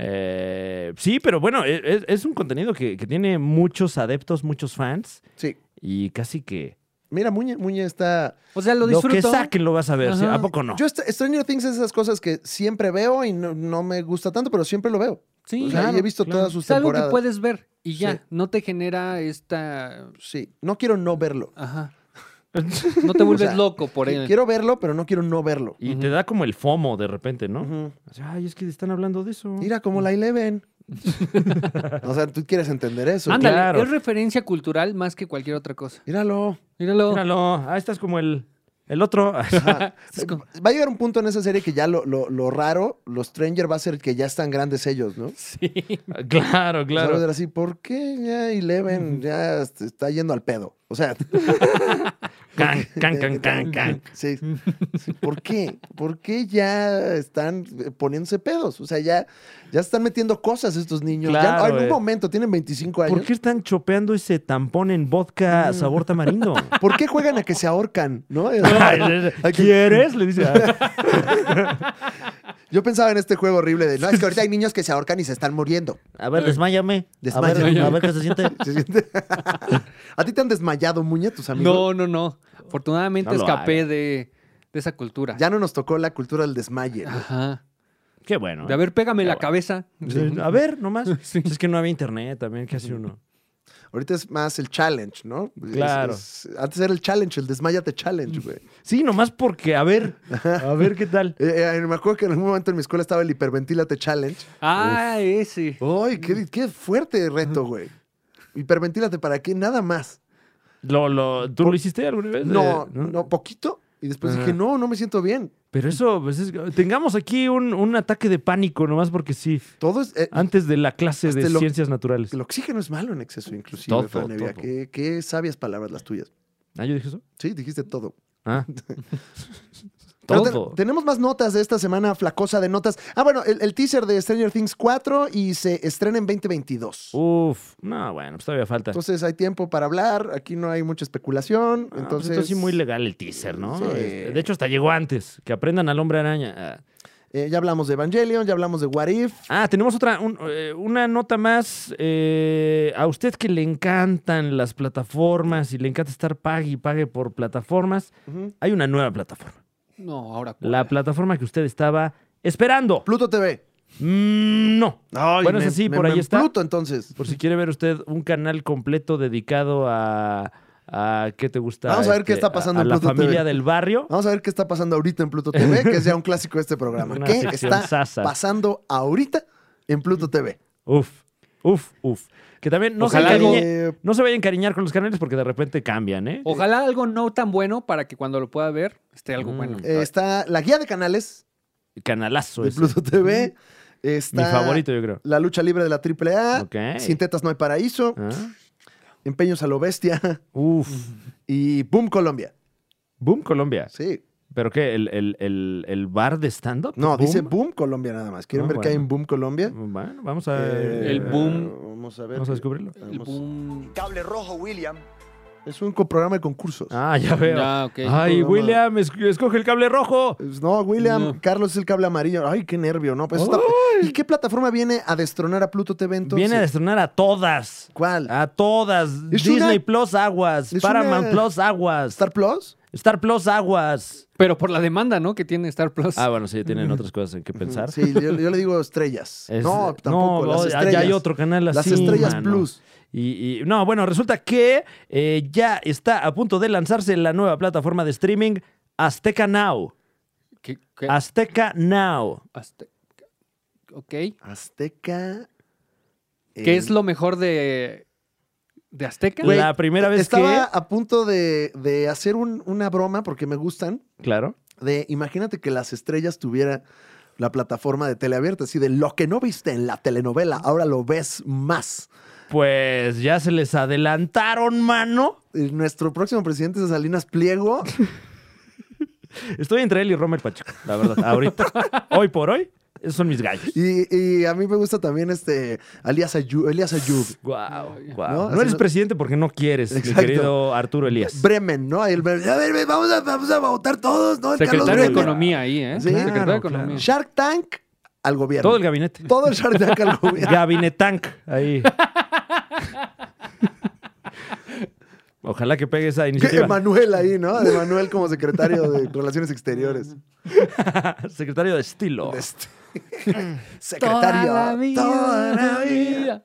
B: Eh, sí, pero bueno, e- e- es, un contenido que, que tiene muchos adeptos, muchos fans
A: Sí.
B: y casi que
A: Mira, Muñe, Muñe está.
C: o sea, lo
B: lo
C: disfruto.
B: que saquen lo vas a ver, ¿sí?
C: Ajá.
B: ¿a poco no?
A: Yo est- Stranger Things es esas cosas que siempre veo y no, no me gusta tanto, pero siempre lo veo.
C: Sí,
A: O sea,
B: claro,
A: y he visto
B: claro.
A: todas sus
C: es algo que
A: temporadas.
C: puedes ver y ya,
A: Sí.
C: no te genera esta...
A: Sí, no quiero no verlo.
C: Ajá. No te vuelves
A: sea,
C: loco por ello.
A: Quiero verlo, pero no quiero no verlo.
B: Y te da como el FOMO de repente, ¿no?
A: Ujú.
B: Así, Ay, es que están hablando de eso.
A: Mira, como la
B: [laughs]
A: Eleven. o sea, tú quieres entender eso.
C: Ándale,
B: claro.
C: es referencia cultural más que cualquier otra cosa.
A: Míralo.
C: Míralo.
B: Míralo, ah, estás como el, el otro. [laughs]
A: Ah,
C: Es como-
A: va a llegar un punto en esa serie que ya lo, lo- lo raro, los Stranger va a ser que ya están grandes ellos, ¿no? O
B: claro,
A: sea, va a
B: claro.
A: ser así, ¿por qué ya Eleven ya est- está yendo al pedo? O sea, [laughs]
B: Can, can, can, can, can.
A: Sí, sí, ¿Por qué? ¿Por qué ya están eh, poniéndose pedos? O sea, ya, ya están metiendo cosas estos niños. Ya,
B: Claro,
A: en un
B: eh.
A: momento, tienen 25 años.
B: ¿Por qué están chopeando ese tampón en vodka sabor tamarindo?
A: juegan a que se ahorcan?
B: [laughs]
A: ¿no?
B: ¿Quieres? Le dice. ah.
A: Yo pensaba en este juego horrible de, no, es que ahorita
B: [laughs]
A: hay niños que se ahorcan y se están muriendo.
B: A ver, desmáyame. A ver-
A: Desmáyame.
B: a ver qué se siente.
A: ¿Se siente? ¿A ti te han desmayado, Muñe, tus amigos?
C: No, no, no. Afortunadamente
B: No lo
C: escapé
B: hagas.
C: de, de esa cultura.
A: Ah. Ya no nos tocó la cultura del desmaye. ¿no?
C: Ajá.
B: Qué bueno.
C: De
B: ¿eh?
C: a ver, pégame
B: Ya
C: la
B: va.
C: cabeza.
B: Sí, A ver, nomás.
C: Sí.
B: Es que no había internet también, ¿qué hace uno?
A: Ahorita es más el challenge, ¿no? Es-
B: Claro. Mm.
A: es- antes era el challenge, el desmayate challenge, güey.
B: Sí, nomás porque, a ver, a ver qué tal.
A: Eh, eh, me acuerdo que en algún momento en mi escuela estaba el hiperventílate challenge.
C: Ah, ese.
A: ¡Ay, qué, qué fuerte reto, güey! Hiperventílate para qué, nada más.
B: ¿Lo, lo, ¿Tú lo hiciste alguna vez?
A: No,
B: Eh,
A: no, poquito. Y después
B: Ajá.
A: dije, no, no me siento bien.
B: Pero eso, pues es- tengamos aquí un, un ataque de pánico, nomás porque sí,
A: Todo es. eh,
B: antes de la clase de
A: Hasta lo-
B: ciencias naturales.
A: el oxígeno es malo en exceso, inclusive.
B: Todo,
A: Fran Evia.
B: todo.
A: Qué, qué sabias palabras las tuyas.
B: ¿Ah, yo dije eso?
A: Sí, dijiste todo.
B: Ah. [laughs]
A: Pero te-
B: Todo.
A: tenemos más notas de esta semana flacosa de notas. Ah, bueno, el, el teaser de Stranger Things 4 y se estrena en 2022.
B: Uf, no, bueno, pues todavía falta.
A: Entonces hay tiempo para hablar, aquí no hay mucha especulación.
B: Ah, pues
A: entonces,
B: esto sí muy legal el teaser, ¿no?
A: Sí.
B: Este, De hecho, hasta llegó antes. Que aprendan al hombre araña. Ah.
A: eh, ya hablamos de Evangelion, ya hablamos de What If.
B: Ah, tenemos otra, un- eh, una nota más. eh, a usted que le encantan las plataformas y le encanta estar pague y pague por plataformas,
A: Ujú.
B: hay una nueva plataforma.
C: No, ahora. ¿cuál?
B: La plataforma que usted estaba esperando.
A: Pluto TV.
B: Mm, no. bueno, es así, por ahí está.
A: Pluto, entonces.
B: Por si quiere ver usted un canal completo dedicado a. a ¿Qué te gusta? Este,
A: Vamos a ver qué está pasando
B: a, a
A: en
B: la
A: Pluto TV.
B: familia del barrio.
A: Vamos a ver qué está pasando ahorita en Pluto
B: [laughs]
A: TV, que es ya un clásico de este programa.
B: Una
A: ¿Qué
B: sección
A: está
B: sasa.
A: pasando ahorita en Pluto TV?
B: Uf, uf, uf. Que también no se,
C: Ojalá algo-
B: encariñe-
A: Eh,
B: no se vaya a encariñar con los canales porque de repente cambian,
A: Oh.
B: ¿eh?
C: Ojalá algo no tan bueno para que cuando lo pueda ver esté algo
B: Mm.
C: bueno.
A: eh, está la guía de canales
B: Canalazo
A: de
B: ese.
A: Pluto TV. Está
B: Mi favorito, yo creo.
A: La lucha libre de la AAA.
B: Ok.
A: Sin tetas no hay paraíso.
B: Ah.
A: Empeños a lo bestia. [laughs]
B: Uf.
A: Y Boom Colombia.
B: Boom Colombia.
A: Sí.
B: ¿Pero qué? ¿El, el, el, el bar de stand-up?
A: No, dice
B: Boom.
A: Boom Colombia nada más. ¿Quieren
B: Ah,
A: ver qué hay
B: bueno.
A: en Boom Colombia?
B: Bueno, vamos a.
A: Eh,
C: el Boom.
A: Vamos a ver.
B: Vamos a descubrirlo.
C: El boom.
E: Cable rojo, William.
A: Es un co- programa de concursos.
B: Ah, ya veo.
C: Ya, ok.
B: Ay,
A: Programa.
B: William, es- escoge el cable rojo.
A: Pues No, William,
C: No.
A: Carlos es el cable amarillo. Ay, qué nervio, ¿no? Pues está- ¿Y qué plataforma viene a destronar a Pluto TV entonces?
B: Viene a Ah. destronar a todas.
A: ¿Cuál?
B: A todas.
A: Es
B: Disney
A: una-
B: Plus aguas.
A: es
B: Paramount
A: una-
B: Plus aguas. Star...
A: ¿Star Plus?
B: Plus aguas.
C: Pero por la demanda, ¿no? Que tiene Star Plus.
B: Ah, bueno, sí, tienen otras cosas en que pensar.
A: Sí, yo, yo le digo estrellas.
B: [laughs] Es-
A: no, tampoco.
B: no, ah,
A: las
B: ya-
A: estrellas.
B: Ya hay otro canal así.
A: Las estrellas
B: mano.
A: Plus.
B: Y, y- no, bueno, resulta que eh, ya está a punto de lanzarse la nueva plataforma de streaming Azteca Now.
C: ¿Qué- qué?
B: Ah. Azteca Now.
C: Azte- Ok.
A: Azteca.
C: ¿Qué
A: eh,
C: es lo mejor de, de Azteca?
A: Güey,
B: la primera vez
A: Estaba a punto de, de hacer un- una broma porque me gustan.
B: que. Claro.
A: De imagínate que las estrellas tuviera la plataforma de teleabierta, así de lo que no viste en la telenovela, ahora lo ves más.
B: Pues ya se les adelantaron, mano.
A: Eh, Nuestro próximo presidente es Salinas Pliego.
B: Estoy entre él y Romer Pacheco, la verdad. [laughs] Ahorita, hoy por hoy, esos son mis gallos.
A: Y, y a mí me gusta también este Elías Ayub, Elías Ayub.
B: Guau, guau.
A: ¿No?
B: No,
A: Así
B: eres
A: no-
B: presidente porque no quieres,
A: Exacto.
B: mi querido Arturo Elías.
A: Bremen, ¿no? Ahí el Bremen, a ver, vamos a, vamos a votar todos, ¿no? El Carlos
C: Secretario de
A: Bremen.
C: Economía ahí, ¿eh?
A: Sí.
C: Secretario
B: Claro,
C: de Economía.
B: claro.
A: Shark Tank al gobierno.
B: Todo el gabinete.
A: Todo el Shark Tank al gobierno.
B: Gabinetank,
A: [laughs]
B: ahí. Ojalá que pegue esa
A: Que
B: iniciativa.
A: Emanuel ahí, ¿no? De Emanuel como secretario de Relaciones Exteriores.
B: [laughs] Secretario de Estilo. [laughs]
A: Este. Secretario.
C: Toda la vida.
A: toda la vida.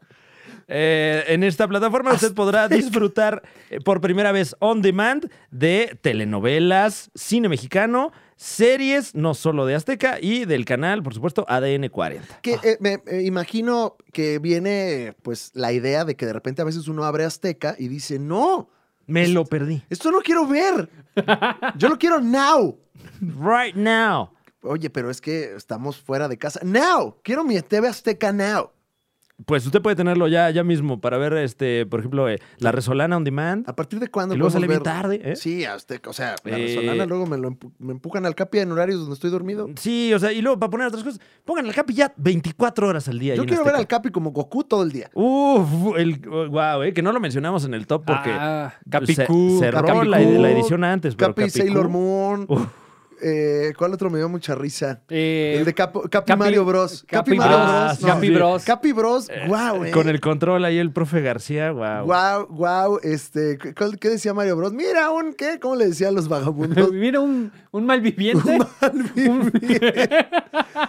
B: Eh, en esta plataforma usted podrá disfrutar eh, por primera vez on demand de telenovelas, cine mexicano, series, no solo de Azteca, y del canal, por supuesto, ADN 40.
A: Que eh, me eh, imagino que viene pues la idea de que de repente a veces uno abre Azteca y dice, no,
B: Me lo perdí.
A: esto no quiero ver. Yo lo quiero now.
B: Right now.
A: Oye, pero es que estamos fuera de casa. Now, quiero mi TV Azteca now.
B: Pues usted puede tenerlo ya, ya mismo para ver, este, por ejemplo, eh, La Resolana on demand.
A: ¿A partir de cuándo?
B: Que luego sale
A: podemos
B: bien
A: ver?
B: tarde, ¿eh?
A: Sí, Azteca. O sea, la
B: Eh.
A: resonana luego me, lo empu- me empujan al capi en horarios donde estoy dormido.
B: Sí, o sea, y luego para poner otras cosas, pongan al Capi ya 24 horas al día.
A: Yo
B: ahí en
A: quiero ver al
B: Azteca. Pues,
A: capi como Goku todo el día.
B: Uf, el, wow, eh, que no lo mencionamos en el top porque
C: Ah,
B: se-
C: Capicú.
B: cerró
A: Capicú.
B: la, la edición antes. Pero
A: Capi, Sailor
B: Capicú-
A: Moon.
B: Uf.
A: Eh, ¿Cuál otro me dio mucha risa?
C: Eh,
A: el de Capo- Capi,
C: Capi-
A: Mario Bros. Capi,
C: Capi
A: Mario
B: Bros,
A: Bros.
B: no,
C: Capi
B: sí.
C: Bros.
A: Capi Bros, guau, eh.
B: Con el control ahí el profe García, wow.
A: Guau, guau, este, ¿cu- cuál- ¿qué decía Mario Bros? Mira, un, ¿qué? ¿Cómo le decía a los vagabundos?
C: [laughs] Mira un, un malviviente.
A: Malviviente.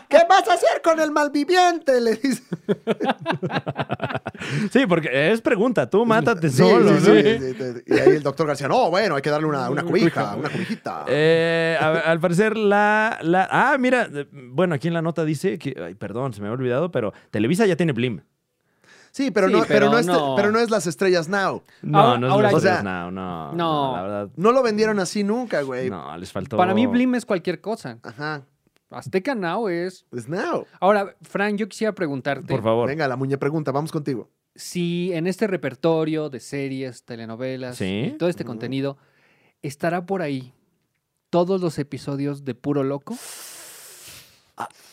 A: ¿Qué vas a hacer con el malviviente? Le dice.
B: Sí, porque es pregunta. Tú mátate
A: Sí,
B: solo,
A: sí,
B: ¿no?
A: sí, sí, sí, sí. Y ahí el doctor García, no, bueno, hay que darle una, una cobija, una cobijita.
B: Eh, a- al parecer la, la- Ah, mira, eh, bueno, aquí en la nota dice que... Ay, perdón, se me había olvidado, pero Televisa ya tiene Blim.
A: Sí, pero,
C: sí,
A: no, pero,
C: pero
A: no es,
C: no.
A: pero no es las estrellas now.
B: No,
C: Ahora-
B: no es
C: ahora-
B: los
A: o sea,
B: tres, no, no,
C: no.
B: La verdad,
A: No lo vendieron así nunca, güey.
B: no, les faltó...
C: Para mí, Blim es cualquier cosa.
A: Ajá.
C: Azteca Now es.
A: Pues now.
C: Ahora, Fran, yo quisiera preguntarte
B: Por favor.
A: Venga, la muñe pregunta, vamos contigo.
C: si en este repertorio de series, telenovelas
B: Sí.
C: y todo este
A: Ujú.
C: contenido, estará por ahí todos los episodios de Puro Loco.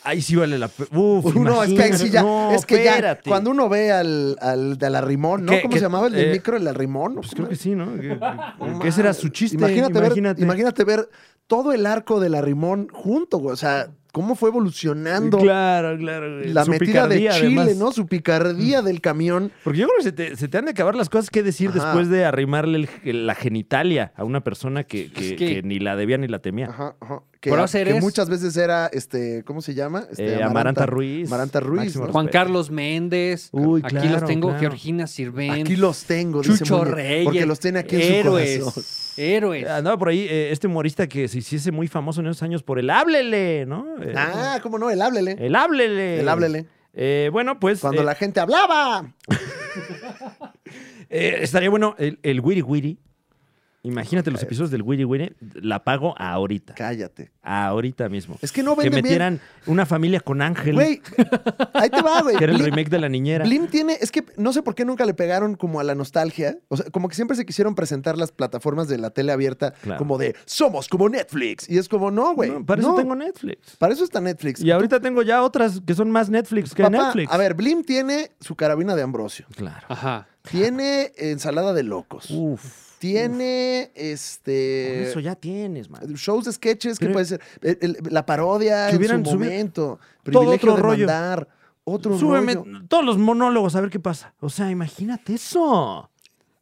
B: Ahí sí vale la pena. Uf,
A: no, es que ahí sí ya.
B: no,
A: es que ya,
B: espérate.
A: Cuando uno ve al, al de la Rimón, ¿no?
B: ¿Qué-
A: ¿Cómo
B: qué-
A: se llamaba el del
B: eh,
A: micro? El arrimón.
B: Pues creo que sí, ¿no? Que,
A: No
B: que ese era
A: mames.
B: su chiste.
A: Imagínate,
B: Imagínate.
A: Ver, imagínate ver todo el arco de la Rimón junto, güey. O sea, cómo fue evolucionando
B: Claro, claro. güey.
A: la
B: Su
A: metida de Chile,
B: picardía, además. Mm.
A: ¿no? Su picardía del camión.
B: Porque yo creo que se te, se te han de acabar las cosas que decir
A: Ajá.
B: después de arrimarle el- el- la genitalia a una persona que, que-
C: Es que-
B: que ni la debía ni la temía.
A: Ajá, ajá. Que,
C: Por hacer
A: que
C: es-
A: muchas veces era, este, ¿cómo se llama? Este,
B: Eh, Amaranta Ruiz.
A: Amaranta Ruiz.
B: Máximo
A: ¿no?
C: Juan
B: respeto.
C: Carlos Méndez.
B: Uy,
C: aquí
B: claro,
C: los tengo.
B: claro.
C: Georgina Sirven.
A: Aquí los tengo, dice
C: Chucho
A: Muñe,
C: Reyes.
A: Porque los tiene aquí en
C: héroes,
A: su corazón.
C: Héroes.
B: Andaba por ahí eh, este humorista que se hiciese muy famoso en esos años por el háblele, ¿no? Eh,
A: Ah, cómo no, el háblele.
B: El háblele.
A: El háblele.
B: Eh, bueno, pues.
A: Cuando
B: eh,
A: la gente hablaba.
B: Eh, estaría bueno el, el Wiri Wiri. Imagínate los episodios del Wiri Wiri. La pago ahorita.
A: Cállate.
B: Ahorita mismo.
A: Es que no
B: que
A: venden
B: metieran una familia con Ángel.
A: bien. Güey, ahí te va, güey.
B: [laughs] que era el
A: Blim-
B: remake de La Niñera.
A: Blim tiene, es que no sé por qué nunca le pegaron como a la nostalgia. O sea, como que siempre se quisieron presentar las plataformas de la tele abierta
B: Claro.
A: como de somos como Netflix. Y es como, no, güey.
B: No, para eso
A: no.
B: tengo Netflix.
A: Para eso está Netflix.
B: Y ahorita tengo ya otras que son más Netflix que
A: Papá,
B: Netflix.
A: a Ah, ver, Blim tiene su carabina de
B: [laughs]
A: Ambrosio.
B: Claro.
C: Ajá.
A: Tiene ensalada de locos.
B: Uf.
A: tiene
B: Con
A: este
B: eso ya tienes, man.
A: shows de sketches que
B: Creo-
A: puede ser el- el- la parodia
B: Que
A: en su
B: hubieran subido
A: momento,
B: todo
A: privilegio
B: otro
A: de
B: rollo.
A: mandar, otro
B: Súbeme
A: rollo.
B: todos los monólogos a ver qué pasa. O sea, imagínate eso. Mm.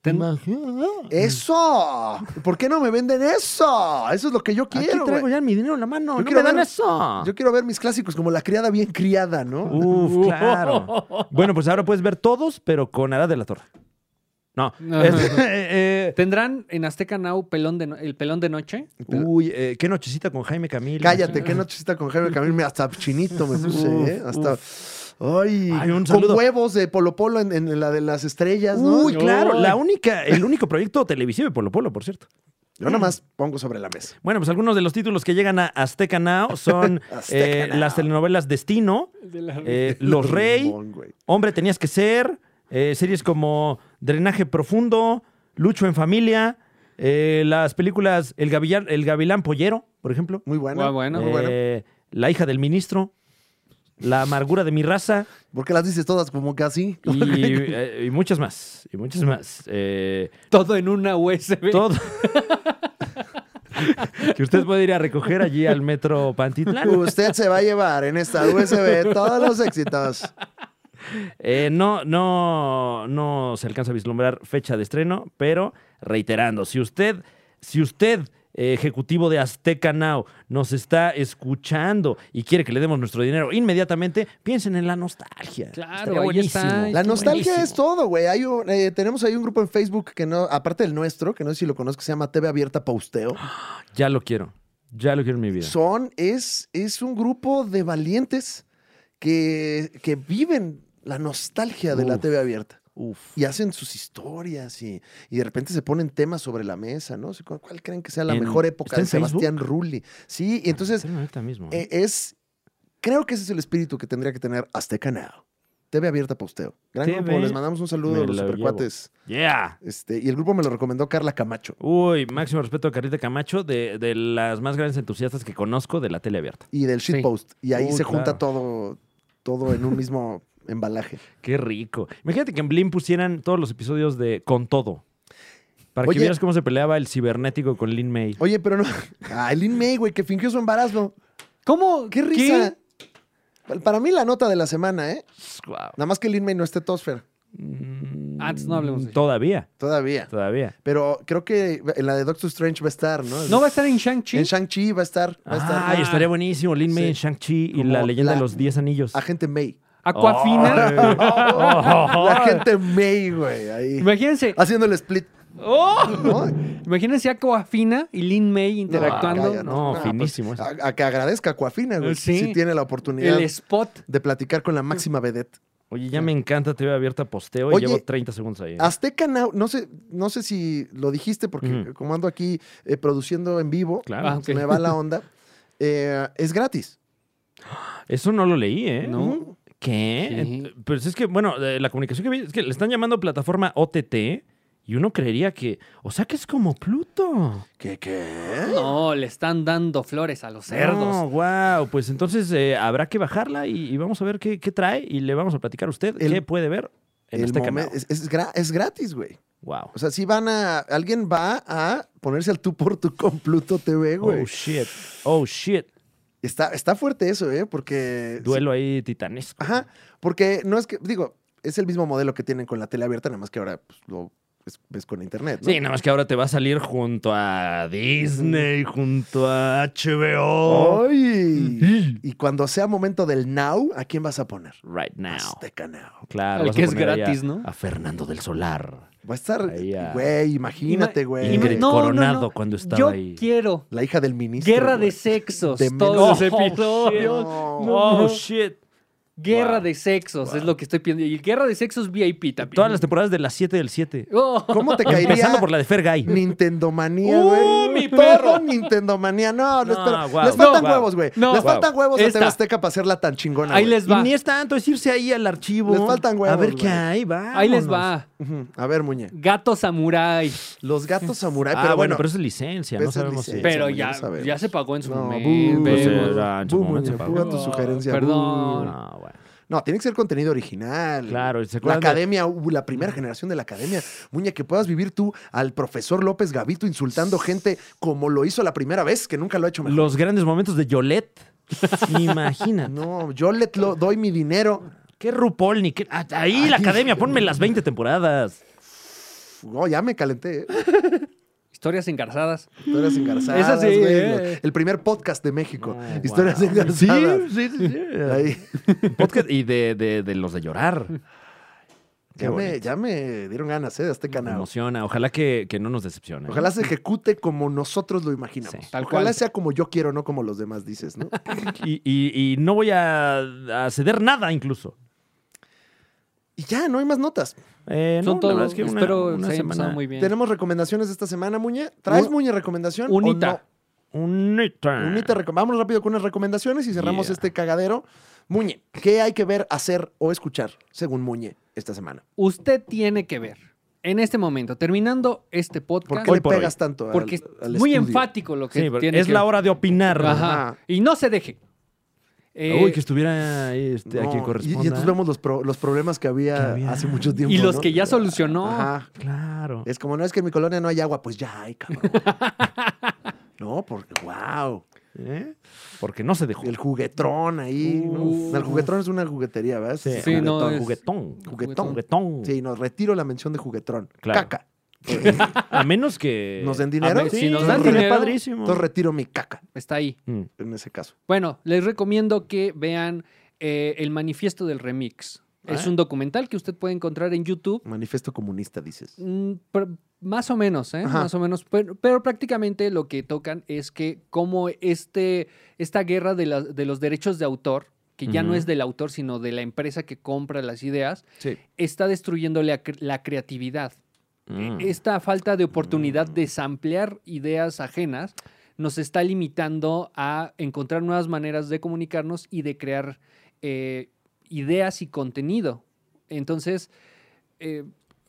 C: Ten-
A: Eh,
B: Imagínate.
A: Eso, ¿por qué no me venden eso? Eso es lo que yo
B: Aquí
A: quiero.
B: traigo
A: güey.
B: ya mi dinero en la mano.
A: Yo
B: no
A: quiero
B: me dan
A: ver-
B: eso.
A: Yo quiero ver mis clásicos como la criada bien criada, ¿no?
B: Uf, claro. Bueno, pues ahora puedes ver todos, pero con Arad de la Torre. No.
C: No.
B: es- [laughs] eh, eh,
C: ¿Tendrán en Azteca Now pelón de no- el pelón de noche?
A: Pero-
B: uy, eh, qué nochecita con Jaime Camil.
A: Cállate, qué nochecita con Jaime Camil, me- hasta chinito me puse, ¿eh? Hasta. Ay,
B: Ay, un
A: con
B: saludo.
A: huevos de Polo Polo en, en la de las estrellas, ¿no?
B: Uy,
A: yo,
B: claro,
C: Ay.
B: la única, el
A: [laughs]
B: único proyecto televisivo de Polo Polo, por cierto.
A: yo nada más pongo sobre la mesa.
B: Bueno, pues algunos de los títulos que llegan a Azteca
A: [laughs]
B: Now son
A: Azteca
B: eh,
A: Now.
B: las telenovelas Destino, eh, Los Rey,
A: Bon, güey.
B: Hombre Tenías que Ser, eh, series como Drenaje Profundo, Lucho en Familia, eh, las películas El Gavilán, El Gavilán Pollero, por ejemplo.
A: Muy buena.
C: Guau, bueno.
A: muy buena.
B: Eh, La hija del ministro. La amargura de
A: [laughs]
B: mi raza.
A: Porque las dices todas como que así. [laughs]
B: Y, eh, y muchas más. Y muchas más. Eh,
C: Todo en una USB.
B: todo. que usted puede ir a recoger allí al metro Pantitlán.
A: Usted se va a llevar en esta USB todos los éxitos.
B: Eh, no, no, no se alcanza a vislumbrar fecha de estreno, pero reiterando, si usted, si usted. eh, Ejecutivo de Azteca Now nos está escuchando y quiere que le demos nuestro dinero inmediatamente. Piensen en la nostalgia.
C: Claro,
B: Estaría
C: ahí
B: buenísimo.
C: está.
A: La nostalgia
B: Buenísimo.
A: es todo, güey. Hay un- eh, tenemos ahí un grupo en Facebook que no, aparte del nuestro, que no sé si lo conozco, se llama TV Abierta Pausteo.
B: [gasps] Ya lo quiero. Ya lo quiero en mi vida.
A: Son, es, es un grupo de valientes que, que viven la nostalgia de la
B: Uf.
A: TV Abierta.
B: Uf.
A: Y hacen sus historias y, y de repente se ponen temas sobre la mesa, ¿no? ¿Cuál, cuál creen que sea la
B: En-
A: mejor época
B: ¿está
A: de
B: en Facebook? Ah,
A: Sebastián Rulli? Sí, y entonces
B: Tenlo ahorita mismo, ¿eh?
A: Eh, es. Creo que ese es el espíritu que tendría que tener Azteca Now. TV abierta posteo. Gran
B: TV,
A: grupo, les mandamos un saludo
B: me
A: a los
B: lo
A: supercuates.
B: Yeah.
A: Este, y el grupo me lo recomendó Carla Camacho.
B: Uy, máximo respeto a Carita Camacho, de, de las más grandes entusiastas que conozco de la tele abierta.
A: Y del
C: Sí.
A: shitpost. Y ahí
B: Uy,
A: se
B: claro.
A: junta todo, todo en un mismo embalaje.
B: Qué rico. Imagínate que en Blim pusieran todos los episodios de Con Todo. Para
A: Oye.
B: que vieras cómo se peleaba el cibernético con Lin May.
A: Oye, pero no. [laughs] Ah, Lin May, güey, que fingió su embarazo.
C: ¿Cómo?
A: ¡Qué risa! Pa- Para mí, la nota de la semana, ¿eh?
B: Pues, Guau.
A: Nada más que Lin May no esté Tosfer.
B: Mm,
C: Antes no hablemos de-
B: Todavía,
A: Todavía.
B: todavía.
A: Pero creo que en la de Doctor Strange va a estar, ¿no?
C: ¿No va a estar en Shang-Chi?
A: En Shang-Chi va a estar. Va a estar.
B: Ay, Ah, estaría buenísimo. Lin May
A: Sí.
B: en Shang-Chi y
A: Como
B: la leyenda
A: la-
B: de los 10 anillos.
A: Agente May.
C: Ah, Aquafina.
A: [laughs] La gente May, güey, ahí.
C: Imagínense.
A: Haciendo el split.
C: ¡Oh!
A: ¿no?
C: Imagínense a Coafina y Lin May interactuando.
A: calla,
B: No,
A: pues,
B: finísimo eso.
A: A, a que agradezca a Coafina, güey.
C: Sí.
A: Si tiene la oportunidad
C: el spot.
A: de platicar con la máxima vedette.
B: Oye, ya me encanta TV abierta posteo y
A: Oye,
B: llevo 30 segundos ahí.
A: Azteca Now, no sé, no sé si lo dijiste porque
B: Ujú.
A: como ando aquí eh, produciendo en vivo,
B: Claro.
C: Ah, ok.
A: se me va la onda. eh, es gratis.
B: Eso no lo leí, ¿eh?
C: No.
A: Ujú.
B: ¿Qué?
C: Sí.
B: Ent- Pues es que, bueno, de la comunicación que vi es que le están llamando plataforma OTT y uno creería que, o sea, que es como Pluto.
A: ¿Qué, qué?
C: No, le están dando flores a los
B: No,
C: cerdos.
B: wow. Pues entonces eh, habrá que bajarla y, y vamos a ver qué, qué trae y le vamos a platicar a usted
A: El-
B: qué puede ver en
A: El
B: este
A: momen-
B: canal.
A: es, es gra- es gratis, güey.
B: Wow.
A: O sea, si van a. Alguien va a ponerse al tú por tú con Pluto TV, güey.
B: Oh, shit. Oh, shit.
A: está, está fuerte eso, ¿eh? Porque.
B: Duelo ahí titanesco.
A: Ajá, porque no es que, digo, es el mismo modelo que tienen con la tele abierta, nada más que ahora pues, lo ves, ves con internet, ¿no?
B: Sí, nada más que ahora te va a salir junto a Disney, junto a HBO.
A: ¡Ay! Y cuando sea momento del now, ¿a quién vas a poner?
B: Right now.
A: Azteca Now.
B: Claro.
C: Al
B: vas a
C: que es
B: poner ahí a-
C: gratis, ¿no?
B: A Fernando del Solar.
A: Va a estar,
B: Ahí, ah.
A: güey, imagínate,
C: Ima-
A: güey.
B: Ingrid
C: No, no, no.
B: Coronado cuando estaba
C: Yo
B: ahí.
C: quiero
A: La hija del ministro.
C: guerra
B: [laughs]
C: de
A: güey.
C: sexos.
A: De
C: todos los
B: menos- Oh,
C: episodios.
A: No.
B: Oh, shit.
C: Guerra
B: Wow.
C: de sexos
B: Wow.
C: es lo que estoy pidiendo. Y guerra de sexos VIP también.
B: Todas las temporadas de las 7 del 7.
C: Oh.
A: ¿Cómo te caería
B: Empezando por la de Fergay.
A: [laughs] Nintendo Manía,
B: ¡Uh,
A: güey?
B: mi perro! [laughs]
A: Nintendo Manía. No, les,
B: No,
A: pero-
B: guau,
A: les faltan
B: no, guau.
A: huevos, güey.
C: No.
A: les
B: Guau.
A: faltan huevos a
C: Esta.
A: TV Azteca para hacerla tan chingona,
C: Ahí
A: güey.
C: les va.
B: Y ni es tanto, es irse ahí al archivo.
A: Les faltan
B: A
A: huevos,
B: ver qué
A: güey.
B: hay, va.
C: Ahí les va.
A: Ujú. A ver, Muñe.
C: Gato samurái.
A: Los gatos samurái,
B: Ah,
A: pero bueno,
B: pero eso es licencia,
A: Pero
B: no
A: eso es
B: sabemos si.
A: licencia.
C: Pero
A: Samuel,
C: ya,
A: no sabemos.
C: ya se pagó en su
A: No,
C: momento.
A: bu-
B: Pues
A: Vemos.
B: era en su
A: Bu,
B: momento,
A: Muñe,
B: pa-
A: fuga tu sugerencia, bu.
C: Perdón.
B: No, bueno.
A: No, tiene que ser contenido original.
B: Claro, ¿se
A: La
B: acuerdan de-
A: academia, uh, la primera generación de la academia. Muña, que puedas vivir tú al profesor López Gavito insultando gente como lo hizo la primera vez, que nunca lo ha hecho mejor.
B: Los grandes momentos de Yolette.
A: [laughs]
B: Imagina.
A: No, yo le lo- doy mi dinero.
B: Qué RuPaul ni qué. Ah, Ahí la
A: Ay,
B: academia,
A: Dios
B: ponme las 20 temporadas.
A: No, ya me calenté. ¿eh?
C: Historias engarzadas.
A: Historias engarzadas.
C: Esa sí,
A: güey.
C: eh.
A: El primer podcast de México.
B: No,
A: Historias
B: wow.
A: engarzadas.
B: sí, sí. Ah, sí.
A: Ahí.
B: Podcast y de, de- de los de llorar. Qué
A: Ya, me,
B: bonito.
A: ya me dieron ganas ¿eh? de este
B: Me
A: canal.
B: emociona. Ojalá que, que no nos decepcione.
A: Ojalá
C: [laughs]
A: se ejecute como nosotros lo imaginamos.
B: Sí,
C: tal
A: Ojalá
C: cual.
A: sea como yo quiero, no como los demás dices,
C: [laughs]
A: ¿no?
B: Y, y- y no voy a, a ceder nada incluso.
A: y ya, no hay más notas.
B: Eh, no,
C: Son
B: la
C: todos.
B: verdad es que una-
C: Espero
B: una
C: se hayan
B: semana-
C: pasado muy bien.
A: Tenemos recomendaciones de esta semana, Muñe. ¿Traes,
C: Un-
A: Muñe, recomendación?
C: Unita. Ah.
B: Unita.
A: O no? Unita, recom- Vamos rápido con unas recomendaciones y cerramos
B: Yeah.
A: este cagadero. Muñe, ¿qué hay que ver, hacer o escuchar, según Muñe, esta semana?
C: Usted tiene que ver. En este momento, terminando este
A: ¿Por
C: podcast,
A: qué le
B: por hoy.
A: pegas tanto al-
C: porque es
A: al
C: muy
A: estudio?
C: enfático lo que
B: Sí, porque
C: tiene
B: es
C: que
B: la
C: ver.
B: hora de opinar.
C: Ajá. Y no se deje. Eh,
B: Uy, que estuviera este, a
A: No,
B: quien
A: y-
B: corresponda.
A: Y, entonces vemos los, pro- los problemas que había,
B: Que había.
A: hace mucho tiempo.
C: y los
A: ¿no?
C: que ya solucionó.
A: Ajá.
B: Claro.
A: [laughs] Es como, no es que en mi colonia no hay agua, pues ya hay, cabrón. no, porque, wow.
B: ¿Eh? Porque no se dejó.
A: El juguetrón ahí. ¿no?
C: Uf.
A: El juguetrón es una juguetería, ¿verdad?
B: Sí,
C: Sí, no,
A: juguetón.
C: es-
B: Juguetón.
A: Juguetón.
B: Juguetón.
A: Sí, nos retiro la mención de juguetrón.
B: Claro.
A: Caca. [laughs]
B: A menos que.
A: ¿Nos den dinero?
B: A me-
C: Sí,
B: si nos dan
C: entonces-
B: dinero.
C: dinero,
B: padrísimo.
A: Entonces retiro mi caca,
C: Está ahí.
B: Mm.
A: en ese caso.
C: Bueno, les recomiendo que vean eh, El Manifiesto del Remix. Es
B: Ah.
C: un documental que usted puede encontrar en YouTube.
A: Manifiesto comunista, dices.
C: Mm, pr- más o menos, ¿eh?
A: Ajá.
C: Más o menos. Pero, pero prácticamente lo que tocan es que como este, esta guerra de, la- de los derechos de autor, que ya no
B: Ujú.
C: es del autor, sino de la empresa que compra las ideas,
A: Sí.
C: está destruyendo la, cre- la creatividad.
B: Mm.
C: Esta falta de oportunidad de samplear ideas ajenas nos está limitando a encontrar nuevas maneras de comunicarnos y de crear eh, ideas y contenido. Entonces, eh,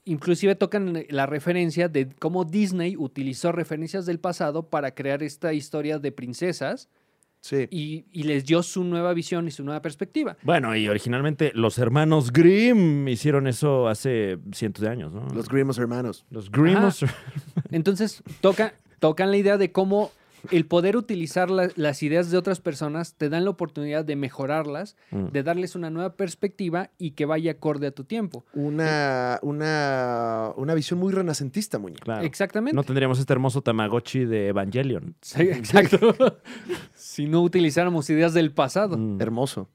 C: inclusive tocan la referencia de cómo Disney utilizó referencias del pasado para crear esta historia de princesas
A: Sí.
C: y, y les dio su nueva visión y su nueva perspectiva.
B: Bueno, y originalmente los hermanos Grimm hicieron eso hace cientos de años, ¿no?
A: Los Grimos hermanos.
B: Los Grimm.
C: Ajá.
B: os-
C: Entonces, toca, tocan la idea de cómo el poder utilizar la- las ideas de otras personas te dan la oportunidad de mejorarlas,
B: Mm.
C: de darles una nueva perspectiva y que vaya acorde a tu tiempo.
A: Una, una, una visión muy renacentista, muñeca.
B: [laughs] Claro.
C: Exactamente.
B: No tendríamos este hermoso Tamagotchi de Evangelion. [laughs]
C: Sí, exacto. si no utilizáramos ideas del pasado.
B: Mm.
A: Hermoso.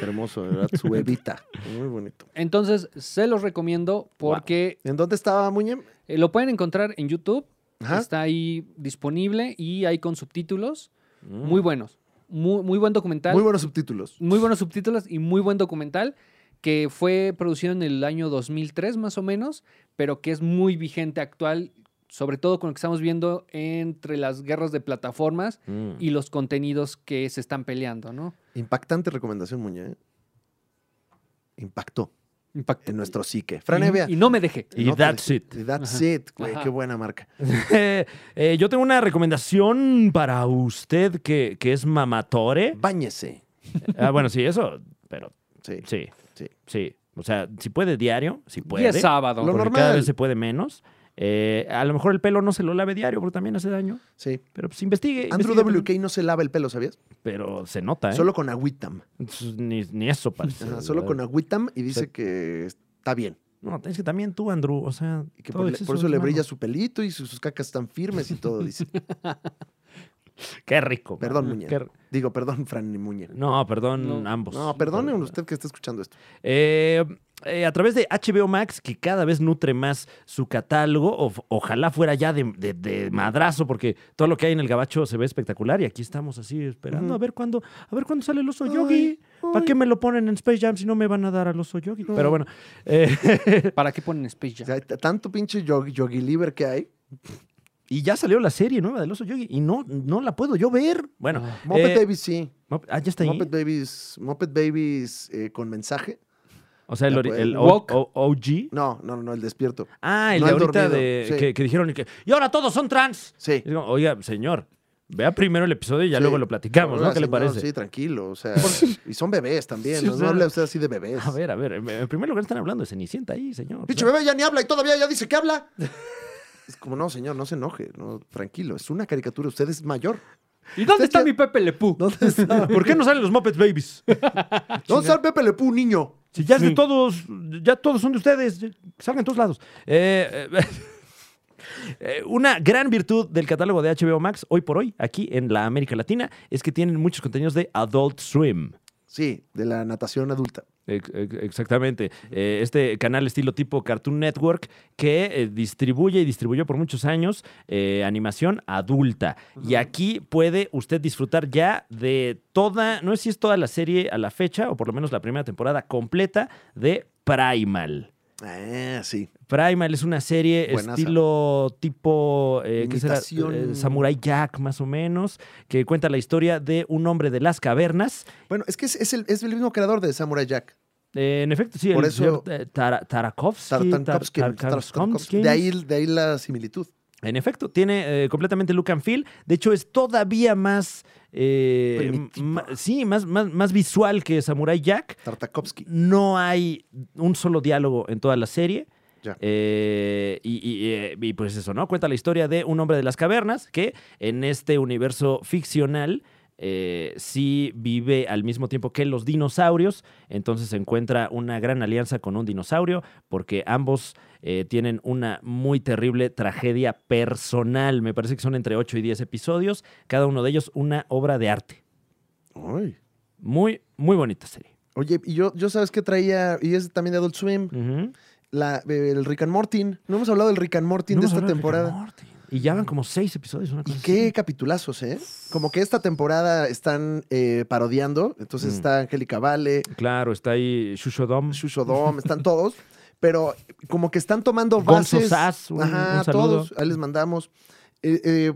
A: Hermoso, ¿verdad?
B: [laughs]
A: Su evita. Muy bonito.
C: Entonces, se los recomiendo porque
A: ¿En dónde estaba Muñem?
C: eh, lo pueden encontrar en YouTube.
A: Ajá.
B: Este,
C: Está ahí disponible y hay con subtítulos
B: Mm.
C: muy buenos. Muy, muy buen documental.
A: Muy buenos subtítulos.
C: muy buenos subtítulos y muy buen documental que fue producido en el año 2003 más o menos, pero que es muy vigente actual, sobre todo con lo que estamos viendo entre las guerras de plataformas
B: Mm.
C: y los contenidos que se están peleando, ¿no?
A: Impactante recomendación, Muñe. ¿eh? Impactó
C: Impacto.
A: en nuestro psique. Fran Evia.
C: Y, y no me dejé.
B: Y
A: No te
B: that's
A: dejes-
B: it.
A: Y that's
C: Ajá.
A: it, güey.
C: Ajá.
A: Qué buena marca.
B: Eh, [laughs] eh, yo tengo una recomendación para usted que, que es mamatore.
A: Báñese.
B: Ah, bueno, sí, eso,
A: [laughs]
B: pero
A: Sí.
B: sí,
A: Sí.
B: sí, sí. O sea, si puede diario, si
C: Y
B: puede.
C: es sábado.
A: Lo
B: porque
A: normal.
B: cada vez se puede menos. Eh, a lo mejor el pelo no se lo lave diario, porque también hace daño.
A: Sí.
B: Pero pues investigue.
A: Andrew
B: investigue
A: WK no se lava el pelo, ¿sabías?
B: también. Pero se nota, ¿eh?
A: Solo con agüitam.
B: Ni, ni eso parece.
A: Ajá, solo con agüitam y dice que está bien.
B: No, es que también tú, Andrew, o sea...
A: Y que
B: todo
A: por, le-
B: exceso
A: por eso
B: es
A: le
B: malo.
A: brilla su pelito y sus, sus cacas están firmes y todo,
B: [laughs]
A: dice.
B: Qué rico.
A: Perdón,
B: man.
A: Muñe.
B: Qué r-
A: Digo, perdón, Fran y Muñe.
B: No, perdón,
C: No.
B: ambos.
A: No, perdone usted que está escuchando esto.
B: Eh, eh, a través de HBO Max, que cada vez nutre más su catálogo, o- ojalá fuera ya de, de- de madrazo, porque todo lo que hay en el gabacho se ve espectacular y aquí estamos así esperando
A: Ujú.
B: a ver cuándo, a ver cuándo sale el oso
A: Ay,
B: yogi.
A: ay.
B: ¿Para qué me lo ponen en Space Jam si no me van a dar al oso yogi? Pero bueno, eh, [laughs]
C: ¿Para qué ponen Space
A: O
C: Jam?
A: sea, hay t- tanto pinche yogi, yogi liver que hay.
B: y ya salió la serie nueva del oso yogi y no, no la puedo yo ver. Bueno,
C: Ah.
A: Muppet
B: eh,
A: Babies sí.
B: Mupp- ah, ya está ahí.
A: Muppet Babies, Muppet Babies eh, con mensaje.
B: O sea, el,
A: Ya
B: ori-
A: fue.
B: el O-
C: Woke.
B: O- OG.
A: No, no, no, el despierto.
B: Ah, el
A: No
B: de
A: han
B: ahorita
A: dormido,
B: de,
A: sí.
B: que, que dijeron que. Y ahora todos son trans.
A: Sí.
B: Y digo, Oiga, señor, vea primero el episodio y ya
A: Sí.
B: luego lo platicamos, ¿no?
A: Ahora,
B: ¿Qué le
A: señor,
B: parece?
A: Sí, tranquilo. O sea, y son bebés también.
B: [laughs] Sí,
A: no,
B: o
A: No
B: sea-
A: hable usted así de bebés.
B: A ver, a ver, en en primer lugar están hablando de Cenicienta ahí, señor.
A: Pinche bebé ya ni habla y todavía ya dice que
B: [laughs]
A: habla. es como, no, señor, no se enoje. No, tranquilo, es una caricatura. Usted es mayor.
C: ¿Y
A: ¿Usted
C: dónde está
A: qué-
C: mi Pepe Lepú?
A: ¿Dónde está?
B: ¿Por qué no salen los Muppets Babies?
A: ¿Dónde está el Pepe Le Pew, niño?
B: Si ya es de
C: Sí.
B: todos, ya todos son de ustedes, ya- salgan de todos lados. Eh, eh, [laughs] eh, Una gran virtud del catálogo de HBO Max hoy por hoy, aquí en la América Latina, es que tienen muchos contenidos de Adult Swim.
A: Sí, de la natación adulta.
B: Ex- ex- Exactamente. Eh, este canal estilo tipo Cartoon Network que eh, distribuye y distribuyó por muchos años eh, animación adulta. Y aquí puede usted disfrutar ya de toda, no sé si es toda la serie a la fecha, o por lo menos la primera temporada completa de Primal.
A: Ah, sí.
B: Primal es una serie
A: Buenaza.
B: estilo tipo eh, ¿qué será?
A: Imitación.
B: Eh, Samurai Jack más o menos, que cuenta la historia de un hombre de las cavernas.
A: Bueno, es que es, es el, es el mismo creador de Samurai Jack.
B: Eh, en efecto, sí,
A: Por
B: el
A: eso-
B: señor eh, Tara- Tarakovsky. Tar-
A: Tartakovsky,
B: Tar-
A: Tartakovsky.
B: Tarkovsky.
A: De ahí, de ahí la similitud.
B: En efecto, tiene eh, completamente look and feel. De hecho, es todavía más. eh,
A: Primitiva.
B: ma- sí, más, más, más visual que Samurai Jack.
A: Tartakovsky.
B: No hay un solo diálogo en toda la serie.
A: Ya.
B: Eh, y, y, eh, y pues eso, ¿no? Cuenta la historia de un hombre de las cavernas que en este universo ficcional eh, sí vive al mismo tiempo que los dinosaurios. Entonces se encuentra una gran alianza con un dinosaurio porque ambos eh, tienen una muy terrible tragedia personal. Me parece que son entre 8 y 10 episodios. Cada uno de ellos una obra de arte.
A: Ay.
B: Muy, muy bonita serie.
A: Oye, y yo, yo sabes que traía, y es también de Adult Swim,
B: Ujú.
A: la, eh, el Rick and Mortin. No hemos hablado del Rick and Mortin
B: No
A: de
B: hemos
A: esta
B: hablado Rick and pues
A: temporada.
B: Morty. Y ya van como seis episodios. una
A: Y
B: cosa
A: qué
B: así.
A: capitulazos, ¿eh? Como que esta temporada están eh, parodiando. Entonces
B: Mm.
A: está Angélica Vale,
B: Claro, está ahí Shushodom.
A: Shushodom, están
B: [laughs]
A: todos. Pero como que están tomando
B: Gonzo
A: bases.
B: Sass, un-
A: Ajá,
B: un saludo.
A: todos. Ahí les mandamos. Eh, eh,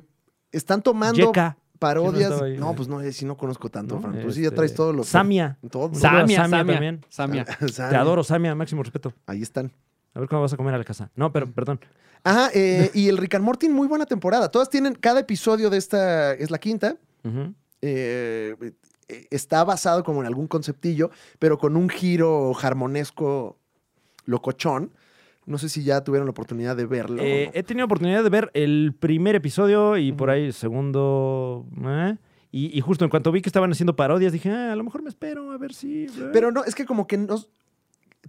A: están tomando
B: Yeka. Yo no
A: parodias.
B: estaba ahí.
A: No, pues no, eh, si no conozco tanto,
B: ¿no?
A: Fran. Pues sí, ya
B: Este,
A: traes todos los.
B: Samia.
A: Todos.
B: Sa- Samia,
C: Samia,
B: Samia
C: Samia,
B: también.
C: Samia.
A: Ah. [laughs]
B: Te adoro, Samia, máximo respeto.
A: Ahí están.
B: A ver cuándo vas a comer a la casa. No, pero perdón.
A: Ajá, eh, y el Rick and Morty, muy buena temporada. Todas tienen, cada episodio de esta es la quinta.
B: Ujú.
A: eh, eh, está basado como en algún conceptillo, pero con un giro jarmonesco locochón. No sé si ya tuvieron la oportunidad de verlo. o
B: Eh,
A: no.
B: he tenido oportunidad de ver el primer episodio y por ahí el segundo. ¿eh? Y, y justo en cuanto vi que estaban haciendo parodias, dije, ah, a lo mejor me espero, a ver si.
A: Pero no, es que como que nos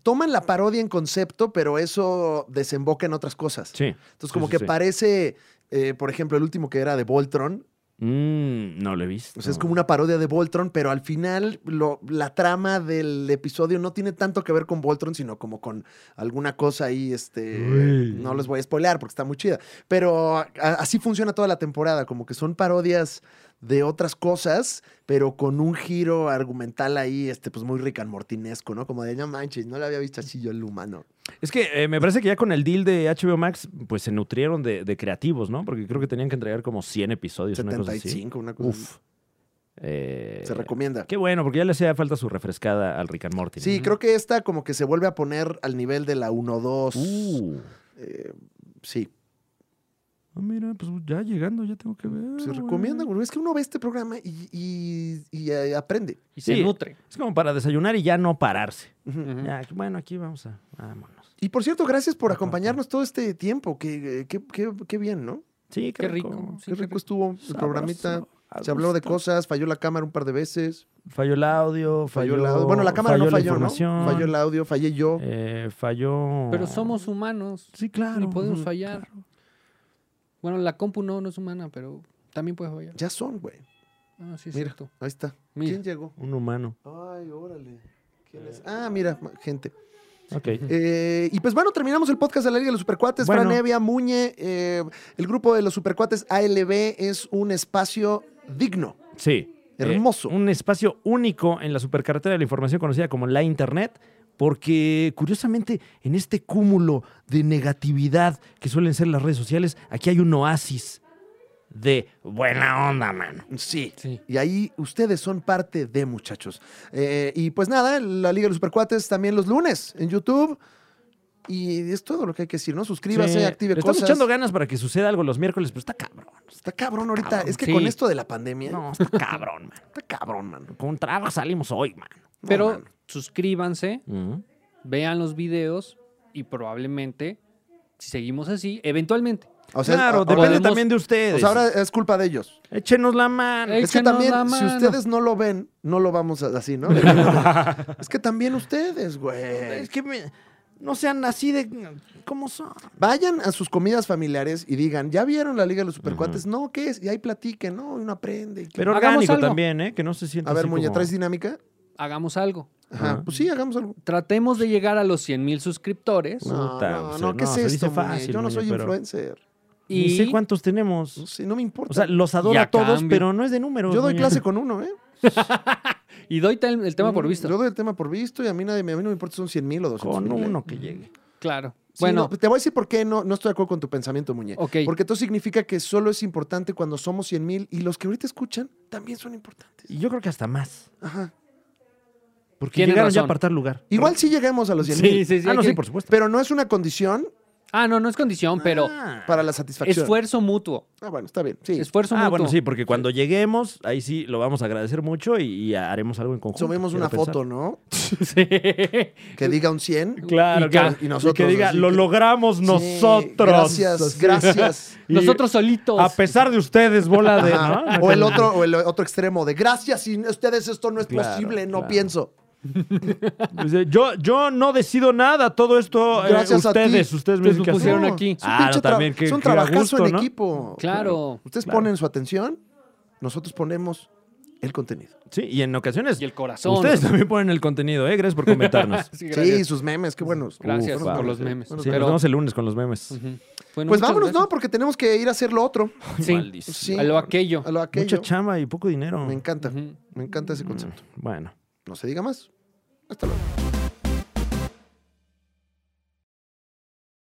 A: toman la parodia en concepto, pero eso desemboca en otras cosas.
B: Sí.
A: Entonces, como
B: sí,
A: que
B: sí.
A: parece, eh, por ejemplo, el último que era de Voltron,
B: Mm, no lo he visto.
A: O sea, es como una parodia de Voltron, pero al final lo- la trama del episodio no tiene tanto que ver con Voltron, sino como con alguna cosa ahí, este...
B: Uy.
A: No les voy a spoilear porque está muy chida. Pero a- así funciona toda la temporada, como que son parodias de otras cosas, pero con un giro argumental ahí, este, pues muy ricanmortinesco, ¿no? Como de, no manches, no la había visto así yo el humano.
B: Es que eh, me parece que ya con el deal de HBO Max, pues se nutrieron de, de creativos, ¿no? Porque creo que tenían que entregar como 100 episodios, una cosa así.
A: 75, una cosa.
B: Uf. Eh,
A: así. Se recomienda.
B: Qué bueno, porque ya le hacía falta su refrescada al Rick and Morty. ¿no?
A: Sí, creo que esta como que se vuelve a poner al nivel de la 1 2.
B: Uh.
A: Eh, sí,
B: Ah, mira, pues ya llegando, ya tengo que ver.
A: se
B: güey.
A: recomienda, güey. Es que uno ve este programa y, y- y, eh, aprende.
C: Y
B: Sí.
C: se nutre.
B: Es como para desayunar y ya no pararse.
A: Ujú.
C: Ujú.
B: Ya, bueno, aquí vamos a. Vámonos.
A: Y por cierto, gracias por acompañarnos todo este tiempo. Qué, qué, qué- qué bien, ¿no?
B: Sí, qué,
C: Qué rico. Sí,
A: qué
C: qué
A: rico
C: rico.
A: estuvo el
B: Sabroso,
A: programita.
B: a
A: Se habló de
B: gusto.
A: cosas, falló la cámara un par de veces,
B: Falló el audio,
A: falló,
B: falló,
A: el audio. Bueno, la cámara no
B: la
A: falló, ¿no?
B: información,
A: Falló el audio, fallé yo.
B: eh, falló.
C: Pero somos humanos
B: Sí, claro.
C: y podemos
B: Ujú,
C: fallar.
B: claro.
C: Bueno, la compu no, no es humana, pero también puede fallar.
A: Ya son, güey.
C: Ah, sí, es
A: Mira,
C: cierto.
A: ahí está.
C: Mira.
A: ¿Quién llegó?
B: Un humano.
A: Ay, órale. ¿Quién es? Ah, mira, ma- gente.
B: Ok.
A: Eh, y pues bueno, terminamos el podcast de la Liga de los Supercuates.
B: Bueno.
A: Fran Evia, Muñe, eh, el grupo de los Supercuates ALB es un espacio digno.
B: Sí.
A: Hermoso.
B: Eh, un espacio único en la supercarretera de la información conocida como la Internet, porque curiosamente en este cúmulo de negatividad que suelen ser las redes sociales, aquí hay un oasis de buena onda, mano.
A: Sí.
C: Sí.
A: Y ahí ustedes son parte de, muchachos. Eh, y pues nada, la Liga de los Supercuates también los lunes en YouTube. Y es todo lo que hay que decir, ¿no? Suscríbase,
B: Sí,
A: active
B: le
A: cosas.
B: Estamos echando ganas para que suceda algo los miércoles, pero está cabrón.
A: Está cabrón ahorita.
B: Cabrón,
A: es que
C: sí.
A: con esto de la pandemia,
B: No, está cabrón, man.
A: está cabrón, mano.
B: Con trabajo salimos hoy, man.
A: No,
C: Pero
A: mano.
C: suscríbanse,
B: Ujú.
C: vean los videos y probablemente, si seguimos así, eventualmente.
A: O sea,
B: claro,
A: a-
B: depende
A: ahora-
C: podemos-
B: también de ustedes.
A: o sea, ahora es culpa de ellos.
B: Échenos la mano.
C: Ey,
A: Es que
C: Échenos
A: también,
C: la
A: si
C: mano.
A: ustedes no lo ven, no lo vamos a, así,
B: [laughs]
A: ¿no? es que también ustedes, güey.
B: Es que me- no sean así de... ¿Cómo son?
A: Vayan a sus comidas familiares y digan, ¿ya vieron la Liga de los Supercuates? No, ¿qué es? Y ahí platiquen, ¿no? Y uno aprende. y que-
B: Pero
C: Hagamos
B: orgánico
C: algo.
B: también, ¿eh? Que no se sienta
A: a ver,
B: así
A: Muñe,
B: como-
A: ¿traes dinámica?
C: Hagamos algo.
A: Ajá.
B: Ajá.
A: Pues sí, hagamos algo.
C: Tratemos de llegar a los 100 mil suscriptores
A: No,
B: Puta,
A: no,
B: pues,
A: no, ¿qué
B: no,
A: es
B: se dice
A: esto, Muñe?
B: fácil,
A: Yo no
B: Muñe,
A: soy
B: pero-
A: influencer.
B: Ni
C: y
B: sé cuántos
A: No,
B: tenemos.
A: sé, no me importa.
B: O sea, los adoro
C: Y a
B: a todos,
C: cambio-
B: pero no es de números.
A: yo doy
B: Muñe.
A: clase con uno, ¿eh?
C: Y doy tel- el tema
B: Mm,
C: por visto.
A: Yo doy el tema por visto y a mí, nadie, me- a mí no me importa si son 100 mil o 200
B: Con
A: mil, ¿eh?
B: uno que llegue.
C: Claro.
A: Sí,
C: Bueno,
A: no,
B: pues
A: te voy a decir por qué no, no estoy de acuerdo con tu pensamiento, Muñe.
C: Ok.
A: Porque esto significa que solo es importante cuando somos 100 mil y los que ahorita escuchan también son importantes.
B: Y yo creo que hasta más.
A: Ajá.
B: Porque
C: Tienen
B: llegaron ya a
C: razón.
B: apartar lugar.
A: Igual sí llegamos a los 100 mil,
C: sí, sí, sí.
B: ah,
C: hay
B: no,
C: que-
B: sí, por supuesto.
A: pero no es una condición
C: Ah, no, no es condición, pero
B: Ah.
A: para la satisfacción.
C: esfuerzo mutuo.
A: Ah, bueno, está bien. Sí.
C: Esfuerzo
B: Ah,
C: mutuo.
B: bueno, sí, porque cuando lleguemos, ahí sí lo vamos a agradecer mucho y, y haremos algo en conjunto.
A: Subimos una
B: quiero
A: foto,
B: pensar.
A: ¿no?
B: [laughs]
C: Sí.
A: Que diga un 100.
B: Claro,
C: Y
B: claro.
A: ca- y nosotros,
B: que diga,
A: así
B: lo
A: que-
B: logramos
A: Sí,
B: nosotros.
A: Gracias,
B: [laughs] Así.
A: gracias.
B: Y
C: Nosotros solitos.
B: A pesar de ustedes, bola de.
A: Ajá.
B: ¿no?
A: O el otro, o el otro extremo de gracias, sin ustedes esto no es
B: Claro,
A: posible, no
B: claro.
A: pienso.
B: Dice, Pues, eh, Yo, yo no decido nada, todo esto. eh,
A: Gracias a ti.
B: ustedes, ustedes me
C: Ustedes lo pusieron aquí.
A: es un
B: Ah, no,
A: pinche tra-
B: también, qué-
A: es un
B: qué
A: trabajazo
B: gusto,
A: en
B: ¿no?
A: equipo.
C: Claro.
A: Ustedes
B: Claro.
A: ponen su atención, nosotros ponemos el contenido.
B: Sí, y en ocasiones.
C: Y el corazón.
B: Ustedes también ponen el contenido, ¿eh? Gracias por
C: [laughs]
B: comentarnos.
C: Sí,
A: Sí,
C: gracias.
A: sus memes, qué buenos.
C: Gracias
A: Buenos
B: por
A: memes,
C: los
A: sí.
C: memes.
A: Buenos
B: Sí,
C: pero-
B: nos vemos el lunes con los memes.
C: Ujú. Bueno,
A: Pues
C: muchas
A: vámonos,
C: gracias.
A: ¿no? Porque tenemos que ir a hacer lo otro,
C: Sí.
B: Maldición.
A: Sí.
C: A lo aquello.
A: a lo aquello.
B: Mucha chamba y poco dinero.
A: Me encanta,
C: Ujú.
B: Mm.
A: me encanta ese concepto.
B: Bueno.
A: No se diga más. Hasta luego.